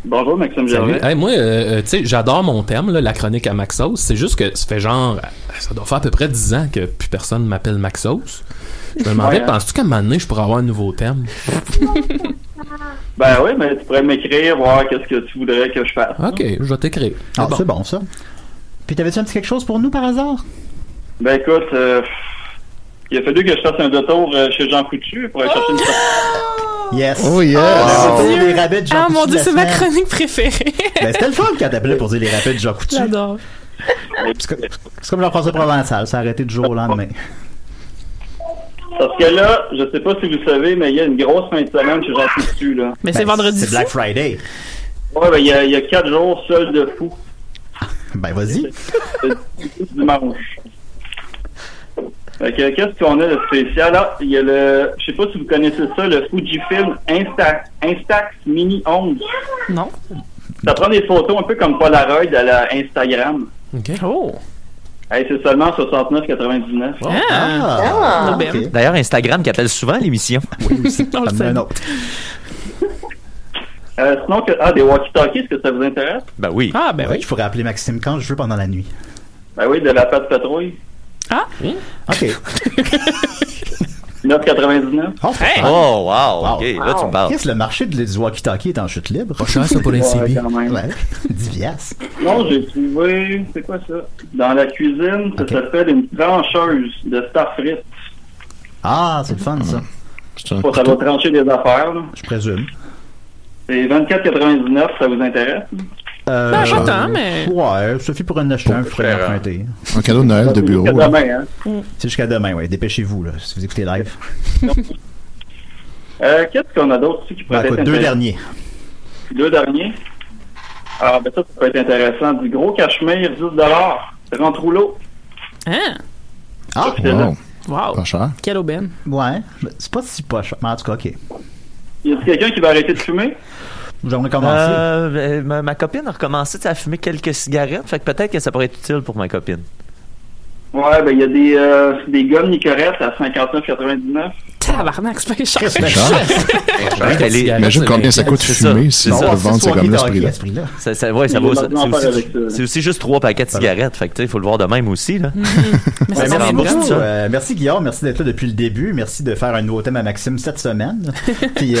[SPEAKER 12] Bonjour, Maxime
[SPEAKER 5] Salut.
[SPEAKER 12] Gervais.
[SPEAKER 5] Hey, moi, euh, euh, tu sais, j'adore mon thème, là, la chronique à Maxos. C'est juste que ça fait genre, euh, ça doit faire à peu près 10 ans que plus personne m'appelle Maxos. Je me demandais,
[SPEAKER 12] Ouais, hein.
[SPEAKER 5] penses-tu qu'à un moment donné, je pourrais avoir un nouveau thème?
[SPEAKER 12] Ben oui, mais tu pourrais m'écrire, voir qu'est-ce que tu voudrais que je fasse.
[SPEAKER 5] Ok, je vais t'écrire.
[SPEAKER 7] Ah, c'est bon, ça. Puis t'avais-tu un petit quelque chose pour nous, par hasard?
[SPEAKER 12] Ben écoute, euh, il a fallu que je fasse un détour euh, chez Jean Coutu pour aller chercher une
[SPEAKER 7] Yes.
[SPEAKER 10] Oh, yes.
[SPEAKER 7] On
[SPEAKER 13] Mon
[SPEAKER 7] va dire
[SPEAKER 13] Dieu.
[SPEAKER 7] les rabais de Jean
[SPEAKER 13] Ah mon
[SPEAKER 7] Coutu de
[SPEAKER 13] dieu,
[SPEAKER 7] la
[SPEAKER 13] c'est ma
[SPEAKER 7] semaine.
[SPEAKER 13] chronique préférée.
[SPEAKER 7] Ben, c'était le fun quand t'appelais pour dire les rabais de Jean Coutu.
[SPEAKER 13] J'adore.
[SPEAKER 7] C'est co- c'est comme Jean-François Provençal, ça a arrêté du jour au
[SPEAKER 13] Ben,
[SPEAKER 7] lendemain.
[SPEAKER 12] Parce que là, je sais pas si vous savez, mais il y a une grosse fin de semaine chez Jean Coutu, là.
[SPEAKER 13] Mais c'est vendredi
[SPEAKER 7] C'est
[SPEAKER 13] fou.
[SPEAKER 7] Black Friday.
[SPEAKER 12] Ouais, ben il y a, il y a quatre jours seul de fou.
[SPEAKER 7] Ben, vas-y.
[SPEAKER 12] C'est dimanche. Fait que, qu'est-ce qu'on a de spécial? Ah, il y a le, je sais pas si vous connaissez ça, le Fujifilm Insta, Instax Mini 11.
[SPEAKER 13] Non.
[SPEAKER 12] Ça prend des photos un peu comme Polaroid à la Instagram.
[SPEAKER 5] OK.
[SPEAKER 13] Oh.
[SPEAKER 12] Hey, c'est seulement 69,99.
[SPEAKER 11] Ah.
[SPEAKER 12] Ah, ok.
[SPEAKER 11] D'ailleurs, Instagram qui appelle souvent l'émission.
[SPEAKER 13] On le
[SPEAKER 11] sait.
[SPEAKER 12] Euh, sinon, que, ah, des walkie-talkies, est-ce que ça vous intéresse?
[SPEAKER 11] Ben oui.
[SPEAKER 13] Ah, ben
[SPEAKER 7] oui. Je pourrais appeler Maxime quand je veux pendant la nuit.
[SPEAKER 12] Ben oui, de la patte patrouille.
[SPEAKER 13] Ah!
[SPEAKER 11] Hmm?
[SPEAKER 7] OK.
[SPEAKER 12] 9,99.
[SPEAKER 7] Oh,
[SPEAKER 12] Hey!
[SPEAKER 11] Oh, wow, OK, là, tu me parles.
[SPEAKER 7] Qu'est-ce que le marché de- du walkie-talkie est en chute libre? Pas
[SPEAKER 12] cher, ça, pour les Ouais, CB. quand même.
[SPEAKER 7] 10 piastres.
[SPEAKER 12] Non, j'ai trouvé, c'est quoi ça? Dans la cuisine, ça s'appelle une trancheuse de starfrit.
[SPEAKER 7] Ah, c'est le fun, ça.
[SPEAKER 12] Hmm. Bon, ça va trancher des affaires. là.
[SPEAKER 7] Je présume.
[SPEAKER 12] C'est 24,99, ça vous intéresse?
[SPEAKER 7] Euh,
[SPEAKER 12] Ben, j'entends, mais-
[SPEAKER 7] Ouais, suffit pour un acheter un, je pourrais l'emprunter.
[SPEAKER 10] Un cadeau de Noël de bureau.
[SPEAKER 12] Jusqu'à
[SPEAKER 10] là.
[SPEAKER 12] demain, hein?
[SPEAKER 7] C'est jusqu'à demain, ouais. Dépêchez-vous, là, si vous écoutez live.
[SPEAKER 12] Euh, Qu'est-ce qu'on a d'autre aussi qui pourrait
[SPEAKER 7] Ben,
[SPEAKER 12] être
[SPEAKER 7] écoute, deux
[SPEAKER 12] intéressant?
[SPEAKER 7] derniers.
[SPEAKER 12] Deux derniers? Ah, ben ça, ça peut être intéressant. Du gros cachemire, 10 30 rouleaux.
[SPEAKER 13] Hein?
[SPEAKER 7] Ah,
[SPEAKER 10] wow.
[SPEAKER 13] Wow.
[SPEAKER 10] Pas cher.
[SPEAKER 13] Quelle aubaine.
[SPEAKER 7] Ouais, mais c'est pas si pas cher. Mais en tout cas, OK.
[SPEAKER 12] Y a quelqu'un qui va arrêter de fumer?
[SPEAKER 7] J'aimerais commencer.
[SPEAKER 11] Euh, ma, ma copine a recommencé tu sais, à fumer quelques cigarettes, fait que peut-être que ça pourrait être utile pour ma copine.
[SPEAKER 12] Ouais, ben il y a des, euh, des gommes Nicorette à 59,99.
[SPEAKER 13] Tabarnak, c'est pas cher.
[SPEAKER 10] C'est cher.
[SPEAKER 5] ben,
[SPEAKER 10] Imagine combien ça coûte fumer si on peut vendre ces gommes-là à ce prix-là.
[SPEAKER 11] Ça, ça, ouais, ça
[SPEAKER 10] Il
[SPEAKER 11] vaut-
[SPEAKER 10] va
[SPEAKER 11] c'est
[SPEAKER 10] en faire
[SPEAKER 11] aussi,
[SPEAKER 10] avec euh, ça.
[SPEAKER 11] c'est aussi juste trois paquets de cigarettes, fait que tu sais, il faut le voir de même aussi. Là.
[SPEAKER 10] Mm-hmm.
[SPEAKER 7] Ben,
[SPEAKER 11] Ça
[SPEAKER 7] merci,
[SPEAKER 11] en bourse,
[SPEAKER 7] beaucoup.
[SPEAKER 11] ça.
[SPEAKER 7] Euh, merci Guillaume, merci d'être là depuis le début. Merci de faire un nouveau thème à Maxime cette semaine. Puis euh,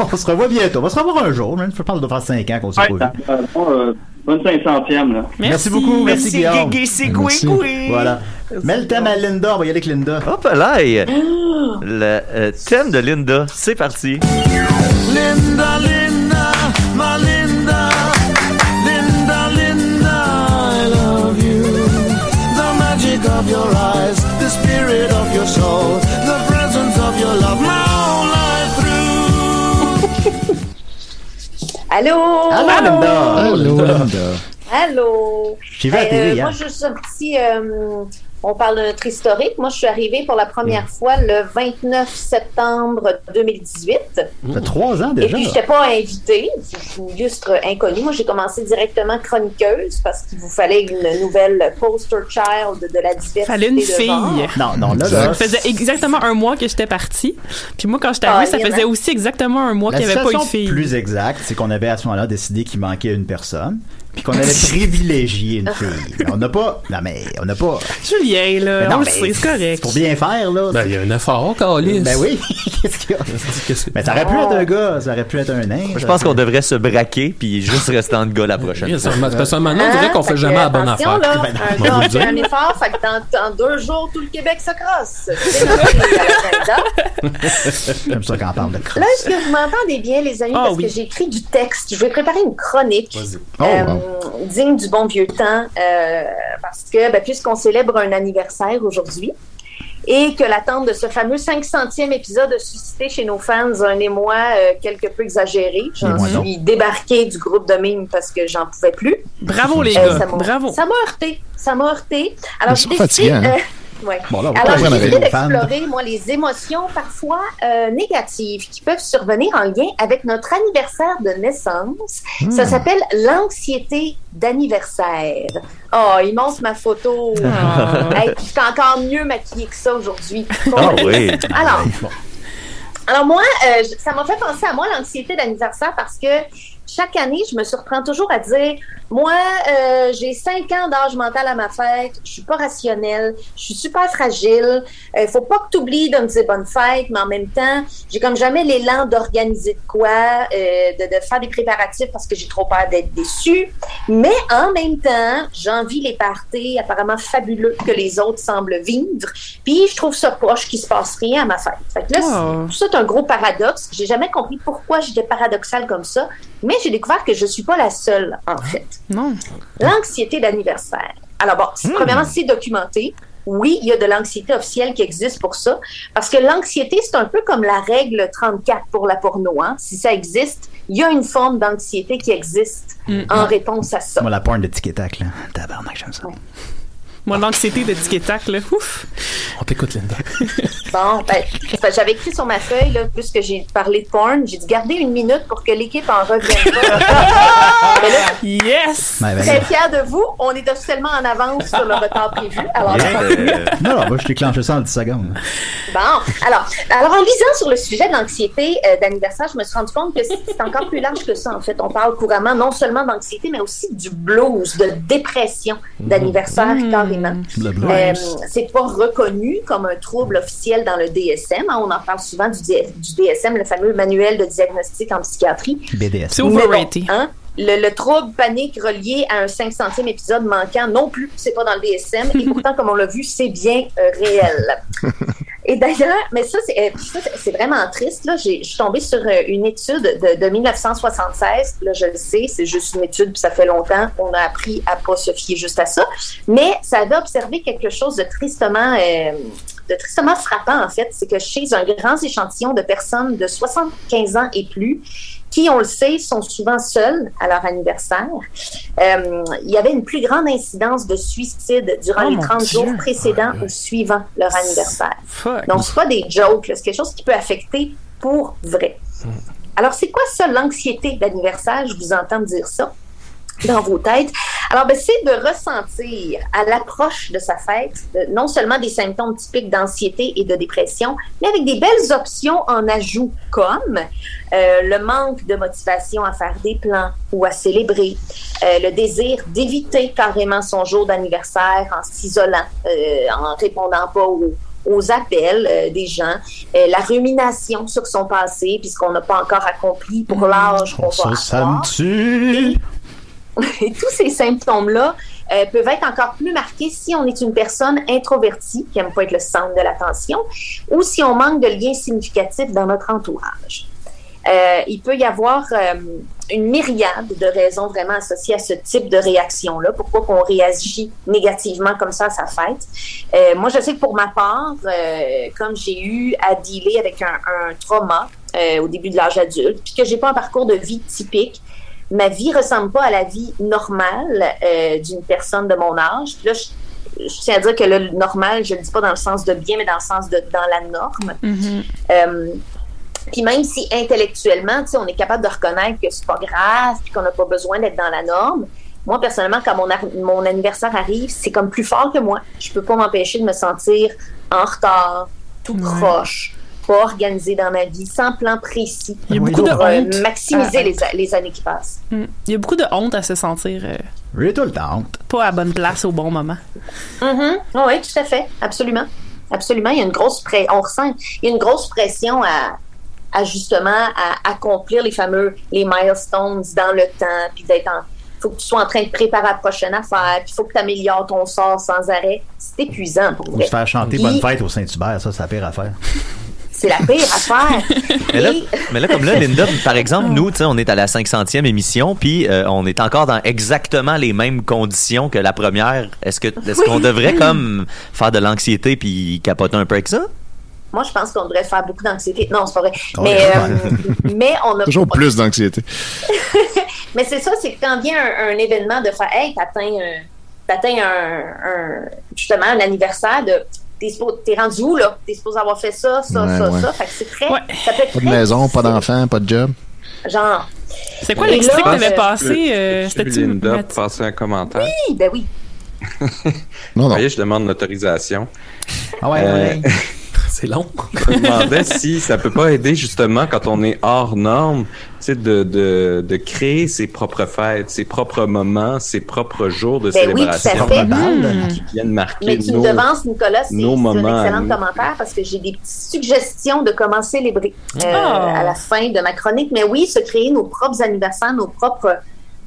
[SPEAKER 7] on se revoit bientôt. On va se revoir un jour. même. Je pense de faire 5 ans qu'on s'est
[SPEAKER 12] Ouais,
[SPEAKER 7] pas vu.
[SPEAKER 12] euh, bon, euh, bonne 500e, là.
[SPEAKER 7] Merci, beaucoup, merci, Guillaume.
[SPEAKER 11] Merci. Goué.
[SPEAKER 7] Voilà. Mets le thème à Linda, on va y aller avec Linda.
[SPEAKER 11] Hop là! hey. Le euh, thème de Linda, c'est parti.
[SPEAKER 1] Linda, Linda, my Linda. Linda, Linda, I love you. The magic of your eyes, the spirit of your soul, the presence of your love, my whole life through.
[SPEAKER 9] Allô?
[SPEAKER 7] Linda.
[SPEAKER 10] Allô, Linda.
[SPEAKER 9] Allô?
[SPEAKER 7] J'ai vu à la
[SPEAKER 9] Euh,
[SPEAKER 7] télé,
[SPEAKER 9] Moi,
[SPEAKER 7] hein.
[SPEAKER 9] j'ai juste un petit, euh, On parle de notre historique. Moi, je suis arrivée pour la
[SPEAKER 7] Mm.
[SPEAKER 9] première fois le 29 septembre 2018.
[SPEAKER 7] Ça fait trois ans
[SPEAKER 9] Et
[SPEAKER 7] déjà.
[SPEAKER 9] puis, je n'étais pas invitée, je vous illustre inconnu. Moi, j'ai commencé directement chroniqueuse parce qu'il vous fallait une nouvelle poster child de la diversité.
[SPEAKER 13] Fallait une
[SPEAKER 9] de genre.
[SPEAKER 13] fille.
[SPEAKER 7] Non, non, là,
[SPEAKER 13] Ça
[SPEAKER 7] là.
[SPEAKER 13] faisait exactement un mois que j'étais partie. Puis moi, quand j'étais arrivée,
[SPEAKER 9] Ah,
[SPEAKER 13] ça
[SPEAKER 9] il y en
[SPEAKER 13] faisait
[SPEAKER 9] a.
[SPEAKER 13] aussi exactement un mois
[SPEAKER 7] La
[SPEAKER 13] qu'il n'y avait pas eu de
[SPEAKER 7] situation
[SPEAKER 13] fille.
[SPEAKER 7] plus exacte, c'est qu'on avait à ce moment-là décidé qu'il manquait une personne, puis qu'on allait privilégier une fille. Mais on n'a pas. Non, mais on n'a pas.
[SPEAKER 13] Julien, là,
[SPEAKER 7] Mais non,
[SPEAKER 13] Euh, on le
[SPEAKER 7] mais
[SPEAKER 13] sait, c'est correct.
[SPEAKER 7] Pour bien faire, là.
[SPEAKER 5] Ben, il y a un effort, Calis.
[SPEAKER 7] Ben oui. Qu'est-ce qu'il y a? Mais ça aurait pu être un gars, ça aurait pu être un nain.
[SPEAKER 11] Je
[SPEAKER 7] ça
[SPEAKER 11] pense
[SPEAKER 7] aurait
[SPEAKER 11] qu'on devrait se braquer puis juste rester en gars la prochaine
[SPEAKER 5] Oui, ça,
[SPEAKER 11] fois.
[SPEAKER 5] ma- parce que maintenant, on dirait qu'on fait
[SPEAKER 9] que,
[SPEAKER 5] jamais la bonne
[SPEAKER 9] attention,
[SPEAKER 5] affaire.
[SPEAKER 9] Là,
[SPEAKER 5] Ben non,
[SPEAKER 9] un
[SPEAKER 5] on
[SPEAKER 9] gars
[SPEAKER 5] va
[SPEAKER 9] a
[SPEAKER 5] vous
[SPEAKER 9] fait un
[SPEAKER 5] dire.
[SPEAKER 9] effort, fait que dans, dans deux jours, tout le Québec se crosse. C'est l'agenda.
[SPEAKER 7] pu- J'aime ça quand on parle de
[SPEAKER 9] Là, est-ce que vous m'entendez bien, les amis,
[SPEAKER 7] Ah,
[SPEAKER 9] parce
[SPEAKER 7] oui.
[SPEAKER 9] que j'ai écrit du texte. Je vais préparer une chronique
[SPEAKER 7] Oh,
[SPEAKER 9] euh,
[SPEAKER 7] wow.
[SPEAKER 9] digne du bon vieux temps, euh, parce que ben, puisqu'on célèbre un anniversaire aujourd'hui et que l'attente de ce fameux 500e épisode a suscité chez nos fans un émoi euh, quelque peu exagéré. J'en
[SPEAKER 13] Émoi non.
[SPEAKER 9] suis débarquée du groupe de mimes parce que j'en pouvais plus. Euh,
[SPEAKER 13] Bravo, les gars.
[SPEAKER 9] ça m'a-
[SPEAKER 13] Bravo.
[SPEAKER 9] Ça m'a heurté. Ça m'a heurté. Alors,
[SPEAKER 7] Mais
[SPEAKER 9] j'ai
[SPEAKER 7] c'est pas
[SPEAKER 9] décidé,
[SPEAKER 7] fatigant, hein?
[SPEAKER 9] euh, ouais.
[SPEAKER 7] Bon, là, on va pas
[SPEAKER 9] Alors, j'ai
[SPEAKER 7] jouer avec
[SPEAKER 9] décidé
[SPEAKER 7] nos fans.
[SPEAKER 9] d'explorer, moi, les émotions parfois euh, négatives qui peuvent survenir en lien avec notre anniversaire de naissance.
[SPEAKER 3] Hmm.
[SPEAKER 9] Ça s'appelle l'anxiété d'anniversaire. Oh, il montre ma photo.
[SPEAKER 3] Ah.
[SPEAKER 9] Hey, puis je suis encore mieux maquillée que ça aujourd'hui.
[SPEAKER 3] Ah oui.
[SPEAKER 9] Alors, alors moi, euh, je- ça m'a fait penser à moi l'anxiété d'anniversaire parce que chaque année, je me surprends toujours à dire, moi, euh, j'ai cinq ans d'âge mental à ma fête, je suis pas rationnelle, je suis super fragile, euh, faut pas que tu oublies de me dire bonne fête, mais en même temps, j'ai comme jamais l'élan d'organiser de quoi, euh, de, de faire des préparatifs parce que j'ai trop peur d'être déçue. Mais en même temps, j'envie les parties apparemment fabuleux que les autres semblent vivre, puis je trouve ça poche qu'il se passe rien à ma fête. Fait que là, c'est-
[SPEAKER 3] Oh.
[SPEAKER 9] tout ça, c'est un gros paradoxe. J'ai jamais compris pourquoi j'étais paradoxale comme ça, mais j'ai découvert que je suis pas la seule, en fait.
[SPEAKER 13] Non.
[SPEAKER 9] L'anxiété d'anniversaire. Alors bon,
[SPEAKER 23] Hmm.
[SPEAKER 9] c'est- premièrement, c'est documenté. Oui, il y a de l'anxiété officielle qui existe pour ça, parce que l'anxiété, c'est un peu comme la règle 34 pour la porno. hein. Si ça existe, il y a une forme d'anxiété qui existe
[SPEAKER 7] Mm.
[SPEAKER 9] en réponse à ça.
[SPEAKER 7] Moi, la porn de tic et tac, là. Tabarnak, j'aime ça.
[SPEAKER 13] Mon anxiété de tic et tac, là. Ouf.
[SPEAKER 5] On t'écoute, Linda.
[SPEAKER 9] Bon, ben, c'est parce que j'avais écrit sur ma feuille, là, puisque j'ai parlé de porn, j'ai dit garder une minute pour que l'équipe en revienne pas. Mais là,
[SPEAKER 13] Yes!
[SPEAKER 7] Ben, ben,
[SPEAKER 9] Très fière de vous. On est officiellement en avance sur le retard prévu. Alors,
[SPEAKER 7] Yeah. Non, non, moi, je déclenche ça en 10 secondes.
[SPEAKER 9] bon. Alors, alors en lisant sur le sujet de l'anxiété euh, d'anniversaire, je me suis rendu compte que c'est c'est encore plus large que ça, en fait. On parle couramment non seulement d'anxiété, mais aussi du blues, de dépression d'anniversaire, carrément.
[SPEAKER 3] Le blues.
[SPEAKER 9] Euh, c'est pas reconnu comme un trouble officiel dans le DSM. hein. On en parle souvent du, D- du DSM, le fameux manuel de diagnostic en psychiatrie.
[SPEAKER 7] BDS.
[SPEAKER 9] Mais bon, hein, le, le trouble panique relié à un 500e épisode manquant non plus, c'est pas dans le DSM. Et pourtant, comme on l'a vu, c'est bien euh, réel. Et d'ailleurs, mais ça, c'est, euh, ça, c'est- c'est vraiment triste. Là. J'ai- Je suis tombée sur euh, une étude de, de 1976. Là, je le sais, c'est juste une étude, puis ça fait longtemps. On a appris à pas se fier juste à ça. Mais ça avait observé quelque chose de tristement, euh, de tristement frappant, en fait. C'est que chez un grand échantillon de personnes de 75 ans et plus, qui, on le sait, sont souvent seuls à leur anniversaire. Euh, il y avait une plus grande incidence de suicide durant
[SPEAKER 3] Oh,
[SPEAKER 9] les
[SPEAKER 3] mon
[SPEAKER 9] 30
[SPEAKER 3] Dieu.
[SPEAKER 9] jours précédents ou suivants leur anniversaire. Donc, c'est pas des jokes, là. c'est quelque chose qui peut affecter pour vrai. Alors, c'est quoi ça, l'anxiété d'anniversaire? Je vous entends me dire ça dans vos têtes. Alors, ben, c'est de ressentir à l'approche de sa fête euh, non seulement des symptômes typiques d'anxiété et de dépression, mais avec des belles options en ajout comme euh, le manque de motivation à faire des plans ou à célébrer, euh, le désir d'éviter carrément son jour d'anniversaire en s'isolant, euh, en répondant pas aux, aux appels euh, des gens, euh, la rumination sur son passé puisqu'on n'a pas encore accompli pour l'âge qu'on
[SPEAKER 7] Ça,
[SPEAKER 9] va
[SPEAKER 7] ça me tue.
[SPEAKER 9] et tous ces symptômes-là euh, peuvent être encore plus marqués si on est une personne introvertie, qui n'aime pas être le centre de l'attention, ou si on manque de liens significatifs dans notre entourage. Euh, il peut y avoir euh, une myriade de raisons vraiment associées à ce type de réaction-là. Pourquoi qu'on réagit négativement comme ça à sa fête? Euh, moi, je sais que pour ma part, euh, comme j'ai eu à dealer avec un, un trauma euh, au début de l'âge adulte, puis que j'ai pas un parcours de vie typique, ma vie ressemble pas à la vie normale euh, d'une personne de mon âge. Puis là, je- je tiens à dire que le normal, je ne le dis pas dans le sens de bien, mais dans le sens de dans la norme.
[SPEAKER 1] Mhm.
[SPEAKER 9] Euh, puis même si intellectuellement, tu sais, on est capable de reconnaître que c'est pas grave, puis qu'on n'a pas besoin d'être dans la norme. Moi personnellement, quand mon, ar- mon anniversaire arrive, c'est comme plus fort que moi. Je peux pas m'empêcher de me sentir en retard, tout croche, pas organisé dans ma vie, sans plan précis.
[SPEAKER 13] Il y a beaucoup de
[SPEAKER 9] pour, euh,
[SPEAKER 13] honte.
[SPEAKER 9] maximiser
[SPEAKER 13] Ah,
[SPEAKER 9] les, a- les années qui passent.
[SPEAKER 13] Mm. Il y a beaucoup de honte à se sentir euh,
[SPEAKER 7] J'ai tout le temps honte.
[SPEAKER 13] pas à la bonne place au bon moment.
[SPEAKER 9] Mhm. Oui, tout à fait. Absolument. Absolument. Il y a une grosse pression. On ressent il y a une grosse pression à, à justement à accomplir les fameux les milestones dans le temps, puis d'être en. faut que tu sois en train de préparer la prochaine affaire, puis faut que tu améliores ton sort sans arrêt. C'est épuisant pour
[SPEAKER 7] Ou
[SPEAKER 9] vrai.
[SPEAKER 7] se faire chanter
[SPEAKER 9] Puis,
[SPEAKER 7] Bonne fête au Saint-Hubert, ça, c'est la pire affaire.
[SPEAKER 9] C'est la pire affaire.
[SPEAKER 11] Mais là, mais là, comme là, Linda, par exemple, nous, tu sais, on est à la 500e émission, puis euh, on est encore dans exactement les mêmes conditions que la première. Est-ce que est-ce
[SPEAKER 9] Oui.
[SPEAKER 11] qu'on devrait comme faire de l'anxiété puis capoter un peu avec ça?
[SPEAKER 9] Moi, je pense qu'on devrait faire beaucoup d'anxiété. Non, c'est pas vrai.
[SPEAKER 11] Oh,
[SPEAKER 9] mais,
[SPEAKER 11] ouais.
[SPEAKER 9] euh, mais on a
[SPEAKER 10] Toujours plus d'anxiété.
[SPEAKER 9] Mais c'est ça, c'est que quand vient un, un événement de faire, hey, t'atteins un, t'atteins un, un- justement, un anniversaire de, t'es, suppo- t'es rendu où, là? T'es supposé avoir fait ça, ça,
[SPEAKER 10] Ouais,
[SPEAKER 9] ça,
[SPEAKER 10] ouais.
[SPEAKER 9] ça. Fait que c'est très, ça peut être
[SPEAKER 10] Pas de
[SPEAKER 9] très
[SPEAKER 10] maison, pas d'enfant, pas de job.
[SPEAKER 9] Genre.
[SPEAKER 13] C'est
[SPEAKER 9] quoi l'extrait que t'avais
[SPEAKER 13] passé, euh, c'était-tu
[SPEAKER 6] Linda
[SPEAKER 13] Mathi-
[SPEAKER 6] passer un commentaire.
[SPEAKER 9] Oui, ben oui.
[SPEAKER 10] Non, non.
[SPEAKER 6] Vous voyez, je demande l'autorisation. Euh,
[SPEAKER 7] Ah
[SPEAKER 9] ouais,
[SPEAKER 11] Euh,
[SPEAKER 9] ouais.
[SPEAKER 6] C'est long. je me demandais si ça peut pas aider justement quand on est hors norme, tu sais, de, de, de créer ses propres fêtes, ses propres moments, ses propres jours de
[SPEAKER 9] Ben oui, tout à
[SPEAKER 6] célébration
[SPEAKER 9] fait. Mmh.
[SPEAKER 6] qui viennent marquer
[SPEAKER 9] Mais tu
[SPEAKER 6] nos-
[SPEAKER 9] me devances, Nicolas, c'est,
[SPEAKER 6] nos
[SPEAKER 9] c'est
[SPEAKER 6] moments
[SPEAKER 9] un
[SPEAKER 6] à
[SPEAKER 9] excellent
[SPEAKER 6] nous.
[SPEAKER 9] commentaire parce que j'ai des petites suggestions de comment célébrer euh,
[SPEAKER 6] Ah.
[SPEAKER 9] à la fin de ma chronique. Mais oui, se créer nos propres anniversaires, nos propres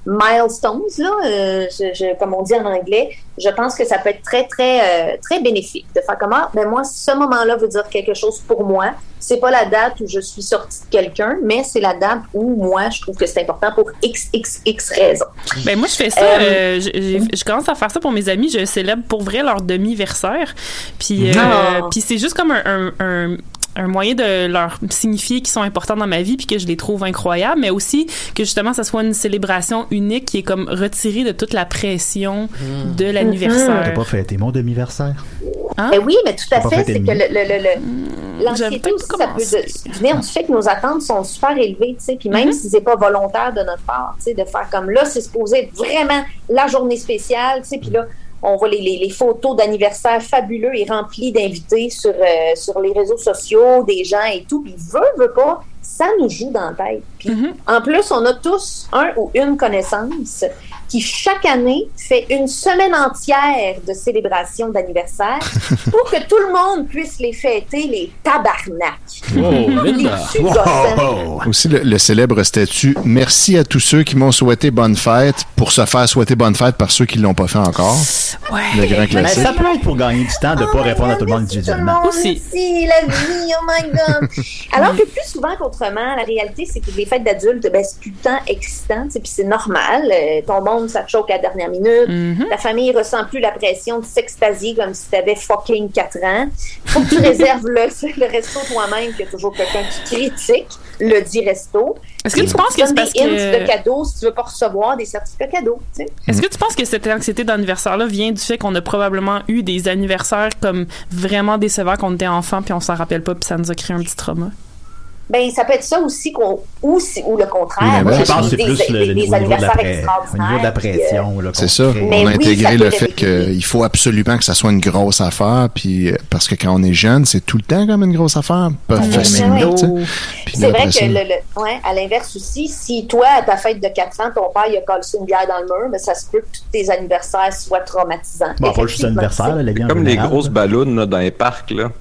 [SPEAKER 9] milestones, là, euh, je- je- comme on dit en anglais, je pense que ça peut être très, très, euh, très bénéfique de faire comment. Mais moi, ce moment-là veut dire quelque chose pour moi. C'est pas la date où je suis sortie de quelqu'un, mais c'est la date où moi, je trouve que c'est important pour XXX raisons.
[SPEAKER 13] Ben moi je fais ça,
[SPEAKER 9] Euh,
[SPEAKER 13] euh, j'ai- j'ai- je commence à faire ça pour mes amis, je célèbre pour vrai leur demi-versaire. Puis euh,
[SPEAKER 9] Ah.
[SPEAKER 13] puis c'est juste comme un, un- un- un moyen de leur signifier qu'ils sont importants dans ma vie puis que je les trouve incroyables, mais aussi que justement ça soit une célébration unique qui est comme retirée de toute la pression
[SPEAKER 9] Hmm.
[SPEAKER 13] de
[SPEAKER 7] T'as
[SPEAKER 13] l'anniversaire. Hein?
[SPEAKER 7] pas fêté mon demi-versaire.
[SPEAKER 9] Ben oui, mais tout à
[SPEAKER 7] Faut pas
[SPEAKER 9] fait.
[SPEAKER 7] fêter
[SPEAKER 9] C'est
[SPEAKER 7] le
[SPEAKER 9] que
[SPEAKER 7] mien.
[SPEAKER 9] le- le- le- le- l'anxiété aussi, ça peut de- venir du fait que nos attentes sont super élevées, tu sais. Puis même si c'est pas volontaire de notre part, tu sais, de faire comme là, c'est supposé être vraiment la journée spéciale, tu sais. Puis là, on voit les, les- les photos d'anniversaire fabuleux et remplis d'invités sur, euh, sur les réseaux sociaux, des gens et tout. Puis veut, veut pas, ça nous joue dans la tête. Puis en plus, on a tous un ou une connaissance qui chaque année fait une semaine entière de célébration d'anniversaire pour que tout le monde puisse les fêter, les tabarnaks.
[SPEAKER 10] Wow,
[SPEAKER 9] les
[SPEAKER 10] Linda.
[SPEAKER 9] sous-gossants.
[SPEAKER 10] Aussi le, le célèbre statut Merci à tous ceux qui m'ont souhaité bonne fête pour se faire souhaiter bonne fête par ceux qui l'ont pas fait encore. Le grand
[SPEAKER 7] Mais
[SPEAKER 10] classique.
[SPEAKER 7] Ben, ça peut être pour gagner du temps de
[SPEAKER 9] Ah,
[SPEAKER 7] pas répondre à tout le monde individuellement.
[SPEAKER 9] Merci, la vie, oh my God. Alors que plus souvent qu'autrement, la réalité, c'est que les fêtes d'adultes, ben, c'est tout le temps excitant, tu sais, puis c'est normal. Euh, ton monde, ça te choque à la dernière minute.
[SPEAKER 13] Mm-hmm.
[SPEAKER 9] Ta famille ressent plus la pression de s'extasier comme si t'avais fucking 4 ans. Faut que tu réserves le, le resto toi-même, qu'il y a toujours quelqu'un qui critique le dit resto.
[SPEAKER 13] Est-ce que
[SPEAKER 9] Et
[SPEAKER 13] tu
[SPEAKER 9] faut
[SPEAKER 13] penses que
[SPEAKER 9] donnes
[SPEAKER 13] c'est parce
[SPEAKER 9] des hints
[SPEAKER 13] que-
[SPEAKER 9] de cadeaux si tu veux pas recevoir des certificats cadeaux, tu sais?
[SPEAKER 13] Est-ce que tu penses que cette anxiété d'anniversaire-là vient du fait qu'on a probablement eu des anniversaires comme vraiment décevants qu'on était enfant puis on s'en rappelle pas puis ça nous a créé un petit trauma?
[SPEAKER 9] Ben, ça peut être ça aussi, qu'on, ou, si- ou
[SPEAKER 10] Oui,
[SPEAKER 9] le
[SPEAKER 10] mais
[SPEAKER 9] contraire.
[SPEAKER 10] moi,
[SPEAKER 9] Moi,
[SPEAKER 10] je pense
[SPEAKER 9] j'ai
[SPEAKER 10] que c'est
[SPEAKER 9] des-
[SPEAKER 10] plus le-
[SPEAKER 9] des-
[SPEAKER 10] le
[SPEAKER 9] des
[SPEAKER 10] niveau de la
[SPEAKER 9] anniversaires
[SPEAKER 10] pré-
[SPEAKER 9] extraordinaires,
[SPEAKER 7] Au niveau de la
[SPEAKER 9] puis, euh,
[SPEAKER 7] pression, là, qu'on
[SPEAKER 10] C'est ça.
[SPEAKER 7] crée.
[SPEAKER 10] On a
[SPEAKER 9] oui,
[SPEAKER 10] intégré
[SPEAKER 9] ça
[SPEAKER 10] le
[SPEAKER 9] peut
[SPEAKER 10] fait qu'il faut absolument que ça soit une grosse affaire, puis euh, parce que quand on est jeune, c'est tout le temps comme une grosse affaire. Pas
[SPEAKER 9] Ouais,
[SPEAKER 10] facilement,
[SPEAKER 9] ouais.
[SPEAKER 10] tu sais. Puis là,
[SPEAKER 9] Oh. C'est vrai
[SPEAKER 10] après ça-
[SPEAKER 9] que, le, le- ouais, à l'inverse aussi, si toi, à ta fête de 4 ans, ton père, il a collé une bière dans le mur, mais ça se peut que tous tes anniversaires soient traumatisants.
[SPEAKER 7] Bon, pas juste l'anniversaire, là, les biens.
[SPEAKER 6] Comme les grosses ballons là, dans les parcs, là.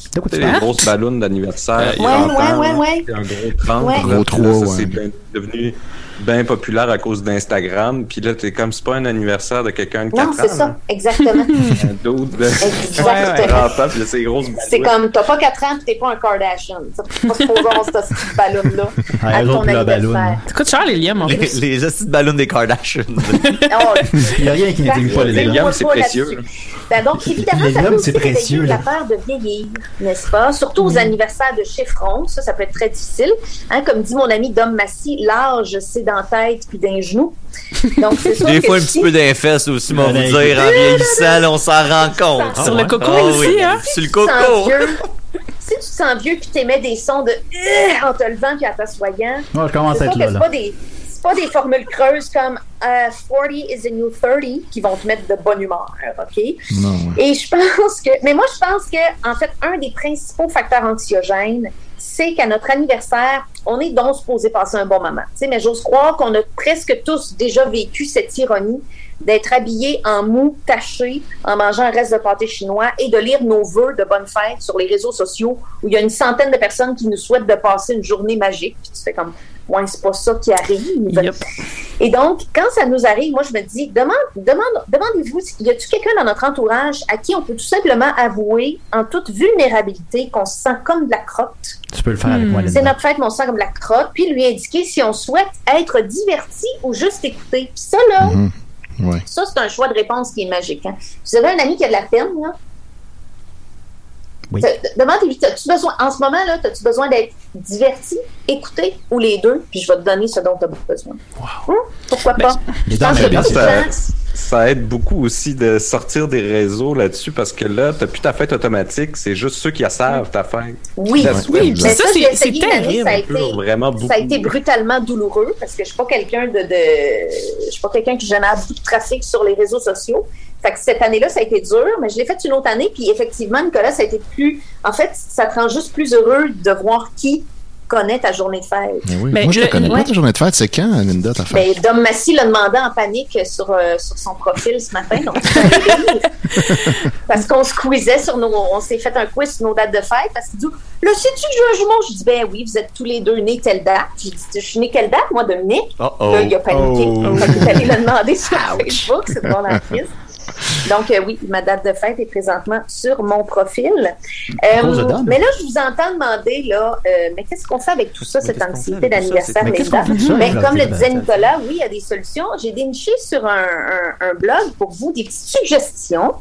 [SPEAKER 7] Tu
[SPEAKER 6] sais, les
[SPEAKER 7] parles?
[SPEAKER 6] grosses ballons d'anniversaire.
[SPEAKER 9] Ouais, ouais, ouais, ouais.
[SPEAKER 6] Un gros 30.
[SPEAKER 9] Ouais.
[SPEAKER 6] là,
[SPEAKER 9] Gros
[SPEAKER 6] puis là,
[SPEAKER 10] trois,
[SPEAKER 6] ça,
[SPEAKER 10] ouais.
[SPEAKER 6] C'est ben- devenu bien populaire à cause d'Instagram. Puis là, t'es comme, c'est pas un anniversaire de quelqu'un de 4
[SPEAKER 9] Non,
[SPEAKER 6] ans.
[SPEAKER 9] c'est ça,
[SPEAKER 6] hein.
[SPEAKER 9] exactement.
[SPEAKER 6] Un dude de
[SPEAKER 9] Exactement.
[SPEAKER 6] 30 ans, puis là, c'est grosse ballon.
[SPEAKER 9] C'est comme, t'as pas 4 ans, pis t'es pas un Kardashian. T'sais, Pas supposé avoir ce petit ballon-là
[SPEAKER 11] Ah,
[SPEAKER 9] à
[SPEAKER 11] eux
[SPEAKER 9] ton
[SPEAKER 11] autres, le ballon,
[SPEAKER 9] anniversaire.
[SPEAKER 13] Ça coûte cher, les liens, en
[SPEAKER 11] Les,
[SPEAKER 13] plus.
[SPEAKER 11] les hosties de ballons des Kardashians.
[SPEAKER 9] Il
[SPEAKER 7] n'y a rien qui
[SPEAKER 11] n'indique
[SPEAKER 9] pas les Les liens. liens, Oh, c'est précieux. Ben donc, évidemment,
[SPEAKER 11] Les
[SPEAKER 9] ça peut
[SPEAKER 11] hommes,
[SPEAKER 9] aussi
[SPEAKER 11] c'est précieux,
[SPEAKER 9] réveiller
[SPEAKER 11] là. Mhm.
[SPEAKER 9] l'affaire de vieillir, n'est-ce pas? Surtout aux anniversaires de chiffrons, ça, ça peut être très difficile. Hein, comme dit mon ami Dom Massy, l'âge, c'est dans la tête puis dans les genoux. Donc, c'est sûr
[SPEAKER 11] Des
[SPEAKER 9] que
[SPEAKER 11] fois, un
[SPEAKER 9] si-
[SPEAKER 11] petit peu d'infest aussi, moi, vous
[SPEAKER 9] Ouais,
[SPEAKER 11] dire, en
[SPEAKER 9] ouais.
[SPEAKER 11] vieillissant, là, on s'en rend compte.
[SPEAKER 9] Sur le coco
[SPEAKER 11] Ah
[SPEAKER 9] aussi,
[SPEAKER 11] oui.
[SPEAKER 9] hein?
[SPEAKER 11] Sur le
[SPEAKER 9] tu te sens
[SPEAKER 11] coco.
[SPEAKER 9] vieux- si tu te sens vieux puis t'émets des sons de Euh en te levant puis en t'assoyant,
[SPEAKER 7] Ouais, je commence
[SPEAKER 9] c'est
[SPEAKER 7] à être
[SPEAKER 9] sûr
[SPEAKER 7] là,
[SPEAKER 9] que c'est
[SPEAKER 7] là.
[SPEAKER 9] pas des c'est pas des formules creuses comme euh, 40 is a new 30 qui vont te mettre de bonne humeur, OK?
[SPEAKER 10] Non.
[SPEAKER 9] Et je pense que, mais moi, je pense que, en fait, un des principaux facteurs anxiogènes, c'est qu'à notre anniversaire, on est donc supposé passer un bon moment. Tu sais, mais j'ose croire qu'on a presque tous déjà vécu cette ironie d'être habillé en mou taché en mangeant un reste de pâté chinois et de lire nos vœux de bonne fête sur les réseaux sociaux où il y a une centaine de personnes qui nous souhaitent de passer une journée magique. Puis tu fais comme, ouais, c'est pas ça qui arrive. Et donc, quand ça nous arrive, moi, je me dis, demande, demande, demandez-vous, y a-t-il quelqu'un dans notre entourage à qui on peut tout simplement avouer, en toute vulnérabilité, qu'on se sent comme de la crotte?
[SPEAKER 7] Tu peux Mm. le faire avec moi,
[SPEAKER 9] C'est
[SPEAKER 7] Linda.
[SPEAKER 9] notre fête, mais on se sent comme de la crotte, puis lui indiquer si on souhaite être diverti ou juste écouté. Puis ça, là,
[SPEAKER 7] Mm-hmm.
[SPEAKER 10] Ouais.
[SPEAKER 9] ça, c'est un choix de réponse qui est magique. hein. Vous avez un ami qui a de la peine, là?
[SPEAKER 7] Oui.
[SPEAKER 9] Te- Demande-lui, as-tu besoin, en ce moment, là, as-tu besoin d'être diverti, écouté ou les deux? Puis je vais te donner ce dont tu as besoin. Hum? Pourquoi pas? Je
[SPEAKER 6] Ça,
[SPEAKER 9] pense que beaucoup de gens-
[SPEAKER 6] ça aide beaucoup aussi de sortir des réseaux là-dessus parce que là, t'as plus ta fête automatique, c'est juste ceux qui la savent ta fête.
[SPEAKER 9] Oui,
[SPEAKER 7] Ben,
[SPEAKER 6] La souhaite,
[SPEAKER 9] oui,
[SPEAKER 6] genre.
[SPEAKER 9] mais ça, j'ai essayé une année, ça a été,
[SPEAKER 6] Vraiment beaucoup.
[SPEAKER 9] ça a été brutalement douloureux parce que je suis pas quelqu'un de, de- je suis pas quelqu'un qui génère beaucoup de trafic sur les réseaux sociaux. Fait que cette année-là, ça a été dur, mais je l'ai fait une autre année, puis effectivement, Nicolas, ça a été plus. En fait, ça te rend juste plus heureux de voir qui connaît ta journée de fête.
[SPEAKER 10] Mais oui. Moi, je la connais pas, ta journée de fête. C'est quand, Linda, ta fête?
[SPEAKER 9] Ben, Dom Massy l'a demandé en panique sur, euh, sur son profil ce matin, donc je suis allée lire. Parce qu'on se quizait sur nos. On s'est fait un quiz sur nos dates de fête parce qu'il dit Là, sais-tu que je veux un jumeau Je dis Ben oui, vous êtes tous les deux nés telle date. J'ai dit Je suis née quelle date, moi, Dominique
[SPEAKER 1] Uh-oh.
[SPEAKER 9] Là, il a paniqué.
[SPEAKER 1] Oh.
[SPEAKER 9] Fait qu'il est allé le demander sur Facebook, c'est de la crise. Donc, euh, oui, ma date de fête est présentement sur mon profil. Euh,
[SPEAKER 1] À cause de Dom.
[SPEAKER 9] mais là, je vous entends demander, là, euh, mais qu'est-ce qu'on fait avec tout ça, cette anxiété d'anniversaire,
[SPEAKER 1] Mais qu'est-ce
[SPEAKER 9] Linda?
[SPEAKER 1] qu'on fait de ça,
[SPEAKER 9] Ben,
[SPEAKER 1] avec
[SPEAKER 9] comme le
[SPEAKER 1] l'anxiété
[SPEAKER 9] disait
[SPEAKER 1] d'anniversaire?
[SPEAKER 9] Nicolas, oui, il y a des solutions. J'ai déniché sur un, un- un blog pour vous des petites suggestions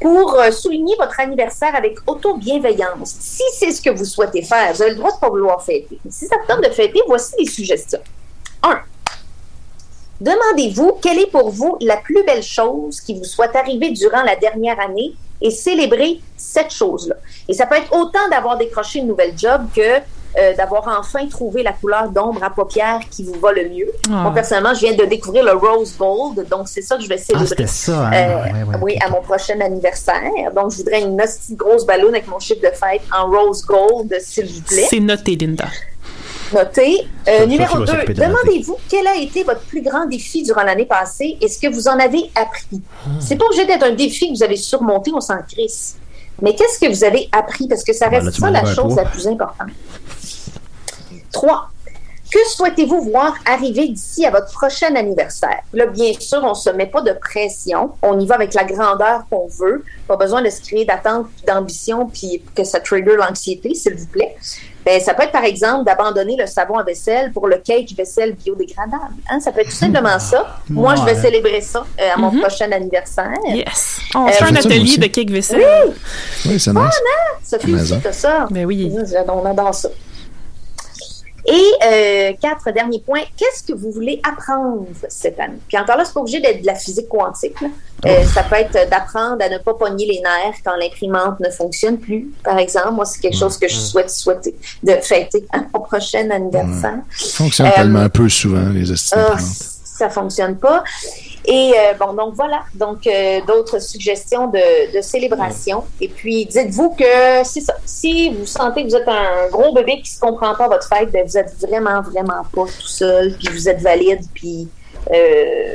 [SPEAKER 9] pour euh, souligner votre anniversaire avec auto-bienveillance. Si c'est ce que vous souhaitez faire, vous avez le droit de ne pas vouloir fêter. Mais Si ça vous tente de fêter, voici des suggestions. 1. Demandez-vous quelle est pour vous la plus belle chose qui vous soit arrivée durant la dernière année et célébrez cette chose-là. Et ça peut être autant d'avoir décroché une nouvelle job que euh, d'avoir enfin trouvé la couleur d'ombre à paupières qui vous va le mieux.
[SPEAKER 7] Ah.
[SPEAKER 9] Moi, personnellement, je viens de découvrir le Rose Gold, donc c'est ça que je vais célébrer.
[SPEAKER 7] c'était ça, hein?
[SPEAKER 9] Euh,
[SPEAKER 7] Ouais, ouais,
[SPEAKER 9] oui, à mon prochain anniversaire. Donc, je voudrais une hostie de grosse ballonne avec mon chiffre de fête en Rose Gold, s'il vous plaît.
[SPEAKER 13] C'est noté, Linda.
[SPEAKER 9] Noté. Euh,
[SPEAKER 13] Ça, ça,
[SPEAKER 9] numéro
[SPEAKER 13] tu vas
[SPEAKER 9] 2.
[SPEAKER 13] s'occuper de la
[SPEAKER 9] Demandez-vous quel a été votre plus grand défi durant l'année passée et ce que vous en avez appris.
[SPEAKER 1] Ah.
[SPEAKER 9] C'est pas obligé d'être un défi que vous avez surmonté, on s'en crisse. Mais qu'est-ce que vous avez appris? Parce que ça
[SPEAKER 1] Ah, là,
[SPEAKER 9] reste
[SPEAKER 1] tu
[SPEAKER 9] ça la
[SPEAKER 1] m'enlèves un
[SPEAKER 9] chose
[SPEAKER 1] poids.
[SPEAKER 9] la plus importante. 3. Que souhaitez-vous voir arriver d'ici à votre prochain anniversaire? Là, bien sûr, on ne se met pas de pression. On y va avec la grandeur qu'on veut. Pas besoin de se créer d'attente, puis d'ambition, puis que ça trigger l'anxiété, s'il vous plaît. Ben, ça peut être, par exemple, d'abandonner le savon à vaisselle pour le cake vaisselle biodégradable. Hein? Ça peut être tout simplement ça. Moi, je vais
[SPEAKER 13] Ouais. Mm-hmm.
[SPEAKER 9] célébrer ça euh, à mon prochain anniversaire.
[SPEAKER 13] Yes. On fait un
[SPEAKER 9] je-
[SPEAKER 13] atelier de cake vaisselle.
[SPEAKER 9] Oui!
[SPEAKER 10] Oui, c'est
[SPEAKER 9] Ah,
[SPEAKER 10] nice.
[SPEAKER 9] non! Sophie
[SPEAKER 10] Mais
[SPEAKER 9] aussi,
[SPEAKER 10] hein.
[SPEAKER 9] t'as ça. Mais oui. On adore ça. Et euh, quatre derniers points. Qu'est-ce que vous voulez apprendre cette année? Puis encore là, c'est pas obligé d'être de la physique quantique. là. Euh, ça peut être d'apprendre à ne pas pogner les nerfs quand l'imprimante ne fonctionne plus, par exemple. Moi, c'est quelque chose que je souhaite souhaiter de fêter à mon prochain anniversaire.
[SPEAKER 10] Ça fonctionne
[SPEAKER 9] Euh,
[SPEAKER 10] tellement peu souvent, les
[SPEAKER 9] ah,
[SPEAKER 10] estimations.
[SPEAKER 9] ça fonctionne pas. Et euh, bon, donc voilà. Donc, euh, d'autres suggestions de, de célébration. Et puis, dites-vous que c'est ça. Si vous sentez que vous êtes un gros bébé qui se comprend pas à votre fête, ben, vous êtes vraiment, vraiment pas tout seul. Puis, vous êtes valide. Puis, euh,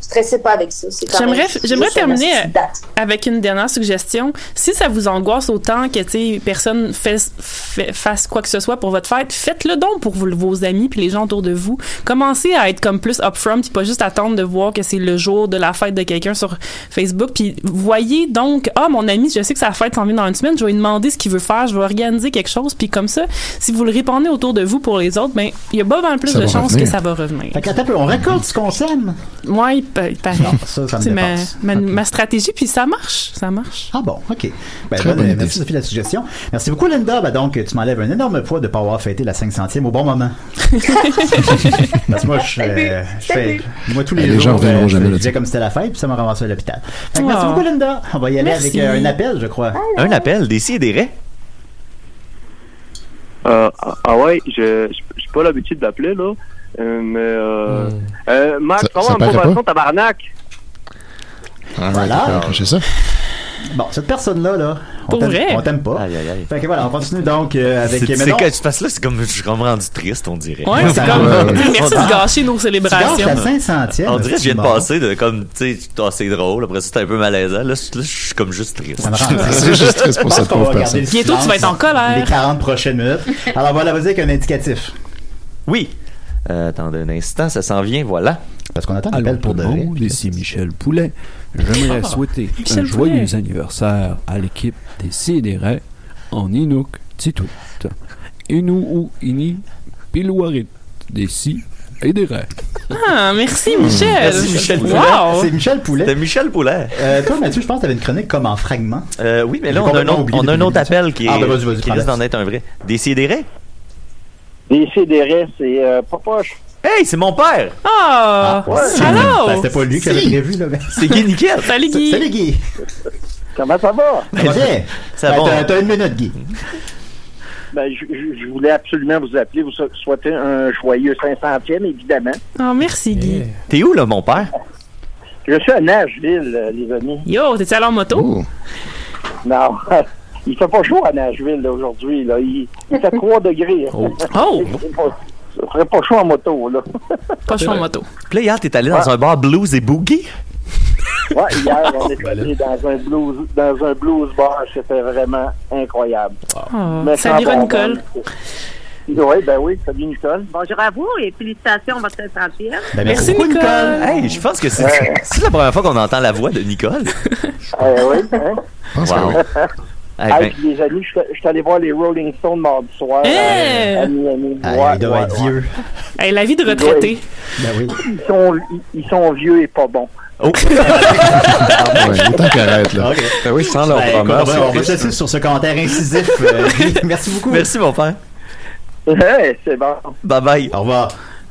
[SPEAKER 9] stressez pas avec ça. C'est quand même
[SPEAKER 13] J'aimerais,
[SPEAKER 9] juste
[SPEAKER 13] j'aimerais
[SPEAKER 9] une
[SPEAKER 13] terminer euh,
[SPEAKER 9] petite date.
[SPEAKER 13] avec une dernière suggestion. Si ça vous angoisse autant que tu sais, personne fait- fait- fasse quoi que ce soit pour votre fête, faites-le donc pour vous- vos amis puis les gens autour de vous. Commencez à être comme plus upfront puis pas juste attendre de voir que c'est le jour de la fête de quelqu'un sur Facebook. Puis voyez donc, ah mon ami, je sais que sa fête s'en vient dans une semaine, je vais lui demander ce qu'il veut faire, je vais organiser quelque chose. Puis comme ça, si vous le répandez autour de vous pour les autres, ben il y a pas mal plus
[SPEAKER 7] Ça
[SPEAKER 13] de
[SPEAKER 7] va
[SPEAKER 13] chances que
[SPEAKER 7] revenir.
[SPEAKER 13] ça va revenir.
[SPEAKER 7] Fait qu'attends un peu, on raconte ce qu'on sème.
[SPEAKER 13] Ouais, pe- Ça, il paraît.
[SPEAKER 7] Non, ça, ça me
[SPEAKER 13] C'est ma,
[SPEAKER 7] dépasse.
[SPEAKER 13] ma, ma stratégie, puis ça marche. Ça marche.
[SPEAKER 7] Ah bon, OK. Ben,
[SPEAKER 13] Très
[SPEAKER 7] bonne-
[SPEAKER 13] bonne idée.
[SPEAKER 7] merci Sophie de la suggestion. Merci beaucoup Linda. Ben, donc, tu m'enlèves un énorme poids de ne pas avoir fêté la 500e au bon moment. Parce que moi, je, euh, je fais, moi tous les,
[SPEAKER 10] Eh, les gens
[SPEAKER 7] jours, euh,
[SPEAKER 10] reviendront
[SPEAKER 7] je
[SPEAKER 10] jamais là-dessus.
[SPEAKER 7] disais comme c'était la fête, puis ça m'a ramassé à l'hôpital. Fait que Merci
[SPEAKER 22] Oh.
[SPEAKER 7] beaucoup Linda. On va y aller
[SPEAKER 22] Merci.
[SPEAKER 7] avec euh, un appel, je crois.
[SPEAKER 22] Un appel, des si et des raies.
[SPEAKER 3] Euh, ah- ah ouais, je n'ai pas l'habitude d'appeler, là. Euh, mais. Euh,
[SPEAKER 7] Hmm.
[SPEAKER 3] euh, Max,
[SPEAKER 10] Ça-
[SPEAKER 3] comment
[SPEAKER 10] ça
[SPEAKER 3] un
[SPEAKER 10] paraît
[SPEAKER 3] beau
[SPEAKER 10] pas?
[SPEAKER 3] bâton, tabarnak?
[SPEAKER 10] Voilà. Ah, ça.
[SPEAKER 7] Bon, cette personne-là, là, on
[SPEAKER 3] Pour
[SPEAKER 7] t'aime-
[SPEAKER 3] vrai?
[SPEAKER 7] on t'aime pas.
[SPEAKER 11] Aïe, aïe, aïe.
[SPEAKER 7] Fait que voilà, on continue donc euh, avec...
[SPEAKER 11] C'est-
[SPEAKER 7] mais
[SPEAKER 11] c'est
[SPEAKER 7] non,
[SPEAKER 11] que tu passes là, c'est comme je suis comme rendu triste, on dirait.
[SPEAKER 13] Ouais, c'est comme. euh, Merci de gâcher nos célébrations.
[SPEAKER 7] Tu gâches la 500e,
[SPEAKER 11] On dirait que je viens de
[SPEAKER 7] petit mort.
[SPEAKER 11] passer de comme, tu sais, ah, c'est drôle, après ça, c'était un peu malaisant. Là, je là, je suis comme juste triste.
[SPEAKER 7] Je pense qu'on va garder le
[SPEAKER 13] Bientôt, tu vas être en colère.
[SPEAKER 7] Les 40 prochaines minutes. Alors voilà, vas-y avec un indicatif.
[SPEAKER 11] Oui. Euh, attendez un instant, ça s'en vient, voilà.
[SPEAKER 7] Parce qu'on attend
[SPEAKER 11] l'appel
[SPEAKER 19] pour de vrai. Ici Michel Poulet. J'aimerais souhaiter
[SPEAKER 11] Ah. Michel
[SPEAKER 19] un joyeux
[SPEAKER 11] Poulet.
[SPEAKER 19] anniversaire à l'équipe des Sidérés en Inuk Titut. Inu ou Ini Pilouarit des Si et des Raies.
[SPEAKER 13] Ah, merci, Michel. Wow.
[SPEAKER 7] C'est Michel Poulet. C'était
[SPEAKER 11] Michel Poulet.
[SPEAKER 7] Euh, toi, Mathieu, je pense que tu avais une chronique comme en fragments.
[SPEAKER 11] Euh, oui, mais
[SPEAKER 7] J'ai
[SPEAKER 11] là, on a un
[SPEAKER 7] complètement
[SPEAKER 11] autre,
[SPEAKER 7] oublié
[SPEAKER 11] on a un
[SPEAKER 7] depuis
[SPEAKER 11] autre
[SPEAKER 7] l'émission.
[SPEAKER 11] appel qui, est,
[SPEAKER 7] Ah, ben, vas-y, vas-y,
[SPEAKER 11] qui
[SPEAKER 7] prends
[SPEAKER 11] risque
[SPEAKER 7] la
[SPEAKER 11] d'en être un vrai. Décidérez.
[SPEAKER 26] Décidérez, c'est euh, pas poche.
[SPEAKER 11] Hey, c'est mon père!
[SPEAKER 13] Ah!
[SPEAKER 26] Allô?
[SPEAKER 7] Ben, C'était pas lui qui avait
[SPEAKER 26] Si.
[SPEAKER 7] prévu, là. mais-
[SPEAKER 11] C'est Guy Nickel.
[SPEAKER 13] Salut, Guy.
[SPEAKER 7] Salut, Guy.
[SPEAKER 26] Comment ça va?
[SPEAKER 7] Très bien.
[SPEAKER 26] Ça
[SPEAKER 7] Ben,
[SPEAKER 26] va.
[SPEAKER 7] t'as- T'as une minute, Guy.
[SPEAKER 26] Ben, je, je- je voulais absolument vous appeler, vous sou- souhaiter un joyeux 500e, évidemment.
[SPEAKER 13] Oh, merci, Guy.
[SPEAKER 11] T'es où, là, mon père?
[SPEAKER 26] Je suis à Nashville, euh, les amis.
[SPEAKER 13] Yo, t'es-tu allé en moto?
[SPEAKER 26] Non, il fait pas chaud à Nashville là, aujourd'hui. Là. Il, il fait 3 degrés.
[SPEAKER 11] Oh.
[SPEAKER 26] Ça ferait pas chaud en moto, là.
[SPEAKER 13] Pas
[SPEAKER 26] chaud en moto.
[SPEAKER 11] Puis là, hier, t'es allé dans un bar blues et boogie?
[SPEAKER 26] Ouais, hier, on est allé dans un blues, dans un blues bar. C'était vraiment incroyable.
[SPEAKER 13] Oh,
[SPEAKER 26] Mais
[SPEAKER 13] salut,
[SPEAKER 26] sans bon
[SPEAKER 13] Nicole.
[SPEAKER 26] sens. Oui, ben oui, salut Nicole.
[SPEAKER 4] Bonjour à vous et félicitations, votre 500e.
[SPEAKER 11] Ben, Hey, je pense que c'est c'est la première fois qu'on entend la voix de Nicole.
[SPEAKER 26] Euh, oui, hein?
[SPEAKER 11] pense Wow. que oui. Eh
[SPEAKER 26] Ah,
[SPEAKER 11] ben.
[SPEAKER 26] puis les amis, je suis- je suis allé voir les Rolling Stones mardi soir
[SPEAKER 13] Hey!
[SPEAKER 26] à, à Miami.
[SPEAKER 7] Ah,
[SPEAKER 26] Ouais,
[SPEAKER 7] il doit
[SPEAKER 26] ouais,
[SPEAKER 7] être
[SPEAKER 26] ouais.
[SPEAKER 7] vieux.
[SPEAKER 13] Hey, la vie de retraité.
[SPEAKER 7] oui.
[SPEAKER 26] Ben Ils sont, ils- ils sont vieux et pas bons.
[SPEAKER 13] Oh.
[SPEAKER 10] Ouais, autant qu'elle arrête, là.
[SPEAKER 11] Ben oui, sans
[SPEAKER 7] Ben, écoute, on va- on va se laisser sur ce commentaire incisif. euh, Guy. Merci beaucoup.
[SPEAKER 11] Merci, mon père.
[SPEAKER 26] Ouais, c'est bon.
[SPEAKER 11] Bye bye.
[SPEAKER 7] Au revoir.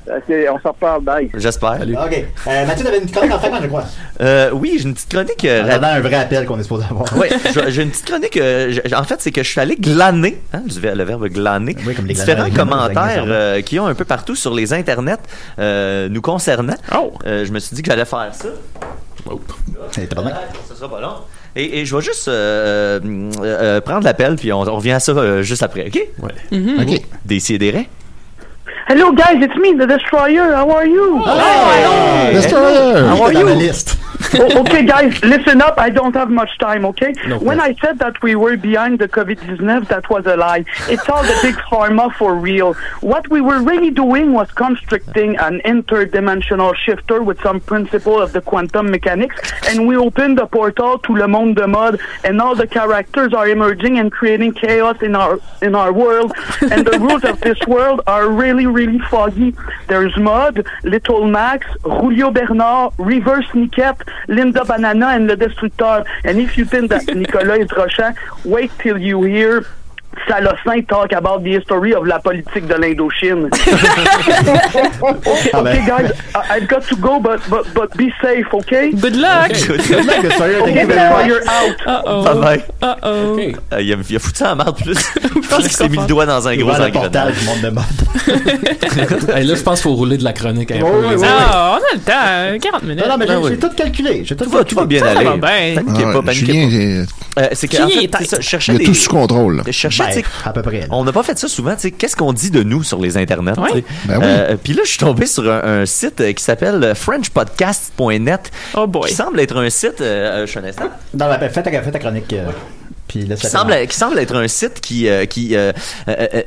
[SPEAKER 26] Ok, on s'en reparle, bye.
[SPEAKER 11] J'espère.
[SPEAKER 7] OK. Euh, Mathieu, t'avais une chronique en fragments, je crois.
[SPEAKER 11] Euh, oui, j'ai une petite chronique. euh,
[SPEAKER 7] Attendant un vrai appel qu'on est supposé avoir.
[SPEAKER 11] Oui, j'ai une petite chronique. euh, j'ai- en fait, c'est que je suis allé glaner, hein, le ver- le verbe glaner,
[SPEAKER 7] les
[SPEAKER 11] différents
[SPEAKER 7] glaneurs,
[SPEAKER 11] commentaires
[SPEAKER 7] les glaneurs.
[SPEAKER 11] euh, qui ont un peu partout sur les internets euh, nous concernant.
[SPEAKER 13] Oh.
[SPEAKER 11] Euh, je me suis dit que j'allais faire ça.
[SPEAKER 7] Eh,
[SPEAKER 11] Ça sera pas long. Et, et je vais juste euh, euh, euh, prendre l'appel, puis on, on revient à ça euh, juste après, OK? Ouais.
[SPEAKER 26] Mhm.
[SPEAKER 7] Mm-hmm.
[SPEAKER 11] OK. Décidérez.
[SPEAKER 26] Hello guys, it's me, the Destroyer. How are you?
[SPEAKER 11] Hey!
[SPEAKER 26] Destroyer.
[SPEAKER 11] How are you?
[SPEAKER 26] Oh, okay, guys, listen up. I don't have much time, okay?
[SPEAKER 11] No
[SPEAKER 26] when I said that we were behind the COVID 19, that was a lie. It's all the big pharma for real. What we were really doing was constructing an interdimensional shifter with some principle of the quantum mechanics, and we opened the portal to Le Monde de Mode, and all the characters are emerging and creating chaos in our in our world. And the rules of this world are really, really foggy. There's Mud, Little Max, Julio Bernard, Reverse Niket, Linda Banana, and Le Destructeur. And if you think that Nicolas is Rochant, wait till you hear Salocin talk about the history of la politique de l'Indochine. okay, okay, guys, I- I've got to go, but but but be safe, okay?
[SPEAKER 13] Good luck.
[SPEAKER 11] Okay. Good luck, Destroyer. Thank
[SPEAKER 26] Okay,
[SPEAKER 11] you very much.
[SPEAKER 26] Destroyer out.
[SPEAKER 13] Uh-oh.
[SPEAKER 11] Bye-bye.
[SPEAKER 13] Uh-oh.
[SPEAKER 11] Euh, il, a, il a foutu ça en marde plus. je pense qu'il s'est mis le doigt dans un
[SPEAKER 7] Il
[SPEAKER 11] gros
[SPEAKER 7] ouvre le
[SPEAKER 11] engrenage.
[SPEAKER 7] portail du monde de mode.
[SPEAKER 5] Hey, là, je pense qu'il faut rouler de la chronique un peu.
[SPEAKER 7] Ouais, ouais,
[SPEAKER 5] les
[SPEAKER 7] ouais.
[SPEAKER 5] amis.
[SPEAKER 13] Ah, on a le temps. euh, 40 minutes.
[SPEAKER 7] Non, non, mais j'ai
[SPEAKER 5] Ah oui.
[SPEAKER 7] j'ai tout calculé. J'ai tout,
[SPEAKER 11] Tout va, tout va bien
[SPEAKER 13] Ça
[SPEAKER 11] aller.
[SPEAKER 13] va bien.
[SPEAKER 11] Paniquez
[SPEAKER 10] Ah,
[SPEAKER 11] pas, paniquez
[SPEAKER 10] Julien,
[SPEAKER 11] pas. ben, Euh, c'est que, en
[SPEAKER 13] Julien
[SPEAKER 11] fait,
[SPEAKER 13] est
[SPEAKER 11] c'est ça, je cherchais
[SPEAKER 10] Il y a
[SPEAKER 11] des-
[SPEAKER 10] tout sous contrôle, là.
[SPEAKER 11] Je cherchais,
[SPEAKER 10] Ben,
[SPEAKER 11] tu sais,
[SPEAKER 7] à peu près.
[SPEAKER 11] On n'a pas fait ça souvent, tu sais, qu'est-ce qu'on dit de nous sur les internets, tu sais.
[SPEAKER 10] Ben oui.
[SPEAKER 11] Euh, Puis là, je suis tombé sur un, un site euh, qui s'appelle euh, frenchpodcast.net, qui semble être un site, euh, euh, je suis un instant.
[SPEAKER 7] Non, mais fais ta, fais ta chronique. euh. Puis là,
[SPEAKER 11] Qui
[SPEAKER 7] ça
[SPEAKER 11] semble, qui semble être un site qui, euh, qui euh, euh, euh,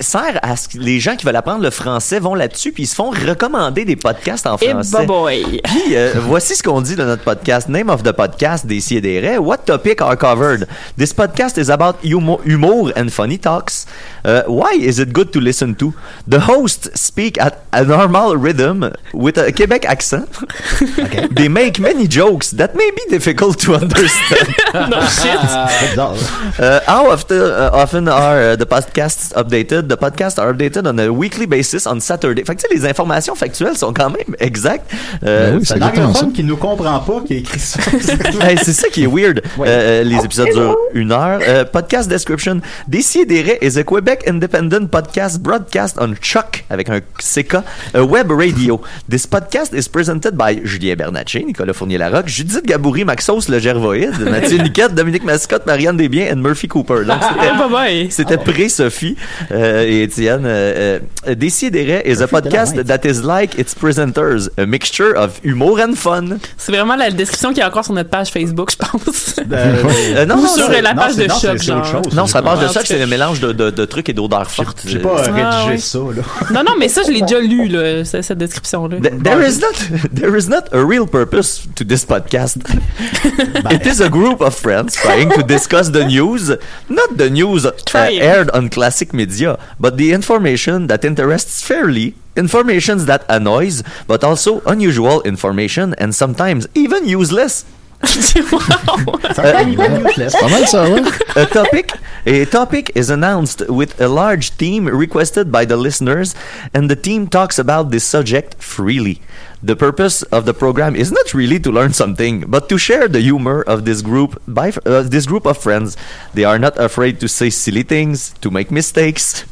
[SPEAKER 11] sert à ce que les gens qui veulent apprendre le français vont là-dessus puis ils se font recommander des podcasts en
[SPEAKER 13] Eh,
[SPEAKER 11] français.
[SPEAKER 13] bah boy.
[SPEAKER 11] Puis, euh, voici ce qu'on dit dans notre podcast. Name of the podcast, Décideret. What topic are covered? This podcast is about humo- humor and funny talks. Uh, why is it good to listen to? The hosts speak at a normal rhythm with a Quebec accent. They make many jokes that may be difficult to understand.
[SPEAKER 1] No shit.
[SPEAKER 7] C'est bizarre.
[SPEAKER 11] Uh, how often, uh, often are uh, the podcasts updated? The podcasts are updated on a weekly basis on Saturday. Fait que tu sais, les informations factuelles sont quand même exactes. Euh,
[SPEAKER 7] c'est un anglophone qui nous comprend pas qui a écrit ça.
[SPEAKER 11] Hey, c'est ça qui est weird. Euh, euh, les épisodes durent une heure. Euh, podcast description. Décideret is a Quebec independent podcast broadcast on Chuck avec un CK, a web radio. This podcast is presented by Julien Bernatchez, Nicolas Fournier-Larocque, Judith Gaboury, Maxos Le Gervoïde, Mathieu Niquette, Dominique Mascotte, Marianne Desbiens et Murphy Cooper. Donc, c'était- c'était pré-Sophie euh, et Étienne. Euh, euh, Décideret is a podcast that is like its presenters, a mixture of humour and fun.
[SPEAKER 13] C'est vraiment la description qui est encore sur notre page Facebook, je pense.
[SPEAKER 11] Euh, non,
[SPEAKER 13] Ou
[SPEAKER 11] non,
[SPEAKER 13] sur
[SPEAKER 11] c'est-
[SPEAKER 13] la
[SPEAKER 11] non,
[SPEAKER 13] page
[SPEAKER 11] c'est-
[SPEAKER 13] de
[SPEAKER 11] non,
[SPEAKER 13] choc,
[SPEAKER 11] c'est- c'est
[SPEAKER 13] genre.
[SPEAKER 11] autre chose. Non, sur la page de
[SPEAKER 13] Ah,
[SPEAKER 11] choc, c'est le mélange de, de- de trucs et d'odeurs fortes.
[SPEAKER 7] J'ai pas
[SPEAKER 13] Ah,
[SPEAKER 7] rédigé
[SPEAKER 13] ouais.
[SPEAKER 7] ça, là.
[SPEAKER 13] Non, non, mais ça, je l'ai déjà lu, là, ce- cette description-là.
[SPEAKER 11] Th- There is not, there is not a real purpose to this podcast. It is a group of friends trying to discuss the news, not the news uh,
[SPEAKER 13] Trying.
[SPEAKER 11] aired on classic media, but the information that interests fairly, informations that annoys, but also unusual information and sometimes even useless.
[SPEAKER 13] Euh,
[SPEAKER 10] Pas mal, ça, ouais.
[SPEAKER 11] a topic a topic is announced with a large theme requested by the listeners and the team talks about this subject freely the purpose of the program is not really to learn something but to share the humor of this group by uh, this group of friends they are not afraid to say silly things to make mistakes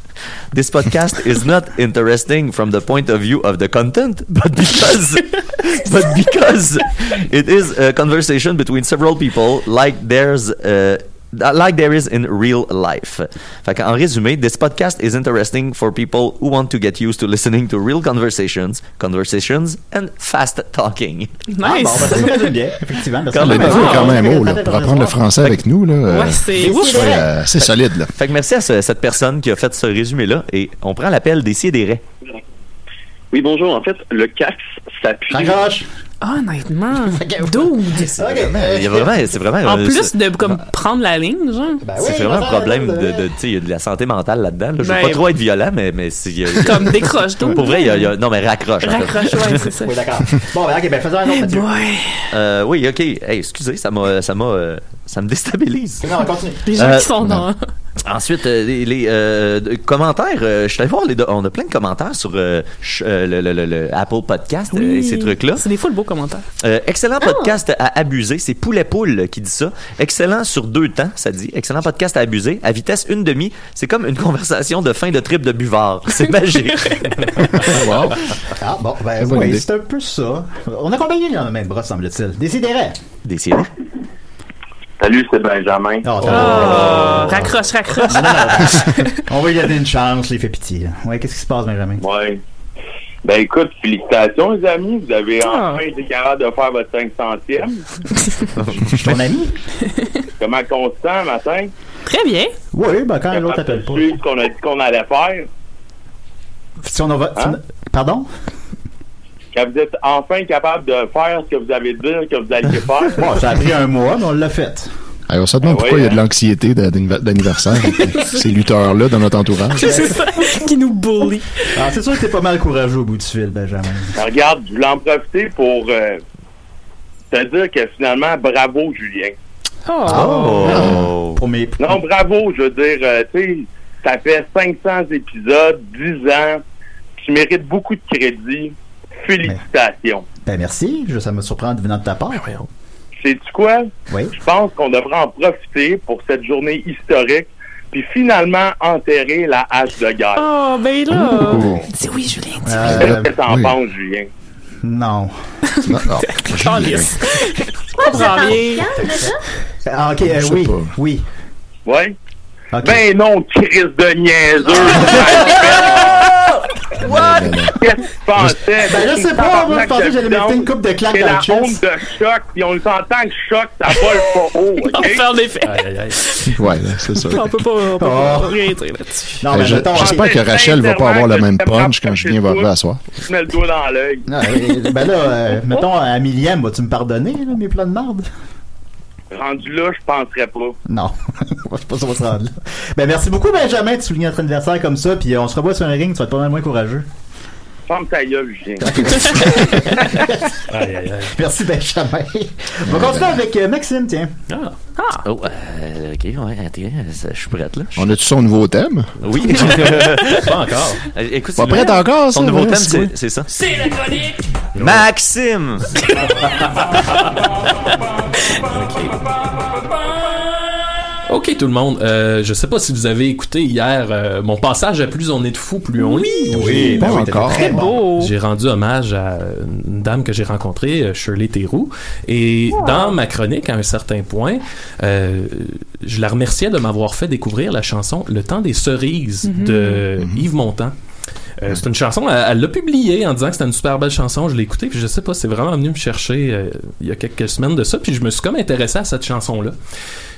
[SPEAKER 11] this podcast is not interesting from the point of view of the content, but because but because it is a conversation between several people like there's uh, like there is in real life. Fait qu'en résumé, this podcast is interesting for people who want to get used to listening to real conversations, conversations and fast talking.
[SPEAKER 7] Ah, bon, ben, ça nous résume bien, effectivement. parce que-
[SPEAKER 11] Quand même,
[SPEAKER 10] Mais
[SPEAKER 11] wow.
[SPEAKER 10] quand même, oh, là, pour apprendre le français avec nous, là. euh,
[SPEAKER 11] Ouais, c'est ouf.
[SPEAKER 10] ouais, euh, C'est solide, là.
[SPEAKER 11] Fait que merci à ce- cette personne qui a fait ce résumé-là et on prend l'appel des sidérés.
[SPEAKER 3] Oui, bonjour. En fait, le CAX s'appuie.
[SPEAKER 13] Ah, honnêtement. Dude.
[SPEAKER 11] Il y a vraiment, c'est vraiment.
[SPEAKER 13] En
[SPEAKER 11] euh,
[SPEAKER 13] plus
[SPEAKER 11] c'est-
[SPEAKER 13] de comme prendre la ligne, genre.
[SPEAKER 11] c'est vraiment un problème de, de- tu sais, il y a de la santé mentale là-dedans. là. Je veux
[SPEAKER 13] Ben,
[SPEAKER 11] pas trop être violent, mais, mais c'est. il y a- il y a-
[SPEAKER 13] Comme décroche donc.
[SPEAKER 11] Pour vrai, il y a, il y a- non, mais Ah, raccroche. en fait.
[SPEAKER 13] Raccroche, ouais, c'est ça.
[SPEAKER 7] Oui, d'accord. Bon, ben, ok, ben, faisons un autre, Mathieu.
[SPEAKER 11] Euh, oui, ok. Hey, excusez, ça m'a, ça m'a, euh, ça me déstabilise.
[SPEAKER 7] Non, continue.
[SPEAKER 13] Les gens
[SPEAKER 11] Euh,
[SPEAKER 13] qui sont dans.
[SPEAKER 11] Ensuite, euh, les, les, euh, de- commentaires, euh, je suis allé voir, les, do- on a plein de commentaires sur euh, ch- euh, le, le- le- le Apple Podcast euh, et ces trucs-là.
[SPEAKER 13] C'est des fois le beau commentaire.
[SPEAKER 11] Euh, excellent podcast à abuser, c'est Poulet Poule qui dit ça. Excellent sur deux temps, ça dit. Excellent podcast à abuser, à vitesse une demi. C'est comme une conversation de fin de trip de buvard. C'est magique.
[SPEAKER 7] Ah, bon, ben,
[SPEAKER 11] bonne idée.
[SPEAKER 7] oui, c'est un peu ça. On a combien dans le même bras, semble-t-il. Décidérez.
[SPEAKER 11] Décidérez.
[SPEAKER 12] Salut, c'est Benjamin.
[SPEAKER 7] Ah,
[SPEAKER 13] Raccroche, raccroche.
[SPEAKER 7] Oh. On va lui donner une chance, les fait pitié. là. Ouais, qu'est-ce qui se passe, Benjamin?
[SPEAKER 12] Ouais. Ben écoute, félicitations les amis, vous avez
[SPEAKER 7] Ah.
[SPEAKER 12] enfin été capable de faire votre 500e.
[SPEAKER 7] Je suis ton ami?
[SPEAKER 12] Comment on se sent matin?
[SPEAKER 13] Très bien.
[SPEAKER 7] Oui, ben, quand l'autre appelle pas.
[SPEAKER 12] Suivre ce qu'on a dit qu'on allait faire.
[SPEAKER 7] Si on en va. si on-
[SPEAKER 12] Hein?
[SPEAKER 7] Pardon?
[SPEAKER 12] Quand vous êtes enfin capable de faire ce que vous avez dit que vous alliez faire.
[SPEAKER 7] Bon, ça a pris un mois, mais on l'a fait.
[SPEAKER 10] Hey, on se
[SPEAKER 7] Ah
[SPEAKER 10] demande pourquoi il
[SPEAKER 7] hein?
[SPEAKER 10] y a de l'anxiété de- d'anniv- d'anniversaire. ces lutteurs-là dans notre entourage.
[SPEAKER 13] qui nous bully.
[SPEAKER 7] Ah, c'est sûr que t'es pas mal courageux au bout du fil, Benjamin.
[SPEAKER 12] Ben, Regarde, je voulais en profiter pour euh, te dire que finalement, bravo Julien.
[SPEAKER 13] Oh.
[SPEAKER 7] Oh. Pour mes.
[SPEAKER 12] Non, bravo, je veux dire, euh, tu sais, ça fait 500 épisodes, 10 ans, tu mérites beaucoup de crédit. Félicitations.
[SPEAKER 7] Ben, merci. Je- ça me surprend de venant de ta part.
[SPEAKER 12] Sais-tu quoi?
[SPEAKER 7] Oui.
[SPEAKER 12] Je pense qu'on devrait en profiter pour cette journée historique, puis finalement enterrer la hache de guerre.
[SPEAKER 13] Oh, ben là.
[SPEAKER 12] Oh.
[SPEAKER 13] Dis oui, Julien.
[SPEAKER 26] Ah,
[SPEAKER 12] Qu'est-ce que t'en
[SPEAKER 7] Ah, oui.
[SPEAKER 12] penses, Julien?
[SPEAKER 7] Non.
[SPEAKER 13] Calisse. Je comprends rien.
[SPEAKER 7] Ah, ok, euh, oui. Oui.
[SPEAKER 12] Ouais? Ben non, crise de niaiseux!
[SPEAKER 26] What? Qu'est-ce que tu pensais?
[SPEAKER 7] Ben, je sais pas, moi, je pensais que j'allais mettre une coupe de claques dans le
[SPEAKER 26] C'est la honte
[SPEAKER 7] chest.
[SPEAKER 26] de choc, puis on s'entend que choc, ça vole pas haut, OK? On
[SPEAKER 13] faire des faits.
[SPEAKER 10] Ouais, là, c'est ça.
[SPEAKER 13] On peut pas, on peut
[SPEAKER 10] Ah.
[SPEAKER 7] Oh.
[SPEAKER 13] pas rien dire là-dessus.
[SPEAKER 26] Ben,
[SPEAKER 10] Hey, je- J'espère que Rachel va pas avoir le même punch quand Julien va arriver à soir.
[SPEAKER 26] Tu mets le doigt dans l'œil.
[SPEAKER 7] Non, euh, ben là, euh, mettons, à millième, vas-tu me pardonner là, mes plans de marde?
[SPEAKER 26] Rendu là, je penserais pas.
[SPEAKER 7] Non, je sais pas si on va se rendre là. Ben merci beaucoup Benjamin de souligner notre anniversaire comme ça, puis euh, on se revoit sur un ring, tu vas être pas mal moins courageux.
[SPEAKER 26] Ferme ta gueule, Julien.
[SPEAKER 7] Merci Benjamin. On va
[SPEAKER 5] ben.
[SPEAKER 7] continuer avec euh, Maxime, tiens.
[SPEAKER 5] Ah.
[SPEAKER 11] Oh, euh, ok, ouais, attends, ça- je suis prête, là.
[SPEAKER 10] On a-tu son nouveau thème?
[SPEAKER 11] Oui.
[SPEAKER 10] Pas encore.
[SPEAKER 11] Euh, Écoute,
[SPEAKER 10] Pas
[SPEAKER 11] c'est
[SPEAKER 10] prête
[SPEAKER 11] le-
[SPEAKER 10] encore,
[SPEAKER 11] Son
[SPEAKER 10] ça,
[SPEAKER 11] nouveau
[SPEAKER 10] ouais,
[SPEAKER 11] thème,
[SPEAKER 10] c'est
[SPEAKER 11] c'est-
[SPEAKER 10] quoi?
[SPEAKER 11] c'est ça.
[SPEAKER 1] C'est la chronique.
[SPEAKER 11] Maxime!
[SPEAKER 5] Ok tout le monde, euh, je sais pas si vous avez écouté hier euh, mon passage à plus on est de fou, plus on oui,
[SPEAKER 10] oui, pas encore. Très
[SPEAKER 5] beau. J'ai rendu hommage à une dame que j'ai rencontrée, euh, Shirley Théroux, et dans ma chronique à un certain point, euh, je la remerciais de m'avoir fait découvrir la chanson Le temps des cerises
[SPEAKER 14] Mhm.
[SPEAKER 5] de Yves Montand. Euh, c'est une chanson, elle elle l'a publiée en disant que c'était une super belle chanson. Je l'ai écoutée, puis je sais pas, c'est vraiment venu me chercher euh, il y a quelques semaines de ça, puis je me suis comme intéressé à cette chanson-là.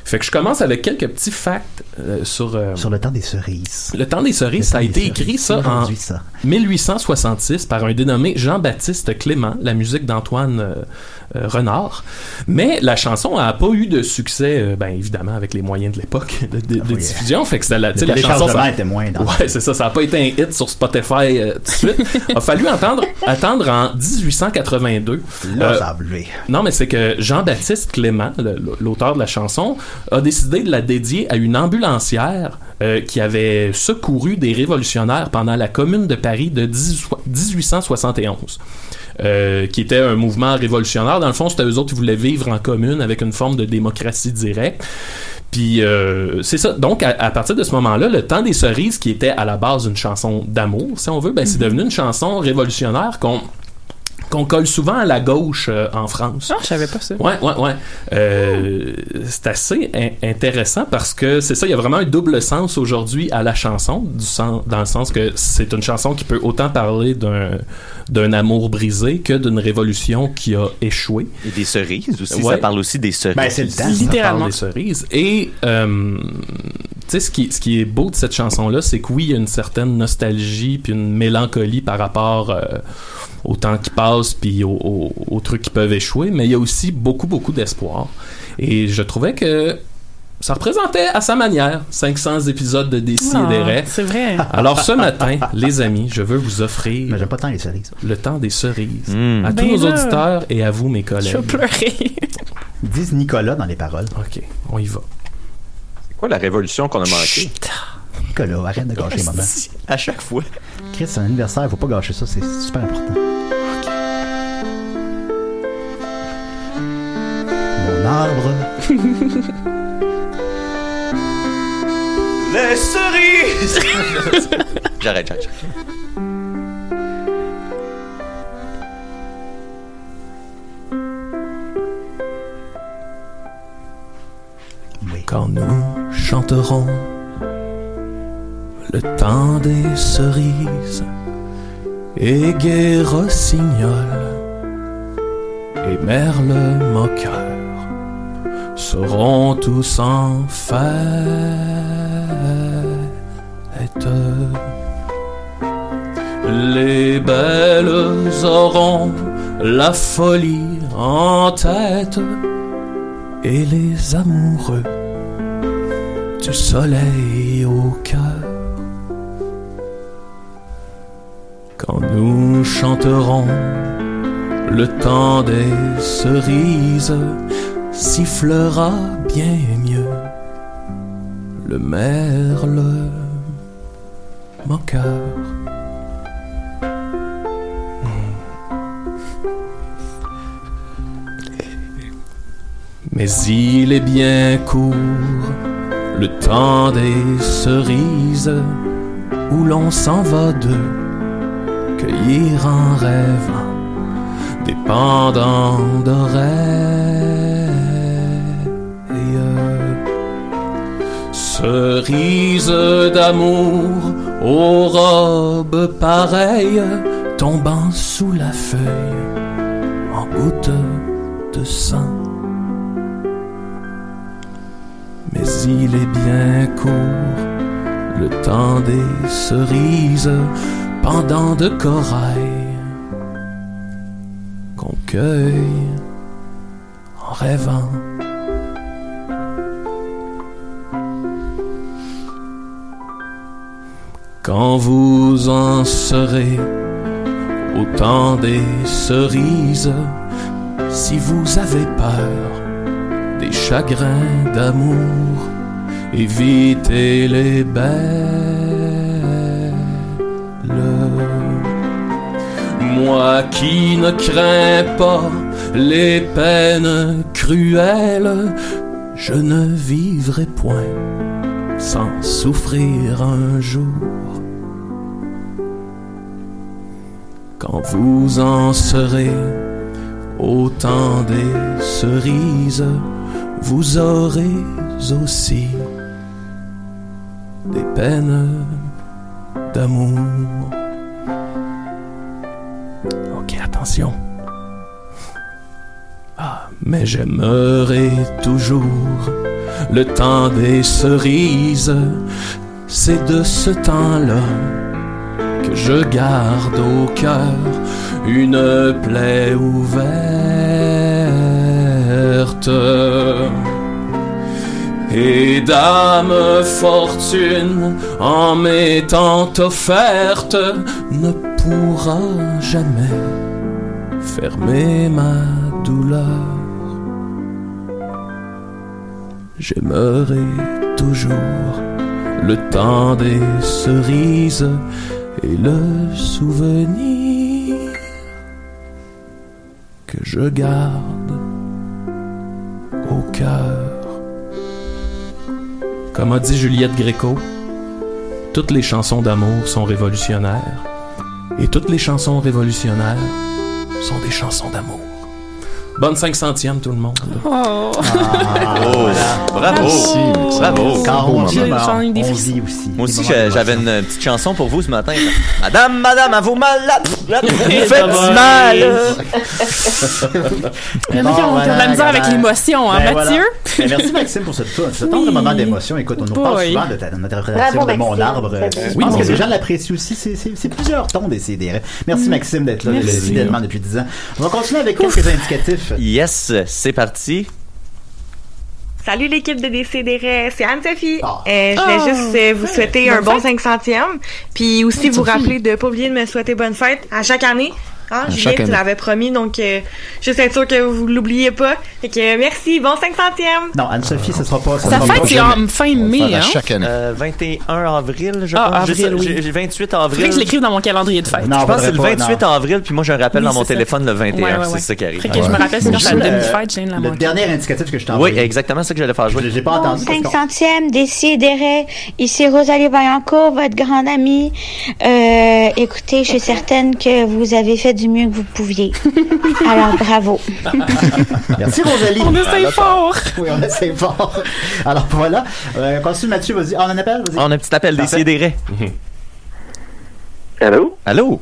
[SPEAKER 5] Fait que je commence avec quelques petits facts euh, sur. euh,
[SPEAKER 7] Sur le temps des cerises.
[SPEAKER 5] le temps des cerises, ça a été écrit ça en
[SPEAKER 7] Aujourd'hui, ça.
[SPEAKER 5] 1866 par un dénommé Jean-Baptiste Clément, la musique d'Antoine euh, euh, Renard. Mais la chanson n'a pas eu de succès, euh, ben évidemment, avec les moyens de l'époque de, de- de diffusion. Fait que c'était la, tu sais,
[SPEAKER 7] Ah hein. Le
[SPEAKER 5] la chanson.
[SPEAKER 7] téléchargement
[SPEAKER 5] ça-
[SPEAKER 7] était moins dans-
[SPEAKER 5] Ouais, c'est ça. Ça n'a pas été un hit sur Spotify euh, tout de suite. a fallu entendre, attendre en 1882.
[SPEAKER 7] Là,
[SPEAKER 5] Euh,
[SPEAKER 7] ça a brûlé.
[SPEAKER 5] non, mais c'est que Jean-Baptiste Clément, le- l'auteur de la chanson, a décidé de la dédier à une ambulancière euh, qui avait secouru des révolutionnaires pendant la Commune de Paris de 18- 1871. euh, qui était un mouvement révolutionnaire. Dans le fond, c'était eux autres qui voulaient vivre en commune avec une forme de démocratie directe. Puis euh, c'est ça. Donc à, à partir de ce moment-là, le temps des cerises, qui était à la base une chanson d'amour, si on veut, ben
[SPEAKER 7] Mm-hmm.
[SPEAKER 5] c'est devenu une chanson révolutionnaire qu'on qu'on colle souvent à la gauche euh, en France.
[SPEAKER 13] Ah, je savais pas ça.
[SPEAKER 5] Ouais, ouais, ouais. Euh, c'est assez in- intéressant parce que c'est ça, il y a vraiment un double sens aujourd'hui à la chanson, du sens, dans le sens que c'est une chanson qui peut autant parler d'un d'un amour brisé que d'une révolution qui a échoué.
[SPEAKER 11] Et des cerises aussi,
[SPEAKER 5] Ouais.
[SPEAKER 11] ça parle aussi des cerises.
[SPEAKER 5] Littéralement. Des cerises. Et, euh, tu sais, ce qui, ce qui est beau de cette chanson-là, c'est que oui, il y a une certaine nostalgie puis une mélancolie par rapport euh, au temps qui passe puis au- au- aux trucs qui peuvent échouer, mais il y a aussi beaucoup, beaucoup d'espoir. Et je trouvais que ça représentait à sa manière 500 épisodes de Décis et des
[SPEAKER 13] Ah, C'est vrai.
[SPEAKER 5] alors ce matin, les amis, je veux vous offrir le temps des cerises à
[SPEAKER 13] Ben
[SPEAKER 5] tous nos
[SPEAKER 13] là.
[SPEAKER 5] auditeurs et à vous, mes collègues.
[SPEAKER 13] Je vais pleurer.
[SPEAKER 7] Ils disent Nicolas dans les paroles.
[SPEAKER 5] OK, on y va.
[SPEAKER 6] C'est quoi la révolution qu'on a manquée?
[SPEAKER 7] Nicolas, arrête de gâcher les moments.
[SPEAKER 11] À chaque fois.
[SPEAKER 7] Chris, c'est un anniversaire, faut pas gâcher ça, c'est super important. Mon arbre.
[SPEAKER 11] Les cerises! j'arrête, j'arrête. j'arrête.
[SPEAKER 5] Quand nous chanterons le temps des cerises et gai rossignol et merle moqueur seront tous en fête. Les belles auront la folie en tête et les amoureux du soleil au cœur. Quand nous chanterons le temps des cerises, sifflera bien mieux le merle moqueur. Mais il est bien court le temps des cerises où l'on s'en va d'eux cueillir en rêvant des pendants d'oreilles.
[SPEAKER 19] Cerise d'amour, aux robes pareilles, tombant sous la feuille en gouttes de sang. Mais il est bien court, le temps des cerises, pendant de corail qu'on cueille en rêvant. Quand vous en serez au temps des cerises, si vous avez peur des chagrins d'amour, évitez les belles. Moi qui ne crains pas les peines cruelles, je ne vivrai point sans souffrir un jour. Quand vous en serez au temps des cerises, vous aurez aussi des peines d'amour. Ok, attention. Ah, mais j'aimerai toujours le temps des cerises. C'est de ce temps-là que je garde au cœur une plaie ouverte. Et dame fortune, en m'étant offerte, ne pourra jamais fermer ma douleur. J'aimerai toujours le temps des cerises et le souvenir que je garde au cœur.
[SPEAKER 5] Comme a dit Juliette Gréco, toutes les chansons d'amour sont révolutionnaires et toutes les chansons révolutionnaires sont des chansons d'amour. Bonne 500e tout le monde.
[SPEAKER 13] Oh!
[SPEAKER 19] Ah,
[SPEAKER 11] Ah, Oh, Bravo! Oh,
[SPEAKER 5] Merci, merci.
[SPEAKER 11] Bravo!
[SPEAKER 5] Quand on vit,
[SPEAKER 13] j'en ai des frissons.
[SPEAKER 11] Moi aussi, j'ai- j'avais une petite chanson pour vous ce matin. Madame, madame, à vous malade!
[SPEAKER 13] Et
[SPEAKER 11] Vous faites
[SPEAKER 13] dommage.
[SPEAKER 11] mal!
[SPEAKER 13] Il y en a qui ont de la misère avec l'émotion, hein,
[SPEAKER 7] Ben, voilà.
[SPEAKER 13] Mathieu?
[SPEAKER 7] Ben, merci Maxime pour ce tour- ce temps de
[SPEAKER 13] Oui. Oh,
[SPEAKER 7] moment d'émotion. Écoute, on nous parle
[SPEAKER 13] Boy.
[SPEAKER 7] souvent de ta- de notre
[SPEAKER 13] Bravo,
[SPEAKER 7] interprétation de Mon
[SPEAKER 13] Maxime.
[SPEAKER 7] Arbre. Euh,
[SPEAKER 13] Très bien.
[SPEAKER 7] Je
[SPEAKER 13] Oui,
[SPEAKER 7] pense
[SPEAKER 13] mon
[SPEAKER 7] que les
[SPEAKER 13] Dieu.
[SPEAKER 7] gens l'apprécient aussi. C'est- C'est c'est plusieurs tons des CDR. Merci
[SPEAKER 11] Mm.
[SPEAKER 7] Maxime d'être là
[SPEAKER 11] Merci.
[SPEAKER 7] fidèlement depuis 10 ans. On va continuer avec quelques indicatifs.
[SPEAKER 11] Yes, c'est parti.
[SPEAKER 16] Salut l'équipe de Décideret, E, c'est Anne-Sophie. Euh, je voulais
[SPEAKER 20] Ah.
[SPEAKER 16] juste euh, vous souhaiter
[SPEAKER 20] Bonne
[SPEAKER 16] un bon
[SPEAKER 20] fête.
[SPEAKER 16] 500e, puis aussi
[SPEAKER 20] Bonne
[SPEAKER 16] vous
[SPEAKER 20] Sophie.
[SPEAKER 16] rappeler de pas oublier de me souhaiter bonne fête à chaque année. Hein,
[SPEAKER 20] À
[SPEAKER 16] Julien,
[SPEAKER 20] chaque
[SPEAKER 16] tu
[SPEAKER 20] année.
[SPEAKER 16] l'avais promis, donc euh, juste être sûr que vous l'oubliez pas. Et que euh, merci, bon 500e.
[SPEAKER 7] Non, Anne-Sophie, ce sera pas. ce
[SPEAKER 16] Sa
[SPEAKER 7] sera
[SPEAKER 16] fête,
[SPEAKER 7] pas
[SPEAKER 16] c'est
[SPEAKER 7] jamais.
[SPEAKER 16] en fin
[SPEAKER 7] On va
[SPEAKER 16] mai,
[SPEAKER 7] faire à
[SPEAKER 16] hein?
[SPEAKER 7] chaque année.
[SPEAKER 11] Euh, 21 avril, je
[SPEAKER 16] Ah,
[SPEAKER 11] pense. J'ai
[SPEAKER 16] avril,
[SPEAKER 11] ça-
[SPEAKER 16] oui.
[SPEAKER 11] j'ai- j'ai 28 avril.
[SPEAKER 16] Faudrait que je l'écrive
[SPEAKER 13] dans mon calendrier de fête.
[SPEAKER 11] je pense que c'est le 28 avril, puis moi j'ai un rappel
[SPEAKER 13] Oui,
[SPEAKER 11] dans mon
[SPEAKER 13] c'est ça.
[SPEAKER 11] téléphone le 21,
[SPEAKER 13] Ouais, ouais, ouais.
[SPEAKER 11] c'est ça qui arrive.
[SPEAKER 13] Faudrait que je me rappelle, sinon c'est la
[SPEAKER 11] Euh,
[SPEAKER 13] demi-fête, j'ai la
[SPEAKER 7] Le
[SPEAKER 13] manquer.
[SPEAKER 7] dernier indicatif que je t'ai
[SPEAKER 11] Oui,
[SPEAKER 7] envoyé.
[SPEAKER 11] exactement c'est ça que j'allais faire jouer.
[SPEAKER 7] Je l'ai pas
[SPEAKER 20] Bon,
[SPEAKER 7] entendu. parce qu'on-
[SPEAKER 20] 500e, décidérez. Ici Rosalie Vaillancourt, votre grande amie. Euh, écoutez, je suis certaine que vous avez fait du mieux que vous pouviez. Alors, bravo.
[SPEAKER 7] Merci Rosalie.
[SPEAKER 20] On essaye
[SPEAKER 7] Alors,
[SPEAKER 13] fort.
[SPEAKER 7] Oui, on essaye fort. Alors voilà. Euh, continue Mathieu, vas-y. Ah, On en appelle, vas-y.
[SPEAKER 11] On a un petit appel des sidérés.
[SPEAKER 14] Allô?
[SPEAKER 11] Allô?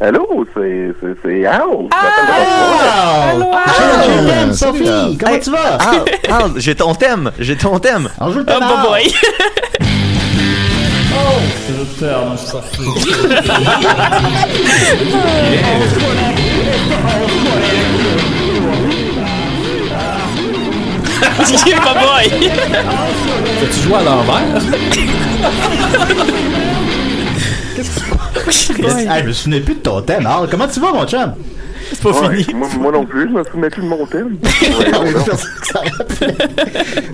[SPEAKER 14] Allô, c'est c'est- c'est Al.
[SPEAKER 7] Ah! Je
[SPEAKER 11] Ah.
[SPEAKER 7] t'aime, Sophie. Comment tu vas?
[SPEAKER 11] Al, Al, Ah, j'ai ton thème, j'ai ton thème.
[SPEAKER 7] On joue le Ah.
[SPEAKER 13] thème,
[SPEAKER 18] Ah,
[SPEAKER 13] Al.
[SPEAKER 26] Excuse my boy.
[SPEAKER 5] Fais-tu jouer à l'envers?
[SPEAKER 7] Ah, je me souvenais plus de ton thème, Al. Comment tu vas, mon chum? C'est
[SPEAKER 14] Ouais, Moi, moi non plus, je me souviens plus de mon thème.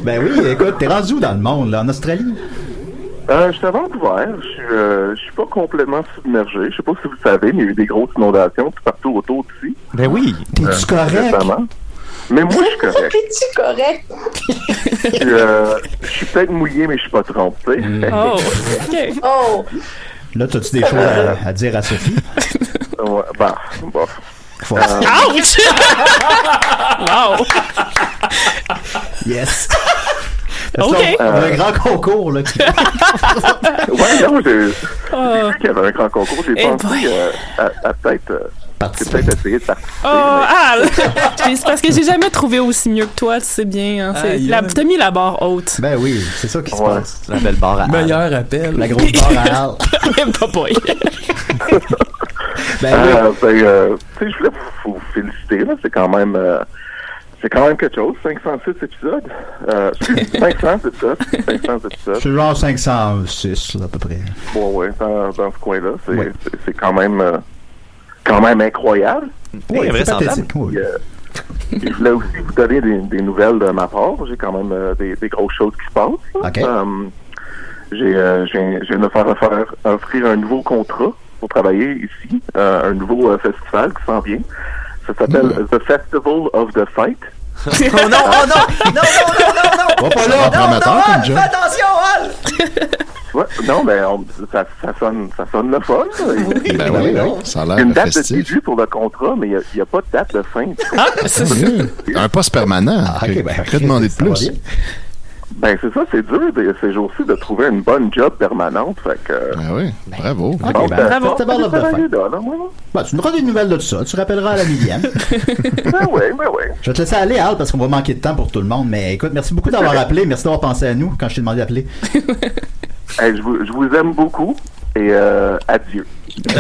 [SPEAKER 7] Ben oui, écoute, t'es rendu où dans le monde, là? En Australie?
[SPEAKER 14] Euh, je suis à Vancouver. Je suis, euh, je suis pas complètement submergé. Je sais pas si vous le savez, mais il y a eu des grosses inondations tout partout autour d'ici. Euh,
[SPEAKER 11] Ben oui.
[SPEAKER 7] T'es-tu correct?
[SPEAKER 14] Récemment. Mais moi, je suis correct.
[SPEAKER 9] T'es-tu correct?
[SPEAKER 14] Je suis, euh, je suis peut-être mouillé, mais je suis pas trompé. tu sais.
[SPEAKER 9] Oh.
[SPEAKER 7] Mm. Là, t'as-tu des choses à, à dire à Sophie?
[SPEAKER 14] Ouais, bah, bah.
[SPEAKER 7] Faut- Ah!
[SPEAKER 13] Ouch! wow!
[SPEAKER 7] Yes!
[SPEAKER 13] OK.
[SPEAKER 7] On a un grand concours, là. qui-
[SPEAKER 14] Euh, ouais, non, j'ai j'ai vu qu'il y avait un grand concours. J'ai
[SPEAKER 13] Eh
[SPEAKER 14] pensé euh, à, à peut-être euh, j'ai peut-être essayer de participer.
[SPEAKER 13] Oh, Al! C'est parce que j'ai jamais trouvé aussi mieux que toi, tu sais bien. hein. C'est-
[SPEAKER 14] Aïe,
[SPEAKER 13] la-
[SPEAKER 14] aïe.
[SPEAKER 13] T'as mis la barre haute.
[SPEAKER 7] Ben oui, c'est ça qui se passe.
[SPEAKER 27] La belle barre à Meilleur appel.
[SPEAKER 7] La grosse barre hein. à Al.
[SPEAKER 13] Eh,
[SPEAKER 14] Ben, euh, ben, euh, tu sais, je voulais vous, vous féliciter, là. C'est quand même. euh, c'est quand même quelque chose, 506 épisodes. Euh, excuse, 500 épisodes. 500 épisodes.
[SPEAKER 7] C'est genre 506, là, à peu près.
[SPEAKER 14] Bon, ouais, dans, dans ce coin-là, c'est c'est- c'est quand même euh, quand même incroyable.
[SPEAKER 7] Oui, c'est vraisemblable. pathétique, oui.
[SPEAKER 14] Puis, euh, puis je voulais aussi vous donner des, des nouvelles de ma part. J'ai quand même euh, des, des grosses choses qui se passent. là. Euh, j'ai euh, j'ai- j'ai une affaire à faire offrir un nouveau contrat pour travailler ici, euh, un nouveau euh, festival qui s'en vient. Ça s'appelle The Festival of the Fight.
[SPEAKER 11] Hmm. oh non, oh non, non, non, non, non, non.
[SPEAKER 14] Va pas là,
[SPEAKER 11] Non,
[SPEAKER 14] prometteur,
[SPEAKER 11] non,
[SPEAKER 14] comme
[SPEAKER 11] Al,
[SPEAKER 14] job.
[SPEAKER 11] Fais attention, Al.
[SPEAKER 14] Ouais, non, mais on- ça, ça sonne, ça sonne le fun. ça.
[SPEAKER 10] Ben oui, non, ça a l'air
[SPEAKER 14] Il y une date
[SPEAKER 10] festif.
[SPEAKER 14] de début pour le contrat, mais il n'y a, pas de date de fin.
[SPEAKER 10] ben, Un poste permanent.
[SPEAKER 11] Ah, ben,
[SPEAKER 10] ben, que, que demander de plus?
[SPEAKER 14] Ben, c'est ça, c'est dur de- ces jours-ci de trouver une bonne job permanente. Fait que...
[SPEAKER 10] Ben oui, bravo.
[SPEAKER 14] Bon,
[SPEAKER 7] ben,
[SPEAKER 14] ben,
[SPEAKER 7] bravo.
[SPEAKER 14] bon,
[SPEAKER 7] T'as parlé
[SPEAKER 14] j'ai
[SPEAKER 7] de la
[SPEAKER 14] travaillé
[SPEAKER 7] fin.
[SPEAKER 14] là, là, moi, là.
[SPEAKER 7] Bah, tu nous auras des nouvelles de tout ça. Tu rappelleras à la millième.
[SPEAKER 14] Ben oui, ben oui.
[SPEAKER 7] Je vais te laisser aller, Al, parce qu'on va manquer de temps pour tout le monde. Mais écoute, merci beaucoup d'avoir appelé. Merci d'avoir pensé à nous quand je t'ai demandé d'appeler.
[SPEAKER 14] Hey, je, vous, je vous aime beaucoup et euh, adieu.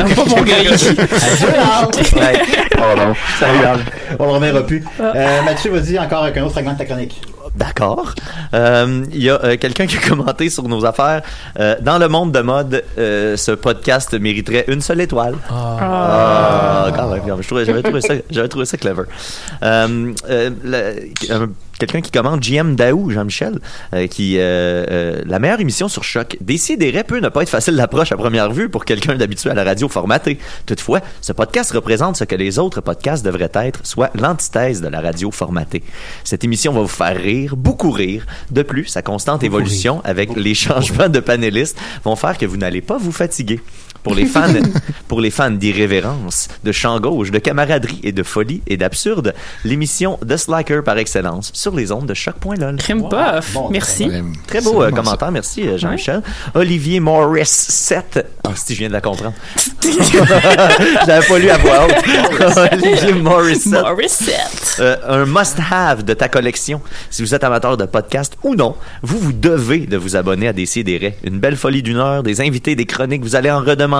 [SPEAKER 7] On le reverra plus. Euh, Mathieu, vas-y encore avec un autre fragment de ta chronique.
[SPEAKER 11] D'accord. Euh, Il y a euh, quelqu'un qui a commenté sur nos affaires. euh, dans le monde de mode, euh, ce podcast mériterait une seule étoile.
[SPEAKER 7] Ah.
[SPEAKER 11] Ah, quand même, quand même. Je trouvais- J'avais trouvé, ça- j'avais trouvé ça clever. Euh, euh, le- euh, Quelqu'un qui commente JM Daou, Jean-Michel, euh, qui euh, euh, la meilleure émission sur choc. Déciderait peut ne pas être facile d'approche à première vue pour quelqu'un d'habitué à la radio formatée. Toutefois, ce podcast représente ce que les autres podcasts devraient être, soit l'antithèse de la radio formatée. Cette émission va vous faire rire, beaucoup rire. De plus, sa constante évolution avec les changements de panélistes vont faire que vous n'allez pas vous fatiguer. Pour les fans, pour les fans d'irrévérence, de chant gauche, de camaraderie et de folie et d'absurde, l'émission The Slacker par excellence sur les ondes de choc.lol.
[SPEAKER 13] Crime bof. Bon, Merci. crème.
[SPEAKER 11] Très beau euh,
[SPEAKER 13] C'est bon,
[SPEAKER 11] commentaire, merci euh, Jean-Michel. Olivier Morris 7. Ah, si je viens de la comprendre. J'avais pas lu à voix haute. Olivier Morris 7. Euh, un must-have de ta collection. Si vous êtes amateur de podcast ou non, vous vous devez de vous abonner à Décideret. Une belle folie d'une heure, des invités, des chroniques, vous allez en redemander.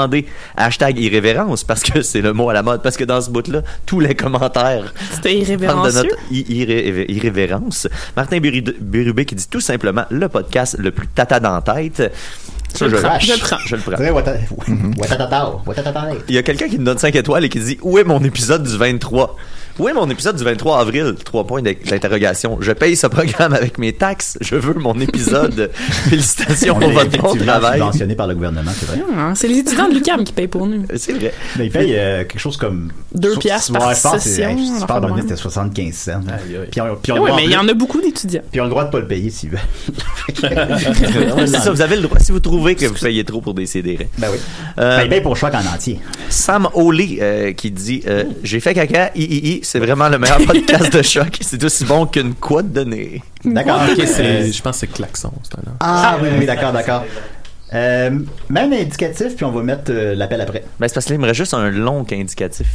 [SPEAKER 11] Hashtag irrévérence, parce que c'est le mot à la mode, parce que dans ce bout-là, tous les commentaires
[SPEAKER 13] C'était
[SPEAKER 11] parlent de
[SPEAKER 13] irrévérencieux.
[SPEAKER 11] notre i- irré- irrévérence. Martin Bérud- Bérubé qui dit tout simplement le podcast le plus tata dans la tête. Ça,
[SPEAKER 7] Je le prends.
[SPEAKER 11] je
[SPEAKER 7] Je le prends.
[SPEAKER 11] Je le prends.
[SPEAKER 7] Très wata- watatatao, watatatao.
[SPEAKER 11] Il y a quelqu'un qui me donne 5 étoiles et qui dit Où est mon épisode du 23 Où est mon épisode du 23 avril Trois points d'in- d'interrogation. Je paye ce programme avec mes taxes. Je veux mon épisode. Félicitations
[SPEAKER 7] On
[SPEAKER 11] pour
[SPEAKER 7] est
[SPEAKER 11] votre bon
[SPEAKER 7] effectivement
[SPEAKER 11] travail.
[SPEAKER 7] subventionné par le gouvernement, c'est vrai.
[SPEAKER 13] Hum, hein, C'est les étudiants de l'UCAM qui payent pour nous.
[SPEAKER 11] C'est vrai.
[SPEAKER 7] Mais il paye euh, quelque chose comme.
[SPEAKER 13] Deux
[SPEAKER 7] so-
[SPEAKER 13] piastres
[SPEAKER 7] ouais,
[SPEAKER 13] par
[SPEAKER 7] je pense que c'est-
[SPEAKER 13] session,
[SPEAKER 7] hey,
[SPEAKER 13] on
[SPEAKER 7] Si
[SPEAKER 13] en
[SPEAKER 7] tu parles
[SPEAKER 13] fait
[SPEAKER 7] d'un
[SPEAKER 13] moins.
[SPEAKER 7] c'était 75 cents. hein. Puis on, puis on
[SPEAKER 13] Ah
[SPEAKER 7] le
[SPEAKER 13] oui,
[SPEAKER 7] droit
[SPEAKER 13] mais il y
[SPEAKER 7] plus.
[SPEAKER 13] en a beaucoup d'étudiants.
[SPEAKER 7] Puis on a le droit de pas le payer s'ils veulent.
[SPEAKER 11] Ouais, c'est ça, vous avez le droit si vous trouvez que vous payez trop pour des CD.
[SPEAKER 7] Ben oui. Ben, ben pour choc en entier.
[SPEAKER 11] Euh, Sam Oley euh, qui dit euh, J'ai fait caca, i, i, i, c'est vraiment le meilleur podcast de choc. C'est aussi bon qu'une quad de nez.
[SPEAKER 7] D'accord.
[SPEAKER 28] Ok,
[SPEAKER 7] Euh,
[SPEAKER 28] c'est- je pense que c'est Klaxon, c'est un nom.
[SPEAKER 7] Ah, oui, oui, d'accord, d'accord. Euh, même indicatif, puis on va mettre euh, l'appel après.
[SPEAKER 11] Ben, c'est parce que là, il me reste juste un long indicatif.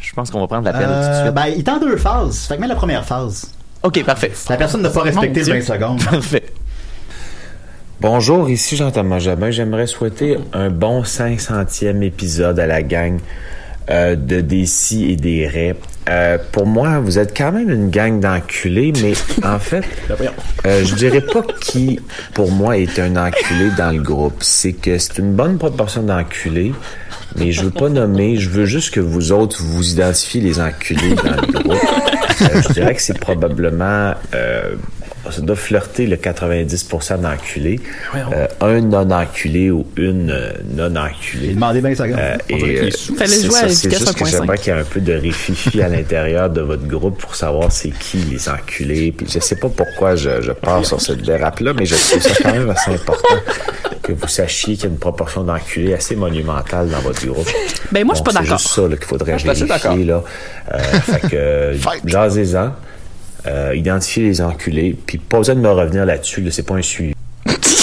[SPEAKER 11] Je pense qu'on va prendre l'appel tout de
[SPEAKER 7] Euh,
[SPEAKER 11] suite.
[SPEAKER 7] ben, il est en deux phases. Fait que même la première phase.
[SPEAKER 11] OK, parfait.
[SPEAKER 7] La personne n'a pas respecté
[SPEAKER 15] Mon
[SPEAKER 7] le
[SPEAKER 15] Dieu.
[SPEAKER 7] 20 secondes.
[SPEAKER 11] Parfait.
[SPEAKER 15] Bonjour, ici Jean-Thomas Jabin. J'aimerais souhaiter un bon 500e épisode à la gang euh, de Des Si et des Raies. Euh, pour moi, vous êtes quand même une gang d'enculés, mais en fait,
[SPEAKER 7] Ben
[SPEAKER 15] euh, je dirais pas qui, pour moi, est un enculé dans le groupe. C'est que c'est une bonne proportion d'enculés, mais je veux pas nommer, je veux juste que vous autres vous identifiez les enculés dans le groupe. Euh, je dirais que c'est probablement. euh, ça doit flirter le 90% d'enculés. Euh, un non-enculé ou une euh, non-enculée.
[SPEAKER 7] Demandez bien ça.
[SPEAKER 15] Euh,
[SPEAKER 7] On dirait
[SPEAKER 15] et,
[SPEAKER 7] qu'il est
[SPEAKER 15] euh,
[SPEAKER 7] sous.
[SPEAKER 15] c'est
[SPEAKER 7] Fallait jouer à
[SPEAKER 15] ça, c'est
[SPEAKER 7] efficace
[SPEAKER 15] juste que
[SPEAKER 7] 1.5.
[SPEAKER 15] j'aimerais qu'il y ait un peu de réfifi à l'intérieur de votre groupe pour savoir c'est qui les enculés. Puis je sais pas pourquoi je, je pars sur cette dérape-là, mais je trouve ça quand même assez important que vous sachiez qu'il y a une proportion d'enculés assez monumentale dans votre groupe.
[SPEAKER 13] Ben, moi, je suis
[SPEAKER 15] Donc,
[SPEAKER 13] pas d'accord.
[SPEAKER 15] C'est juste ça là, qu'il faudrait
[SPEAKER 13] suis assez
[SPEAKER 15] vérifier. Là. Euh, fait que, jasez-en. euh, identifier les enculés, puis pas besoin de me revenir là-dessus, là, c'est pas un suivi.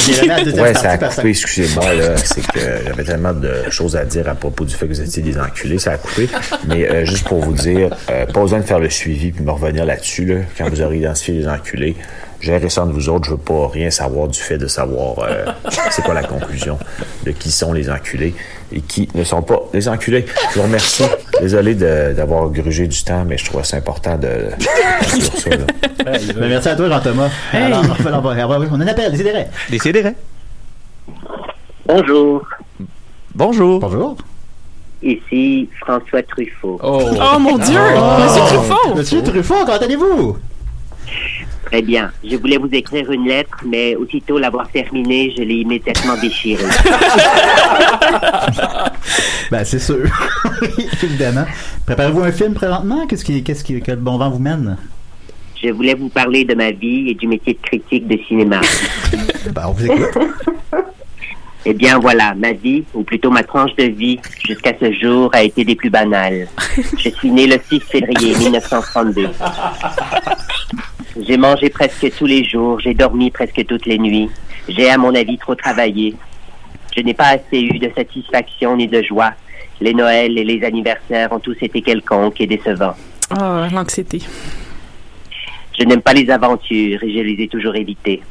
[SPEAKER 7] J'ai la deuxième
[SPEAKER 15] ouais, ça a
[SPEAKER 7] partie, par
[SPEAKER 15] coupé, excusez-moi, là. C'est que j'avais tellement de choses à dire à propos du fait que vous étiez des enculés, ça a coupé. Mais euh, juste pour vous dire, euh, pas besoin de faire le suivi puis me revenir là-dessus, là, quand vous aurez identifié les enculés. Gérez ça de vous autres, je veux pas rien savoir du fait de savoir euh, c'est quoi la conclusion de qui sont les enculés et qui ne sont pas les enculés. Je vous remercie. Désolé de- d'avoir grugé du temps, mais je trouvais ça important de, de dire ça. là.
[SPEAKER 7] Ben, merci à toi, Jean-Thomas.
[SPEAKER 15] Hey.
[SPEAKER 7] Alors, on, va l'envoyer. Ah, oui, on a un appel, décidérez.
[SPEAKER 11] Décidérez. Bonjour. Bonjour.
[SPEAKER 7] Bonjour.
[SPEAKER 18] Ici François Truffaut.
[SPEAKER 5] Oh,
[SPEAKER 7] mon Dieu! Monsieur Truffaut! Oh. Monsieur Truffaut, comment allez-vous?
[SPEAKER 18] Très bien. Je voulais vous écrire une lettre, mais aussitôt l'avoir terminée, je l'ai immédiatement déchirée.
[SPEAKER 7] Ben, c'est sûr. Oui, Évidemment. Préparez-vous un film présentement? Qu'est-ce qui, qu'est-ce qui, que le bon vent vous mène?
[SPEAKER 18] Je voulais vous parler de ma vie et du métier de critique de cinéma.
[SPEAKER 7] Ben, on vous écoute.
[SPEAKER 18] eh bien voilà, ma vie, ou plutôt ma tranche de vie, jusqu'à ce jour, a été des plus banales. Je suis né le 6 février 1932. J'ai mangé presque tous les jours, j'ai dormi presque toutes les nuits. J'ai, à mon avis, trop travaillé. Je n'ai pas assez eu de satisfaction ni de joie. Les Noëls et les anniversaires ont tous été quelconques et décevants.
[SPEAKER 13] Ah, l'anxiété.
[SPEAKER 18] Je n'aime pas les aventures et je les ai toujours évitées.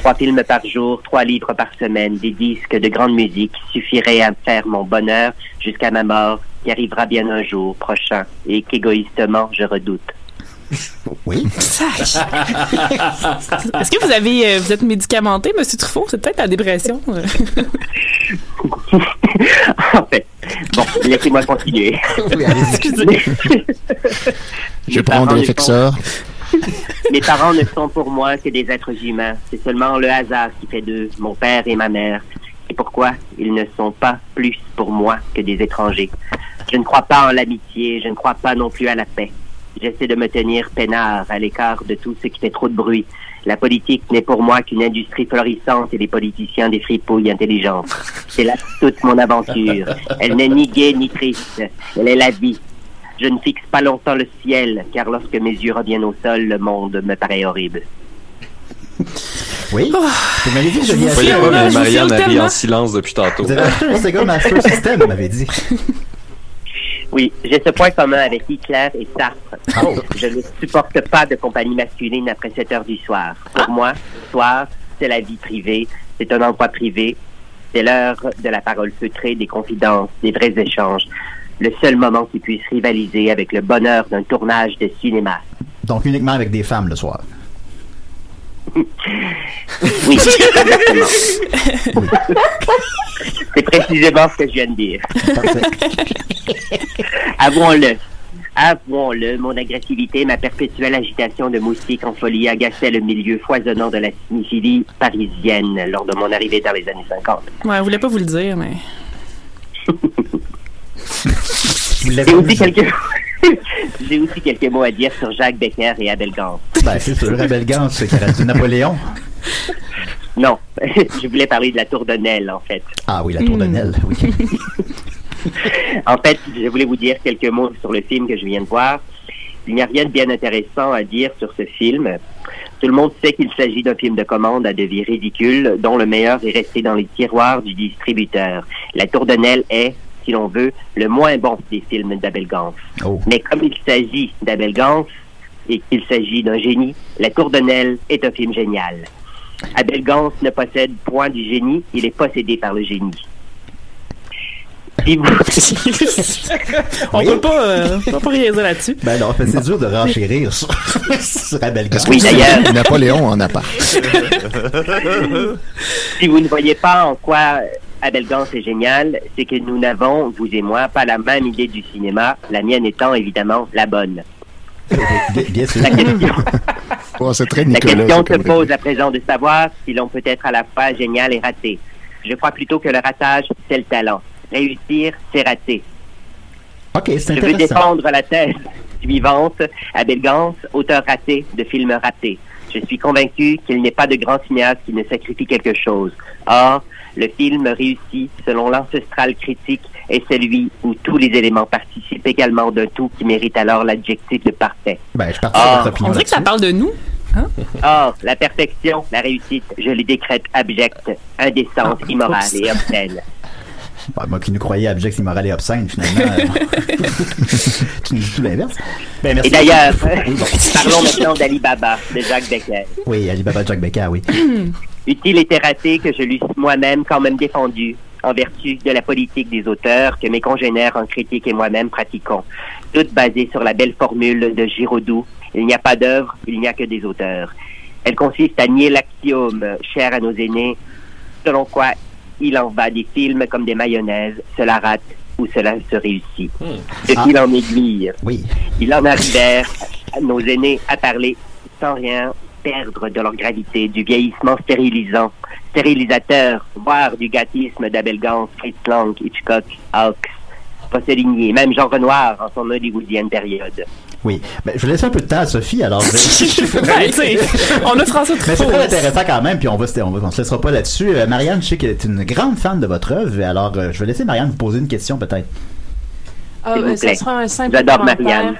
[SPEAKER 18] Trois films par jour, trois livres par semaine, des disques de grande musique suffiraient à faire mon bonheur jusqu'à ma mort, qui arrivera bien un jour prochain et qu'égoïstement je redoute.
[SPEAKER 7] Oui.
[SPEAKER 13] Est-ce que vous avez, euh, vous êtes médicamenté, Monsieur Truffaut? C'est peut-être la dépression. euh.
[SPEAKER 18] Bon, laissez-moi continuer.
[SPEAKER 10] Je prends
[SPEAKER 18] Mes parents
[SPEAKER 10] des
[SPEAKER 18] ne
[SPEAKER 10] fixeurs.
[SPEAKER 18] Mes parents ne sont pour moi que des êtres humains. C'est seulement le hasard qui fait d'eux, mon père et ma mère. C'est pourquoi ils ne sont pas plus pour moi que des étrangers. Je ne crois pas en l'amitié, je ne crois pas non plus à la paix. J'essaie de me tenir peinard à l'écart de tout ce qui fait trop de bruit. La politique n'est pour moi qu'une industrie florissante et des politiciens des fripouilles intelligentes. C'est là toute mon aventure. Elle n'est ni gaie ni triste. Elle est la vie. Je ne fixe pas longtemps le ciel, car lorsque mes yeux reviennent au sol, le monde me paraît horrible.
[SPEAKER 7] Oui. Vous m'avez dit que je
[SPEAKER 6] Vous
[SPEAKER 7] viens
[SPEAKER 6] voyez pas, mais Marianne a ri en silence depuis tantôt.
[SPEAKER 7] Vous avez acheté un Sega Master System, vous m'avez dit.
[SPEAKER 18] Oui, j'ai ce point commun avec Hitler et Sartre. Je ne supporte pas de compagnie masculine après 7 heures du soir. Pour moi, le soir, c'est la vie privée, c'est un endroit privé, c'est l'heure de la parole feutrée, des confidences, des vrais échanges. Le seul moment qui puisse rivaliser avec le bonheur d'un tournage de cinéma.
[SPEAKER 7] Donc, uniquement avec des femmes le soir.
[SPEAKER 18] Oui, exactement. C'est précisément ce que je viens de dire. Avouons-le. Avouons-le, mon agressivité, ma perpétuelle agitation de moustique en folie agaçait le milieu foisonnant de la cinéphilie parisienne lors de mon arrivée dans les années 50.
[SPEAKER 13] ouais, je voulais pas vous le dire, mais.
[SPEAKER 18] J'ai aussi, quelques... J'ai aussi quelques mots à dire sur Jacques Becker et Abel Gance.
[SPEAKER 7] Ben, c'est sûr, Rebelle Gans, c'est qui reste Napoléon.
[SPEAKER 18] Non, je voulais parler de la tour de Nel, en fait.
[SPEAKER 7] Ah oui, la
[SPEAKER 13] Mm.
[SPEAKER 7] tour de Nel, oui.
[SPEAKER 18] En fait, je voulais vous dire quelques mots sur le film que je viens de voir. Il n'y a rien de bien intéressant à dire sur ce film. Tout le monde sait qu'il s'agit d'un film de commande à devis ridicule, dont le meilleur est resté dans les tiroirs du distributeur. La Tour de Nesle est, si l'on veut, le moins bon des films d'Abel Gance. Mais comme il s'agit d'Abel Gance et qu'il s'agit d'un génie, La Tour de Nesle est un film génial. Abel Gance ne possède point du génie, il est possédé par le génie. Si vous-
[SPEAKER 13] On peut pas, euh, on peut pas réaliser là-dessus.
[SPEAKER 7] Ben non, fait, c'est dur de renchérir sur, sur Rebelle Gans.
[SPEAKER 18] Est-ce que Oui, vous avez d'ailleurs. vu
[SPEAKER 10] Napoléon en appart.
[SPEAKER 18] si vous ne voyez pas en quoi Abel Gance est génial, c'est que nous n'avons, vous et moi, pas la même idée du cinéma, la mienne étant évidemment la bonne.
[SPEAKER 7] Bien sûr.
[SPEAKER 18] La question,
[SPEAKER 10] Oh, c'est très
[SPEAKER 18] la
[SPEAKER 10] Nicolas.
[SPEAKER 18] question
[SPEAKER 10] ça,
[SPEAKER 18] se
[SPEAKER 10] comme
[SPEAKER 18] pose à présent de savoir si l'on peut être à la fois génial et raté. Je crois plutôt que le ratage, c'est le talent. Réussir, c'est rater.
[SPEAKER 7] OK, c'est
[SPEAKER 18] Je veux
[SPEAKER 7] intéressant.
[SPEAKER 18] défendre la thèse suivante. Abel Gance, auteur raté de films ratés. Je suis convaincu qu'il n'est pas de grand cinéaste qui ne sacrifie quelque chose. Or, le film réussi, selon l'ancestral critique, est celui où tous les éléments participent également d'un tout qui mérite alors l'adjectif de parfait.
[SPEAKER 7] Ben, je
[SPEAKER 18] partage Ah. votre opinion
[SPEAKER 13] On dirait que ça
[SPEAKER 18] là-dessus.
[SPEAKER 13] parle de nous. Hein?
[SPEAKER 18] Or, la perfection, la réussite, je les décrète abjecte, indécente, immorale et obscène.
[SPEAKER 7] Bah, moi qui nous croyais abject, immoral et obscène, finalement. euh, tu nous dis tout l'inverse. Ben, merci.
[SPEAKER 18] Et d'ailleurs,
[SPEAKER 7] Oui, bon.
[SPEAKER 18] parlons maintenant d'Alibaba, de Jacques Becker.
[SPEAKER 7] Oui, Alibaba Jack Becker, oui.
[SPEAKER 18] Utile et terrassé que je l'eusse moi-même quand même défendu, en vertu de la politique des auteurs que mes congénères en critique et moi-même pratiquons, toute basée sur la belle formule de Giraudoux, il n'y a pas d'œuvre, il n'y a que des auteurs. Elle consiste à nier l'axiome cher à nos aînés, selon quoi il en va des films comme des mayonnaises, cela rate ou cela se réussit. De
[SPEAKER 7] Ah.
[SPEAKER 18] fil en aiguille.
[SPEAKER 7] Oui.
[SPEAKER 18] Ils en arrivèrent, à- nos aînés, à parler sans rien perdre de leur gravité, du vieillissement stérilisant, stérilisateur, voire du gâtisme d'Abel Gance, Fritz Lang, Hitchcock, Hawks, Pasolini, même Jean Renoir en son hollywoodienne période.
[SPEAKER 7] Oui. Ben, je vais laisser un peu de temps à Sophie, alors.
[SPEAKER 13] Ben, tu sais, on a François
[SPEAKER 7] Mais c'est
[SPEAKER 13] Truffaut.
[SPEAKER 7] très intéressant quand même, puis on va, se- on va- on se laissera pas là-dessus. Euh, Marianne, je sais qu'elle est une grande fan de votre œuvre, alors euh, je vais laisser Marianne vous poser une question peut-être.
[SPEAKER 8] Ah,
[SPEAKER 18] S'il vous
[SPEAKER 8] ben, ça
[SPEAKER 18] plaît.
[SPEAKER 8] sera un simple
[SPEAKER 18] J'adore
[SPEAKER 8] commentaire.
[SPEAKER 18] Marianne.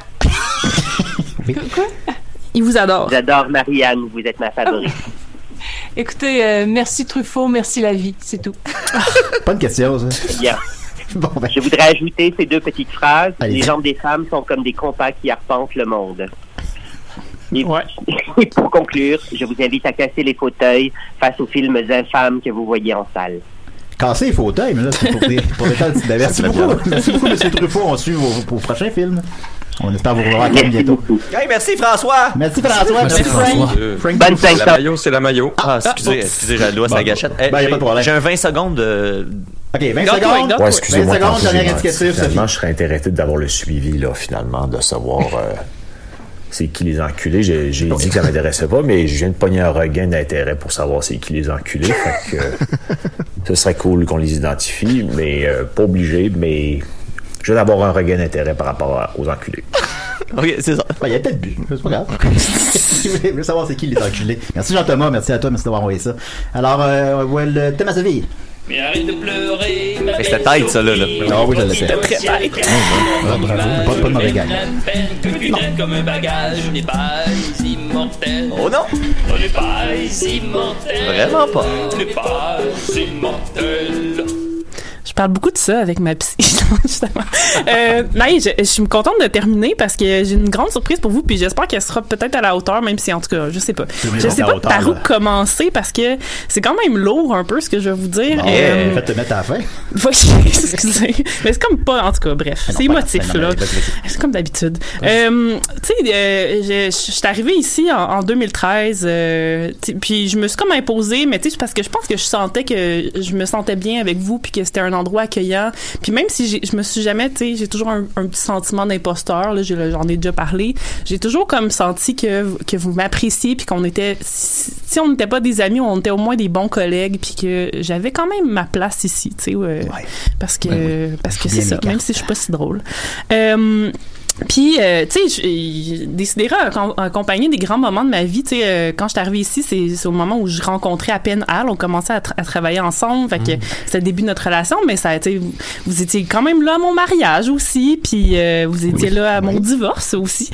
[SPEAKER 8] Quoi?
[SPEAKER 13] Il vous adore.
[SPEAKER 18] J'adore Marianne, vous êtes ma favorite.
[SPEAKER 8] Écoutez, euh, merci Truffaut, merci la vie, c'est tout.
[SPEAKER 7] Pas de question, ça. ben.
[SPEAKER 18] Bien. Je voudrais ajouter ces deux petites phrases. Les jambes des femmes sont comme des compas qui arpentent le monde. Et, et pour conclure, je vous invite à casser les fauteuils face aux films infâmes que vous voyez en salle.
[SPEAKER 7] Casser les fauteuils, mais là, c'est pour des, pour des temps de petite- Merci
[SPEAKER 18] Ça fait
[SPEAKER 7] beaucoup.
[SPEAKER 18] bien.
[SPEAKER 7] Merci beaucoup, M. Truffaut. On suit vos, vos prochains films. On espère vous revoir très bientôt.
[SPEAKER 11] Hey, merci François!
[SPEAKER 7] Merci François! Merci, Merci, François. Frank.
[SPEAKER 11] Euh,
[SPEAKER 7] Frank.
[SPEAKER 11] Bonne
[SPEAKER 7] C'est la
[SPEAKER 11] C'est la maillot, c'est la maillot. Ah, excusez,
[SPEAKER 7] oups.
[SPEAKER 11] excusez, j'ai la loi, c'est la
[SPEAKER 7] Bon,
[SPEAKER 11] gâchette.
[SPEAKER 7] ben, y a pas de problème.
[SPEAKER 11] J'ai un 20 secondes de.
[SPEAKER 7] Ok, 20
[SPEAKER 11] Garde-toi,
[SPEAKER 7] secondes.
[SPEAKER 11] garde-toi.
[SPEAKER 15] Ouais, excusez-moi.
[SPEAKER 7] secondes,
[SPEAKER 15] tantôt, j'ai
[SPEAKER 7] dernière
[SPEAKER 15] menti.
[SPEAKER 7] indicative, Sophie.
[SPEAKER 15] Finalement, je serais intéressé d'avoir le suivi, là, finalement, de savoir euh, c'est qui les enculés. J'ai j'ai dit que ça m'intéressait pas, mais je viens de pogner un regain d'intérêt pour savoir c'est qui les enculés. Fait que, euh, ce serait cool qu'on les identifie, mais euh, pas obligé, mais je vais d'avoir un regain d'intérêt par rapport à- aux enculés.
[SPEAKER 11] Ok, c'est ça.
[SPEAKER 7] Ben, Il y a peut-être bu. C'est pas grave. Je voulais savoir c'est qui les enculés. Merci Jean-Thomas, merci à toi, merci d'avoir envoyé ça. Alors, euh, ouais, le thème à Sophie.
[SPEAKER 1] Mais arrête de pleurer.
[SPEAKER 11] Fait que C'était tight, ça, là. là.
[SPEAKER 7] Ah oui, je le sais.
[SPEAKER 15] Ben,
[SPEAKER 7] C'était
[SPEAKER 1] très tight.
[SPEAKER 7] Ah, bravo. Pas, pas de mauvais gag.
[SPEAKER 1] comme un bagage, on n'est pas immortel.
[SPEAKER 11] Oh non!
[SPEAKER 1] On n'est pas immortel.
[SPEAKER 11] Vraiment pas.
[SPEAKER 1] On n'est pas immortel.
[SPEAKER 13] Je parle beaucoup de ça avec ma psy, justement. Euh, non, je, je suis contente de terminer parce que j'ai une grande surprise pour vous, puis j'espère qu'elle sera peut-être à la hauteur, même si en tout cas, je sais pas.
[SPEAKER 7] Oui,
[SPEAKER 13] Je
[SPEAKER 7] on est
[SPEAKER 13] sais
[SPEAKER 7] à
[SPEAKER 13] pas
[SPEAKER 7] hauteur,
[SPEAKER 13] par où
[SPEAKER 7] là.
[SPEAKER 13] commencer parce que c'est quand même lourd un peu ce que je vais vous dire.
[SPEAKER 7] Bon,
[SPEAKER 13] Euh,
[SPEAKER 7] Faites te mettre à la fin.
[SPEAKER 13] Oui, excusez. Mais c'est comme pas, en tout cas, bref.
[SPEAKER 7] Mais Ah non,
[SPEAKER 13] C'est
[SPEAKER 7] pas-
[SPEAKER 13] émotif,
[SPEAKER 7] mais non,
[SPEAKER 13] là.
[SPEAKER 7] mais vas-y, vas-y.
[SPEAKER 13] C'est comme d'habitude. Euh, tu sais, euh, je je- je suis arrivée ici en, en 2013, euh, tu sais, puis je me suis comme imposée, mais tu sais, c'est parce que je pense que je sentais que je me sentais bien avec vous, puis que c'était un endroit accueillant. Puis même si j'ai- je me suis jamais, tu sais, j'ai toujours un, un petit sentiment d'imposteur, là, j'ai- j'en ai déjà parlé, j'ai toujours comme senti que, que vous m'appréciez, puis qu'on était, si si on n'était pas des amis, on était au moins des bons collègues, puis que j'avais quand même ma place ici, tu sais, ouais. parce que, parce que
[SPEAKER 21] Bien
[SPEAKER 13] c'est ça,
[SPEAKER 21] écart.
[SPEAKER 13] même si je suis pas si drôle. Euh, puis, euh, tu sais, je- euh, Décidera a com- a accompagné des grands moments de ma vie. Tu sais, euh, quand je suis arrivée ici, c'est c'est au moment où je rencontrais à peine Al. On commençait à, tra- à travailler ensemble. Fait
[SPEAKER 5] Mm.
[SPEAKER 13] que c'était le début de notre relation, mais ça a été. Vous, vous étiez quand même là à mon mariage aussi, puis euh, vous étiez là à mon divorce aussi.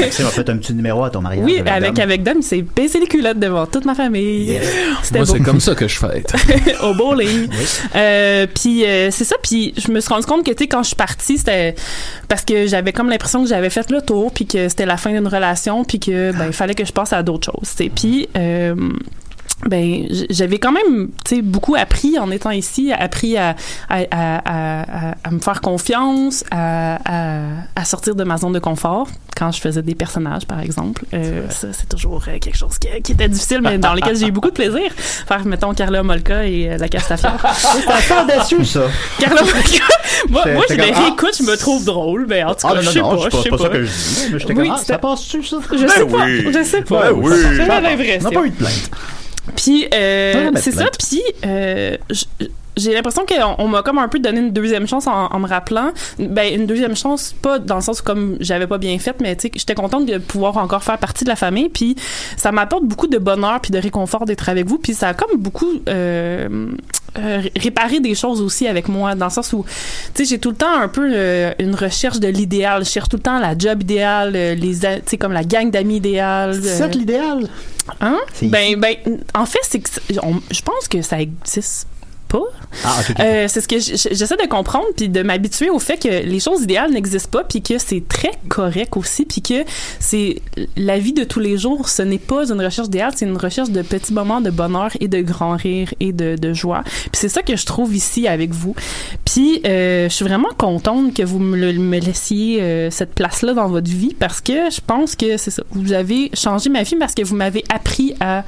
[SPEAKER 7] Maxime a fait un petit numéro à ton mariage.
[SPEAKER 13] Euh. oui,
[SPEAKER 7] madame.
[SPEAKER 13] avec, avec Dom, il s'est baissé les culottes devant toute ma famille. C'était
[SPEAKER 5] Moi,
[SPEAKER 13] beau.
[SPEAKER 5] c'est comme ça que je fête.
[SPEAKER 13] au bowling. Euh, puis euh, c'est ça. Puis je me suis rendu compte que tu sais quand je suis partie, c'était parce que j'avais comme l'impression que j'avais fait le tour, puis que c'était la fin d'une relation, puis que ben il fallait que je passe à d'autres choses. tu sais. Puis euh, ben j- j'avais quand même tu sais beaucoup appris en étant ici appris à à, à, à, à me faire confiance à, à, à sortir de ma zone de confort quand je faisais des personnages par exemple Euh, ça c'est toujours euh, quelque chose qui, qui était difficile mais dans lequel j'ai eu beaucoup de plaisir faire mettons Carla Molka et euh, la Castafiore
[SPEAKER 7] C'est assez audacieux, ça.
[SPEAKER 13] Carla Molka moi,
[SPEAKER 7] C'est-
[SPEAKER 13] moi je
[SPEAKER 7] c'est
[SPEAKER 13] les
[SPEAKER 7] comme-
[SPEAKER 13] réécoute je me trouve drôle mais en tout
[SPEAKER 7] Ah, non,
[SPEAKER 13] cas je
[SPEAKER 7] non,
[SPEAKER 13] sais
[SPEAKER 7] non,
[SPEAKER 13] pas
[SPEAKER 7] c'est
[SPEAKER 13] je
[SPEAKER 7] pas-
[SPEAKER 13] sais
[SPEAKER 7] pas
[SPEAKER 13] pas
[SPEAKER 7] ça que je dis, mais j'étais
[SPEAKER 13] Oui,
[SPEAKER 7] comme, ah,
[SPEAKER 13] c'était-
[SPEAKER 7] ça passe-tu, ça?
[SPEAKER 13] je sais pas je sais pas
[SPEAKER 7] Ben oui.
[SPEAKER 13] c'est la vraie
[SPEAKER 7] On n'a pas
[SPEAKER 13] vraie
[SPEAKER 7] eu de plainte.
[SPEAKER 13] puis, euh,
[SPEAKER 7] Ah, mais
[SPEAKER 13] c'est ça.
[SPEAKER 7] plainte.
[SPEAKER 13] Puis, euh, je- j'ai l'impression qu'on on m'a comme un peu donné une deuxième chance en, en me rappelant. Ben, une deuxième chance, pas dans le sens où comme j'avais pas bien fait, mais tu sais, j'étais contente de pouvoir encore faire partie de la famille. Puis ça m'apporte beaucoup de bonheur puis de réconfort d'être avec vous. Puis ça a comme beaucoup euh, euh, réparé des choses aussi avec moi, dans le sens où, tu sais, j'ai tout le temps un peu euh, une recherche de l'idéal. Je cherche tout le temps la job idéale, euh, les, a- tu sais, comme la gang d'amis euh. idéale.
[SPEAKER 7] C'est ça que l'idéal?
[SPEAKER 13] Hein?
[SPEAKER 7] C'est
[SPEAKER 13] Ben, ben, en fait, c'est que c'est- on- je pense que ça existe pas.
[SPEAKER 7] Ah, ok, ok.
[SPEAKER 13] Euh, c'est ce que j- j- j'essaie de comprendre puis de m'habituer au fait que les choses idéales n'existent pas puis que c'est très correct aussi puis que c'est la vie de tous les jours, ce n'est pas une recherche idéale, c'est une recherche de petits moments de bonheur et de grand rire et de, de joie. Puis c'est ça que je trouve ici avec vous. Puis euh, je suis vraiment contente que vous me, le- me laissiez euh, cette place-là dans votre vie parce que je pense que c'est ça. Vous avez changé ma vie parce que vous m'avez appris à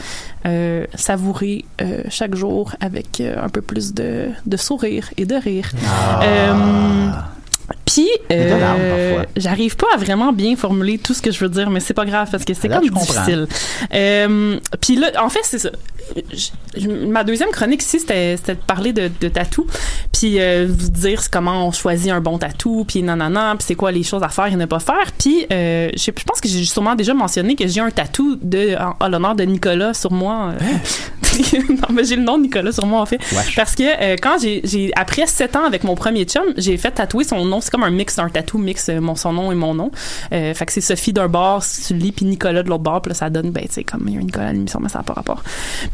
[SPEAKER 13] euh, savourer euh, chaque jour avec euh, un peu plus de, de sourire et de rire. Euh, puis,
[SPEAKER 7] Ah. de larmes,
[SPEAKER 13] euh,
[SPEAKER 7] parfois.
[SPEAKER 13] j'arrive pas à vraiment bien formuler tout ce que je veux dire, mais c'est pas grave parce que c'est
[SPEAKER 7] Là,
[SPEAKER 13] comme
[SPEAKER 7] Ah, je comprends.
[SPEAKER 13] difficile. Euh, puis là, en fait, c'est ça. Je- je- ma deuxième chronique ici, c'était c'était de parler de, de tatou, puis euh, vous dire c'est comment on choisit un bon tatou, puis nanana, puis c'est quoi les choses à faire et ne pas faire. Puis euh, je sais- je pense que j'ai sûrement déjà mentionné que j'ai un tatou de en- à l'honneur de Nicolas sur moi. euh.
[SPEAKER 7] Hein?
[SPEAKER 13] non, mais j'ai le nom de Nicolas sur moi en fait. Parce que euh, quand j'ai- j'ai après sept ans avec mon premier chum, j'ai fait tatouer son nom. C'est comme un mix, un tatou mix, euh, mon son nom et mon nom. Euh, fait que c'est Sophie d'un bord, Sully puis Nicolas de l'autre bord, puis là, ça donne ben tu sais comme il y a un Nicolas à l'émission, mais ça n'a pas rapport.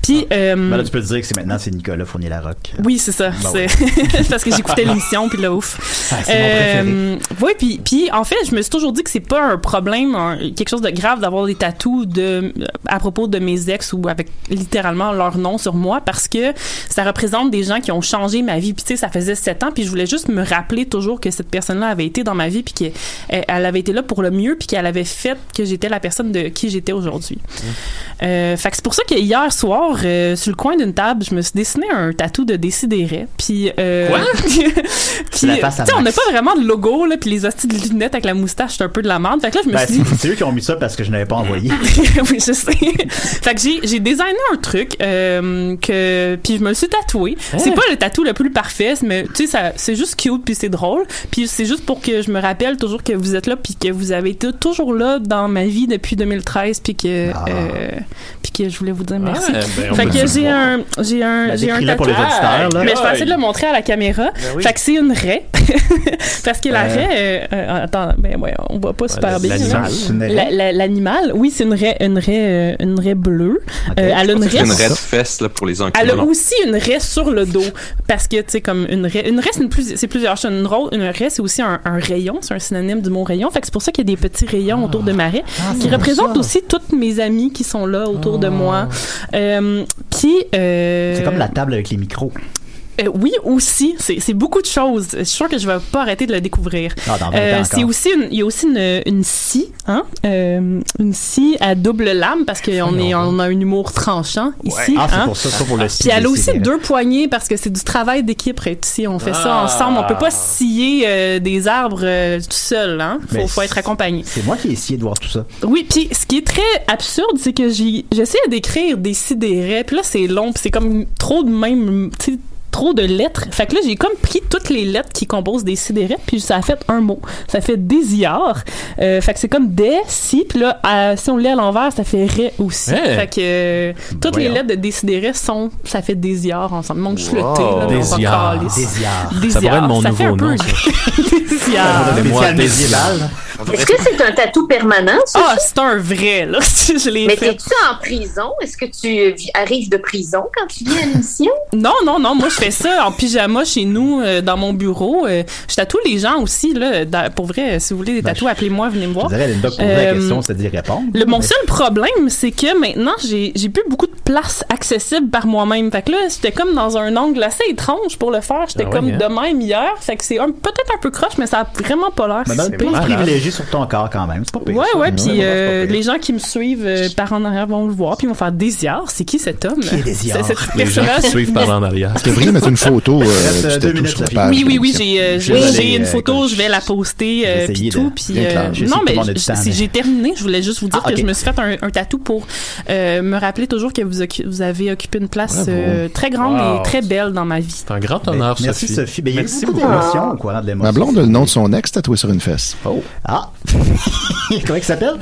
[SPEAKER 13] Puis euh,
[SPEAKER 7] Ben là, tu peux te dire que c'est maintenant, c'est Nicolas Fournier-Larocque.
[SPEAKER 13] oui, c'est ça.
[SPEAKER 7] Bah
[SPEAKER 13] c'est parce que j'écoutais l'émission puis là ouf.
[SPEAKER 7] Ah, c'est mon
[SPEAKER 13] Euh, oui, puis puis en fait, je me suis toujours dit que c'est pas un problème, un- quelque chose de grave d'avoir des tatous de à propos de mes ex ou avec littéralement leur nom sur moi parce que ça représente des gens qui ont changé ma vie. Puis tu sais, ça faisait sept ans puis je voulais juste me rappeler toujours que cette personne-là avait été dans ma vie puis qu'elle elle avait été là pour le mieux puis qu'elle avait fait que j'étais la personne de qui j'étais aujourd'hui.
[SPEAKER 7] Mmh.
[SPEAKER 13] Euh, fait que c'est pour ça que hier soir, euh, sur le coin d'une table, je me suis dessiné un tatou de Décideret. Puis, euh,
[SPEAKER 7] Quoi?
[SPEAKER 13] puis,
[SPEAKER 7] C'est la face à
[SPEAKER 13] tu sais, on n'a
[SPEAKER 7] Max.
[SPEAKER 13] pas vraiment de logo, là, puis les hosties de lunettes avec la moustache, c'est un peu de la merde. Fait que là, je me
[SPEAKER 7] Ben,
[SPEAKER 13] suis dit,
[SPEAKER 7] c'est c'est eux qui ont mis ça parce que je n'avais pas envoyé.
[SPEAKER 13] oui, je sais. fait que j'ai, j'ai designé un truc euh, que puis je me le suis tatoué.
[SPEAKER 5] Hein?
[SPEAKER 13] C'est pas le tatou le plus parfait, mais tu sais ça c'est juste cute puis c'est drôle. Puis c'est juste pour que je me rappelle toujours que vous êtes là puis que vous avez été toujours là dans ma vie depuis 2013 puis que euh, puis que je voulais vous dire merci.
[SPEAKER 5] Ah. ben, on
[SPEAKER 13] fait
[SPEAKER 5] peut
[SPEAKER 13] que
[SPEAKER 5] le
[SPEAKER 13] j'ai
[SPEAKER 5] voir.
[SPEAKER 13] un j'ai un
[SPEAKER 5] Ben,
[SPEAKER 13] j'ai un
[SPEAKER 5] décris-le pour les
[SPEAKER 13] tatouage.
[SPEAKER 5] auditeurs, là. Ben
[SPEAKER 13] Mais je vais essayer de le montrer à la caméra.
[SPEAKER 5] oui.
[SPEAKER 13] Fait que c'est une raie. Parce que la
[SPEAKER 7] Euh.
[SPEAKER 13] raie euh, euh, attends, ben ouais, on voit pas super bien.
[SPEAKER 7] l'animal.
[SPEAKER 13] là.
[SPEAKER 7] C'est une raie?
[SPEAKER 13] La- la- L'animal, oui, c'est une raie, une raie, euh, une raie bleue. Euh, elle a une
[SPEAKER 6] C'est
[SPEAKER 13] raie.
[SPEAKER 6] une raie de
[SPEAKER 13] sur-
[SPEAKER 6] fesse là, pour les
[SPEAKER 13] Elle a
[SPEAKER 6] enculés.
[SPEAKER 13] aussi une raie sur le dos parce que tu sais comme une raie, une raie c'est une plus- c'est plusieurs choses. Une, ro- une raie c'est aussi un, un rayon, c'est un synonyme du mot rayon. Fait que c'est pour ça qu'il y a des petits rayons autour de ma raie qui représentent aussi toutes mes amies qui sont là autour de moi. Euh, qui euh,
[SPEAKER 7] C'est comme la table avec les micros.
[SPEAKER 13] euh, oui, aussi. C'est c'est beaucoup de choses. Je suis sûre que je vais pas arrêter de le découvrir. Euh,
[SPEAKER 7] Ah, dans vingt ans encore.
[SPEAKER 13] c'est aussi une- il y a aussi une, une scie, hein? Euh, une scie à double lame parce qu'on est, on a un humour tranchant ici.
[SPEAKER 7] Ah, c'est
[SPEAKER 13] hein.
[SPEAKER 7] pour ça, c'est pour le
[SPEAKER 13] Puis elle a aussi
[SPEAKER 7] sidérer.
[SPEAKER 13] deux poignées parce que c'est du travail d'équipe être ici. On fait ça
[SPEAKER 7] Ah.
[SPEAKER 13] ensemble. On peut pas scier euh, des arbres euh, tout seul. Hein? Faut,
[SPEAKER 7] Mais
[SPEAKER 13] faut être accompagné.
[SPEAKER 7] C'est moi qui ai essayé de voir tout ça.
[SPEAKER 13] Oui, puis ce qui est très absurde, c'est que j'ai j'essaie d'écrire des sidérés, puis là c'est long, puis c'est comme trop de même, tu sais, trop de lettres. Fait que là j'ai comme pris toutes les lettres qui composent des sidérés, puis ça a fait un mot. Ça fait désillard. Euh, fait que c'est comme des si, puis là à- si on le lit à l'envers, ça fait ré aussi.
[SPEAKER 5] Hey.
[SPEAKER 13] Fait que euh, toutes les
[SPEAKER 5] Hein? Voyons.
[SPEAKER 13] lettres de décidérés sont ça fait désillard ensemble. Donc je suis le
[SPEAKER 5] Wow.
[SPEAKER 13] T là, mais on s'en
[SPEAKER 5] Désillard.
[SPEAKER 13] calisse.
[SPEAKER 5] Désillard. Ça
[SPEAKER 13] Désillard.
[SPEAKER 5] pourrait être mon
[SPEAKER 13] Ça fait
[SPEAKER 5] nouveau
[SPEAKER 13] un peu
[SPEAKER 5] nom, ça.
[SPEAKER 13] Désillard.
[SPEAKER 5] Donnez-moi des
[SPEAKER 9] Est-ce que c'est un tatou permanent? ça?
[SPEAKER 13] Ah, c'est un vrai, là. Je l'ai
[SPEAKER 9] Mais
[SPEAKER 13] fait.
[SPEAKER 9] t'es-tu en prison? Est-ce que tu vi- arrives de prison quand tu viens à l'émission?
[SPEAKER 13] Non, non, non. Moi, je fais ça en pyjama chez nous, euh, dans mon bureau. Euh, je tatoue les gens aussi, là. dans- pour vrai, euh, si vous voulez des tatous, appelez-moi, venez me
[SPEAKER 7] Je
[SPEAKER 13] voir.
[SPEAKER 7] dirais, Linda, qui posait la
[SPEAKER 13] Euh,
[SPEAKER 7] question, c'est d'y répondre.
[SPEAKER 13] le, mon seul problème, c'est que maintenant, j'ai j'ai plus beaucoup de place accessible par moi-même. Fait que là, j'étais comme dans un angle assez étrange pour le faire. J'étais
[SPEAKER 7] Ah ouais,
[SPEAKER 13] comme
[SPEAKER 7] hein?
[SPEAKER 13] de même hier. Fait que c'est un- peut-être un peu croche, mais ça a vraiment pas l'air.
[SPEAKER 7] Mais dans
[SPEAKER 13] si
[SPEAKER 7] le pays
[SPEAKER 13] pire.
[SPEAKER 7] privilégié sur ton corps quand même. C'est pas pire.
[SPEAKER 13] Ah, Ouais,
[SPEAKER 7] ça.
[SPEAKER 13] ouais, puis
[SPEAKER 7] c'est
[SPEAKER 13] euh,
[SPEAKER 7] pas pire.
[SPEAKER 13] les gens qui me suivent euh, par en arrière vont le voir, puis ils vont faire Désir, c'est qui cet homme?
[SPEAKER 7] Qui est Désir?
[SPEAKER 13] C'est- cet
[SPEAKER 5] Les gens qui
[SPEAKER 13] personnage-
[SPEAKER 5] suivent par en arrière.
[SPEAKER 10] Tu devrais mettre une photo euh,
[SPEAKER 7] Reste, euh,
[SPEAKER 10] du
[SPEAKER 7] deux
[SPEAKER 10] tatou
[SPEAKER 7] minutes,
[SPEAKER 10] sur la
[SPEAKER 7] Sophie.
[SPEAKER 10] page.
[SPEAKER 13] Oui, oui, oui, j'ai, euh,
[SPEAKER 7] Je vais
[SPEAKER 13] j'ai- j'ai
[SPEAKER 7] aller,
[SPEAKER 13] une
[SPEAKER 7] euh,
[SPEAKER 13] photo, je vais la poster, euh,
[SPEAKER 7] vais
[SPEAKER 13] puis
[SPEAKER 7] essayer
[SPEAKER 13] tout.
[SPEAKER 7] de-
[SPEAKER 13] Puis,
[SPEAKER 7] bien
[SPEAKER 13] euh,
[SPEAKER 7] clair. Je sais
[SPEAKER 13] non,
[SPEAKER 7] que tout le
[SPEAKER 13] mais
[SPEAKER 7] monde a du
[SPEAKER 13] je-
[SPEAKER 7] temps,
[SPEAKER 13] si
[SPEAKER 7] mais-
[SPEAKER 13] j'ai terminé, je voulais juste vous dire
[SPEAKER 7] Ah,
[SPEAKER 13] que
[SPEAKER 7] ok.
[SPEAKER 13] je me suis fait un, un tatou pour euh, me rappeler toujours que vous vous, occu- vous avez occupé une place
[SPEAKER 7] Bravo.
[SPEAKER 13] euh, très grande
[SPEAKER 7] Wow.
[SPEAKER 13] et très belle dans ma vie.
[SPEAKER 5] C'est un grand
[SPEAKER 7] Ben,
[SPEAKER 5] honneur,
[SPEAKER 7] merci,
[SPEAKER 5] Sophie.
[SPEAKER 7] Sophie. Ben, il y a eu
[SPEAKER 5] Merci
[SPEAKER 7] beaucoup
[SPEAKER 5] beaucoup.
[SPEAKER 7] d'émotions au courant de l'émotion.
[SPEAKER 10] Ma blonde a le nom de son ex tatoué sur une fesse.
[SPEAKER 11] Oh.
[SPEAKER 7] Ah! Comment il s'appelle?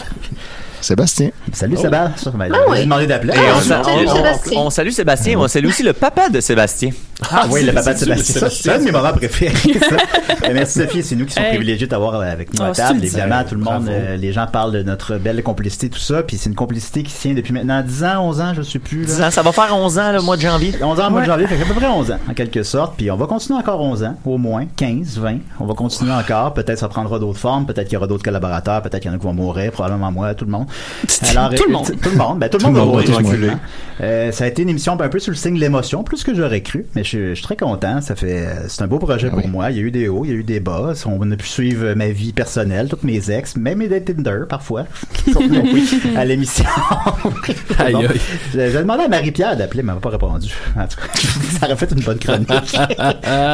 [SPEAKER 10] Sébastien.
[SPEAKER 7] Salut
[SPEAKER 10] Oh.
[SPEAKER 7] Sébastien. Ben,
[SPEAKER 10] Ah
[SPEAKER 7] j'ai
[SPEAKER 10] oui.
[SPEAKER 7] demandé d'appeler.
[SPEAKER 11] Et on, sa- on- on- on salue Sébastien, on salue aussi le papa de Sébastien.
[SPEAKER 7] Ah oui, le papa de Sébastien. Ça, C'est un de mes moments préférés. ça. Ben, Merci Sophie, c'est nous qui sommes
[SPEAKER 11] Hey.
[SPEAKER 7] privilégiés de t'avoir avec nous à
[SPEAKER 11] Oh, c'est
[SPEAKER 7] table.
[SPEAKER 11] le
[SPEAKER 7] Évidemment,
[SPEAKER 11] diable.
[SPEAKER 7] tout le monde,
[SPEAKER 11] Bravo.
[SPEAKER 7] euh, les gens parlent de notre belle complicité, tout ça. Puis c'est une complicité qui tient depuis maintenant 10 ans, 11 ans, je sais plus. là.
[SPEAKER 11] 10 ans, ça va faire 11 ans le mois de janvier.
[SPEAKER 7] 11 ans, au mois de janvier, fait à peu près 11 ans, en quelque sorte. Puis on va continuer encore 11 ans, au moins, 15, 20. On va continuer encore. Peut-être ça prendra d'autres formes. Peut-être qu'il y aura d'autres collaborateurs. Peut-être qu'il y en a qui vont mourir. Probablement moi, tout le monde.
[SPEAKER 11] Tout le
[SPEAKER 7] euh,
[SPEAKER 11] monde.
[SPEAKER 7] t- Tout le monde. Ben, tout,
[SPEAKER 11] Tout
[SPEAKER 7] le
[SPEAKER 11] le
[SPEAKER 7] monde va
[SPEAKER 11] monde,
[SPEAKER 7] mourir.
[SPEAKER 11] excuse-moi.
[SPEAKER 7] tranquillement. Euh, ça a été une émission un peu sur le signe de l'émotion, plus que j'aurais cru. Mais je, je suis très content. Ça fait, euh, c'est un beau projet pour moi. Il y a eu des hauts, il y a eu des bas. On a pu suivre euh, ma vie personnelle, toutes mes ex, même mes dates Tinder, parfois. à l'émission.
[SPEAKER 5] Aïe,
[SPEAKER 7] Bon.
[SPEAKER 5] aïe.
[SPEAKER 7] J'ai j'ai demandé à Marie-Pierre d'appeler, mais elle m'a pas répondu. En tout cas, ça aurait fait une bonne chronique.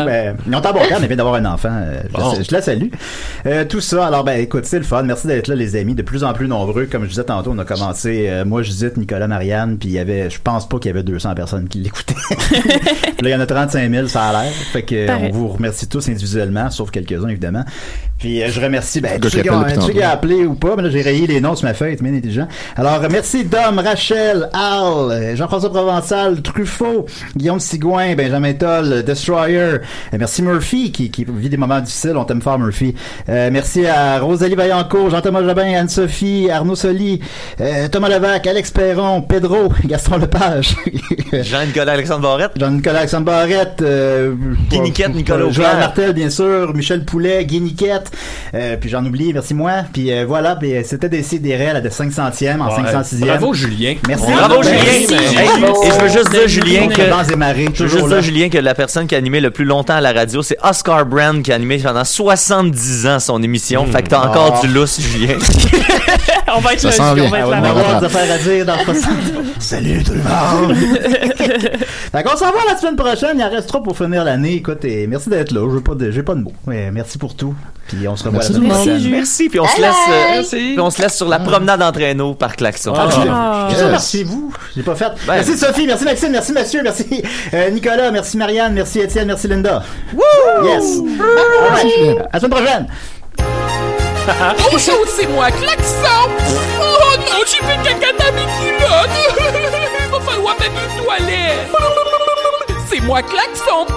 [SPEAKER 7] mais, on t'en bon cœur, elle vient d'avoir un enfant. euh, Je,
[SPEAKER 5] Bon.
[SPEAKER 7] la, je la salue. Euh, tout ça, alors ben écoute, c'est le fun. Merci d'être là, les amis. De plus en plus nombreux. Comme je disais tantôt, on a commencé, euh, moi, Judith, Nicolas, Marianne, puis il y avait, je pense pas qu'il y avait 200 personnes qui l'écoutaient. Puis là, il y en a 35 000, ça a l'air. Fait que, euh,
[SPEAKER 13] Pareil.
[SPEAKER 7] on vous remercie tous individuellement, sauf quelques-uns, évidemment. Puis euh, je remercie, ben,
[SPEAKER 10] Le
[SPEAKER 7] tous ceux
[SPEAKER 10] gars qui
[SPEAKER 7] qui ont-
[SPEAKER 10] appelle depuis
[SPEAKER 7] tous ceux qui ont
[SPEAKER 10] tantôt.
[SPEAKER 7] appelé ou pas, mais là, j'ai rayé les noms sur ma feuille, c'est bien intelligent. Alors, euh, merci Dom, Rachel, Al, euh, Jean-François Provençal, Truffaut, Guillaume Sigouin, Benjamin Toll, euh, Destroyer. Euh, Merci Murphy, qui, qui vit des moments difficiles, on t'aime fort, Murphy. Euh, merci à Rosalie Vaillancourt, Jean-Thomas Jobin, Anne-Sophie, Arnaud Soli, euh, Thomas Levac, Alex Perron, Pedro, Gaston Lepage,
[SPEAKER 11] Jean-Nicolas Alexandre Barrette.
[SPEAKER 7] Jean-Nicolas Alexandre Barrette, euh,
[SPEAKER 11] Guiniquette, Nicolas
[SPEAKER 7] euh, Joël
[SPEAKER 11] Aubert.
[SPEAKER 7] Martel, bien sûr, Michel Poulet, Guiniquette, euh, puis j'en oublie, merci moi. Puis euh, voilà, puis euh, c'était des CDRL à la 500e, en
[SPEAKER 5] Ouais.
[SPEAKER 7] 506e.
[SPEAKER 5] Bravo, Julien.
[SPEAKER 7] Merci.
[SPEAKER 11] Bravo Julien. Hey, et je veux juste dire Julien que
[SPEAKER 7] Dans et marées,
[SPEAKER 11] je veux
[SPEAKER 7] toujours
[SPEAKER 11] juste
[SPEAKER 7] là.
[SPEAKER 11] dire Julien que la personne qui a animé le plus longtemps à la radio, c'est Oscar Brand qui a animé pendant 70 ans son émission. Fait que t'as encore
[SPEAKER 7] Ah.
[SPEAKER 11] du lousse Julien.
[SPEAKER 13] on va être
[SPEAKER 11] Ça
[SPEAKER 13] là,
[SPEAKER 11] s'en
[SPEAKER 13] Julien,
[SPEAKER 11] vient.
[SPEAKER 13] on
[SPEAKER 11] Ah
[SPEAKER 13] va
[SPEAKER 11] ouais,
[SPEAKER 13] être
[SPEAKER 7] On va
[SPEAKER 13] là.
[SPEAKER 7] avoir des affaires à dire dans 60. Salut tout le monde! fait qu'on s'en va la semaine prochaine, il en reste trois pour finir l'année. Écoute, et merci d'être là, je veux pas de, j'ai pas de mots. Mais merci pour tout. Puis on se revoit
[SPEAKER 11] Merci
[SPEAKER 7] la semaine
[SPEAKER 11] tout le monde.
[SPEAKER 7] prochaine.
[SPEAKER 11] Merci, puis on se
[SPEAKER 7] Bye
[SPEAKER 11] laisse
[SPEAKER 7] bye.
[SPEAKER 11] euh, puis on se laisse sur la promenade en traîneau par klaxon. Ben,
[SPEAKER 7] Ah, je- je- je- Merci vous. J'ai pas fait. Merci Sophie, merci Maxime, merci Mathieu, merci euh, Nicolas, merci Marianne, merci Étienne, merci Linda. Yes! Alright. À la semaine prochaine!
[SPEAKER 2] ah.
[SPEAKER 14] Oh chaud, c'est moi, klaxon! Oh non, j'ai fait caca dans mes culottes! Il va falloir mettre une toilette! C'est moi, klaxon!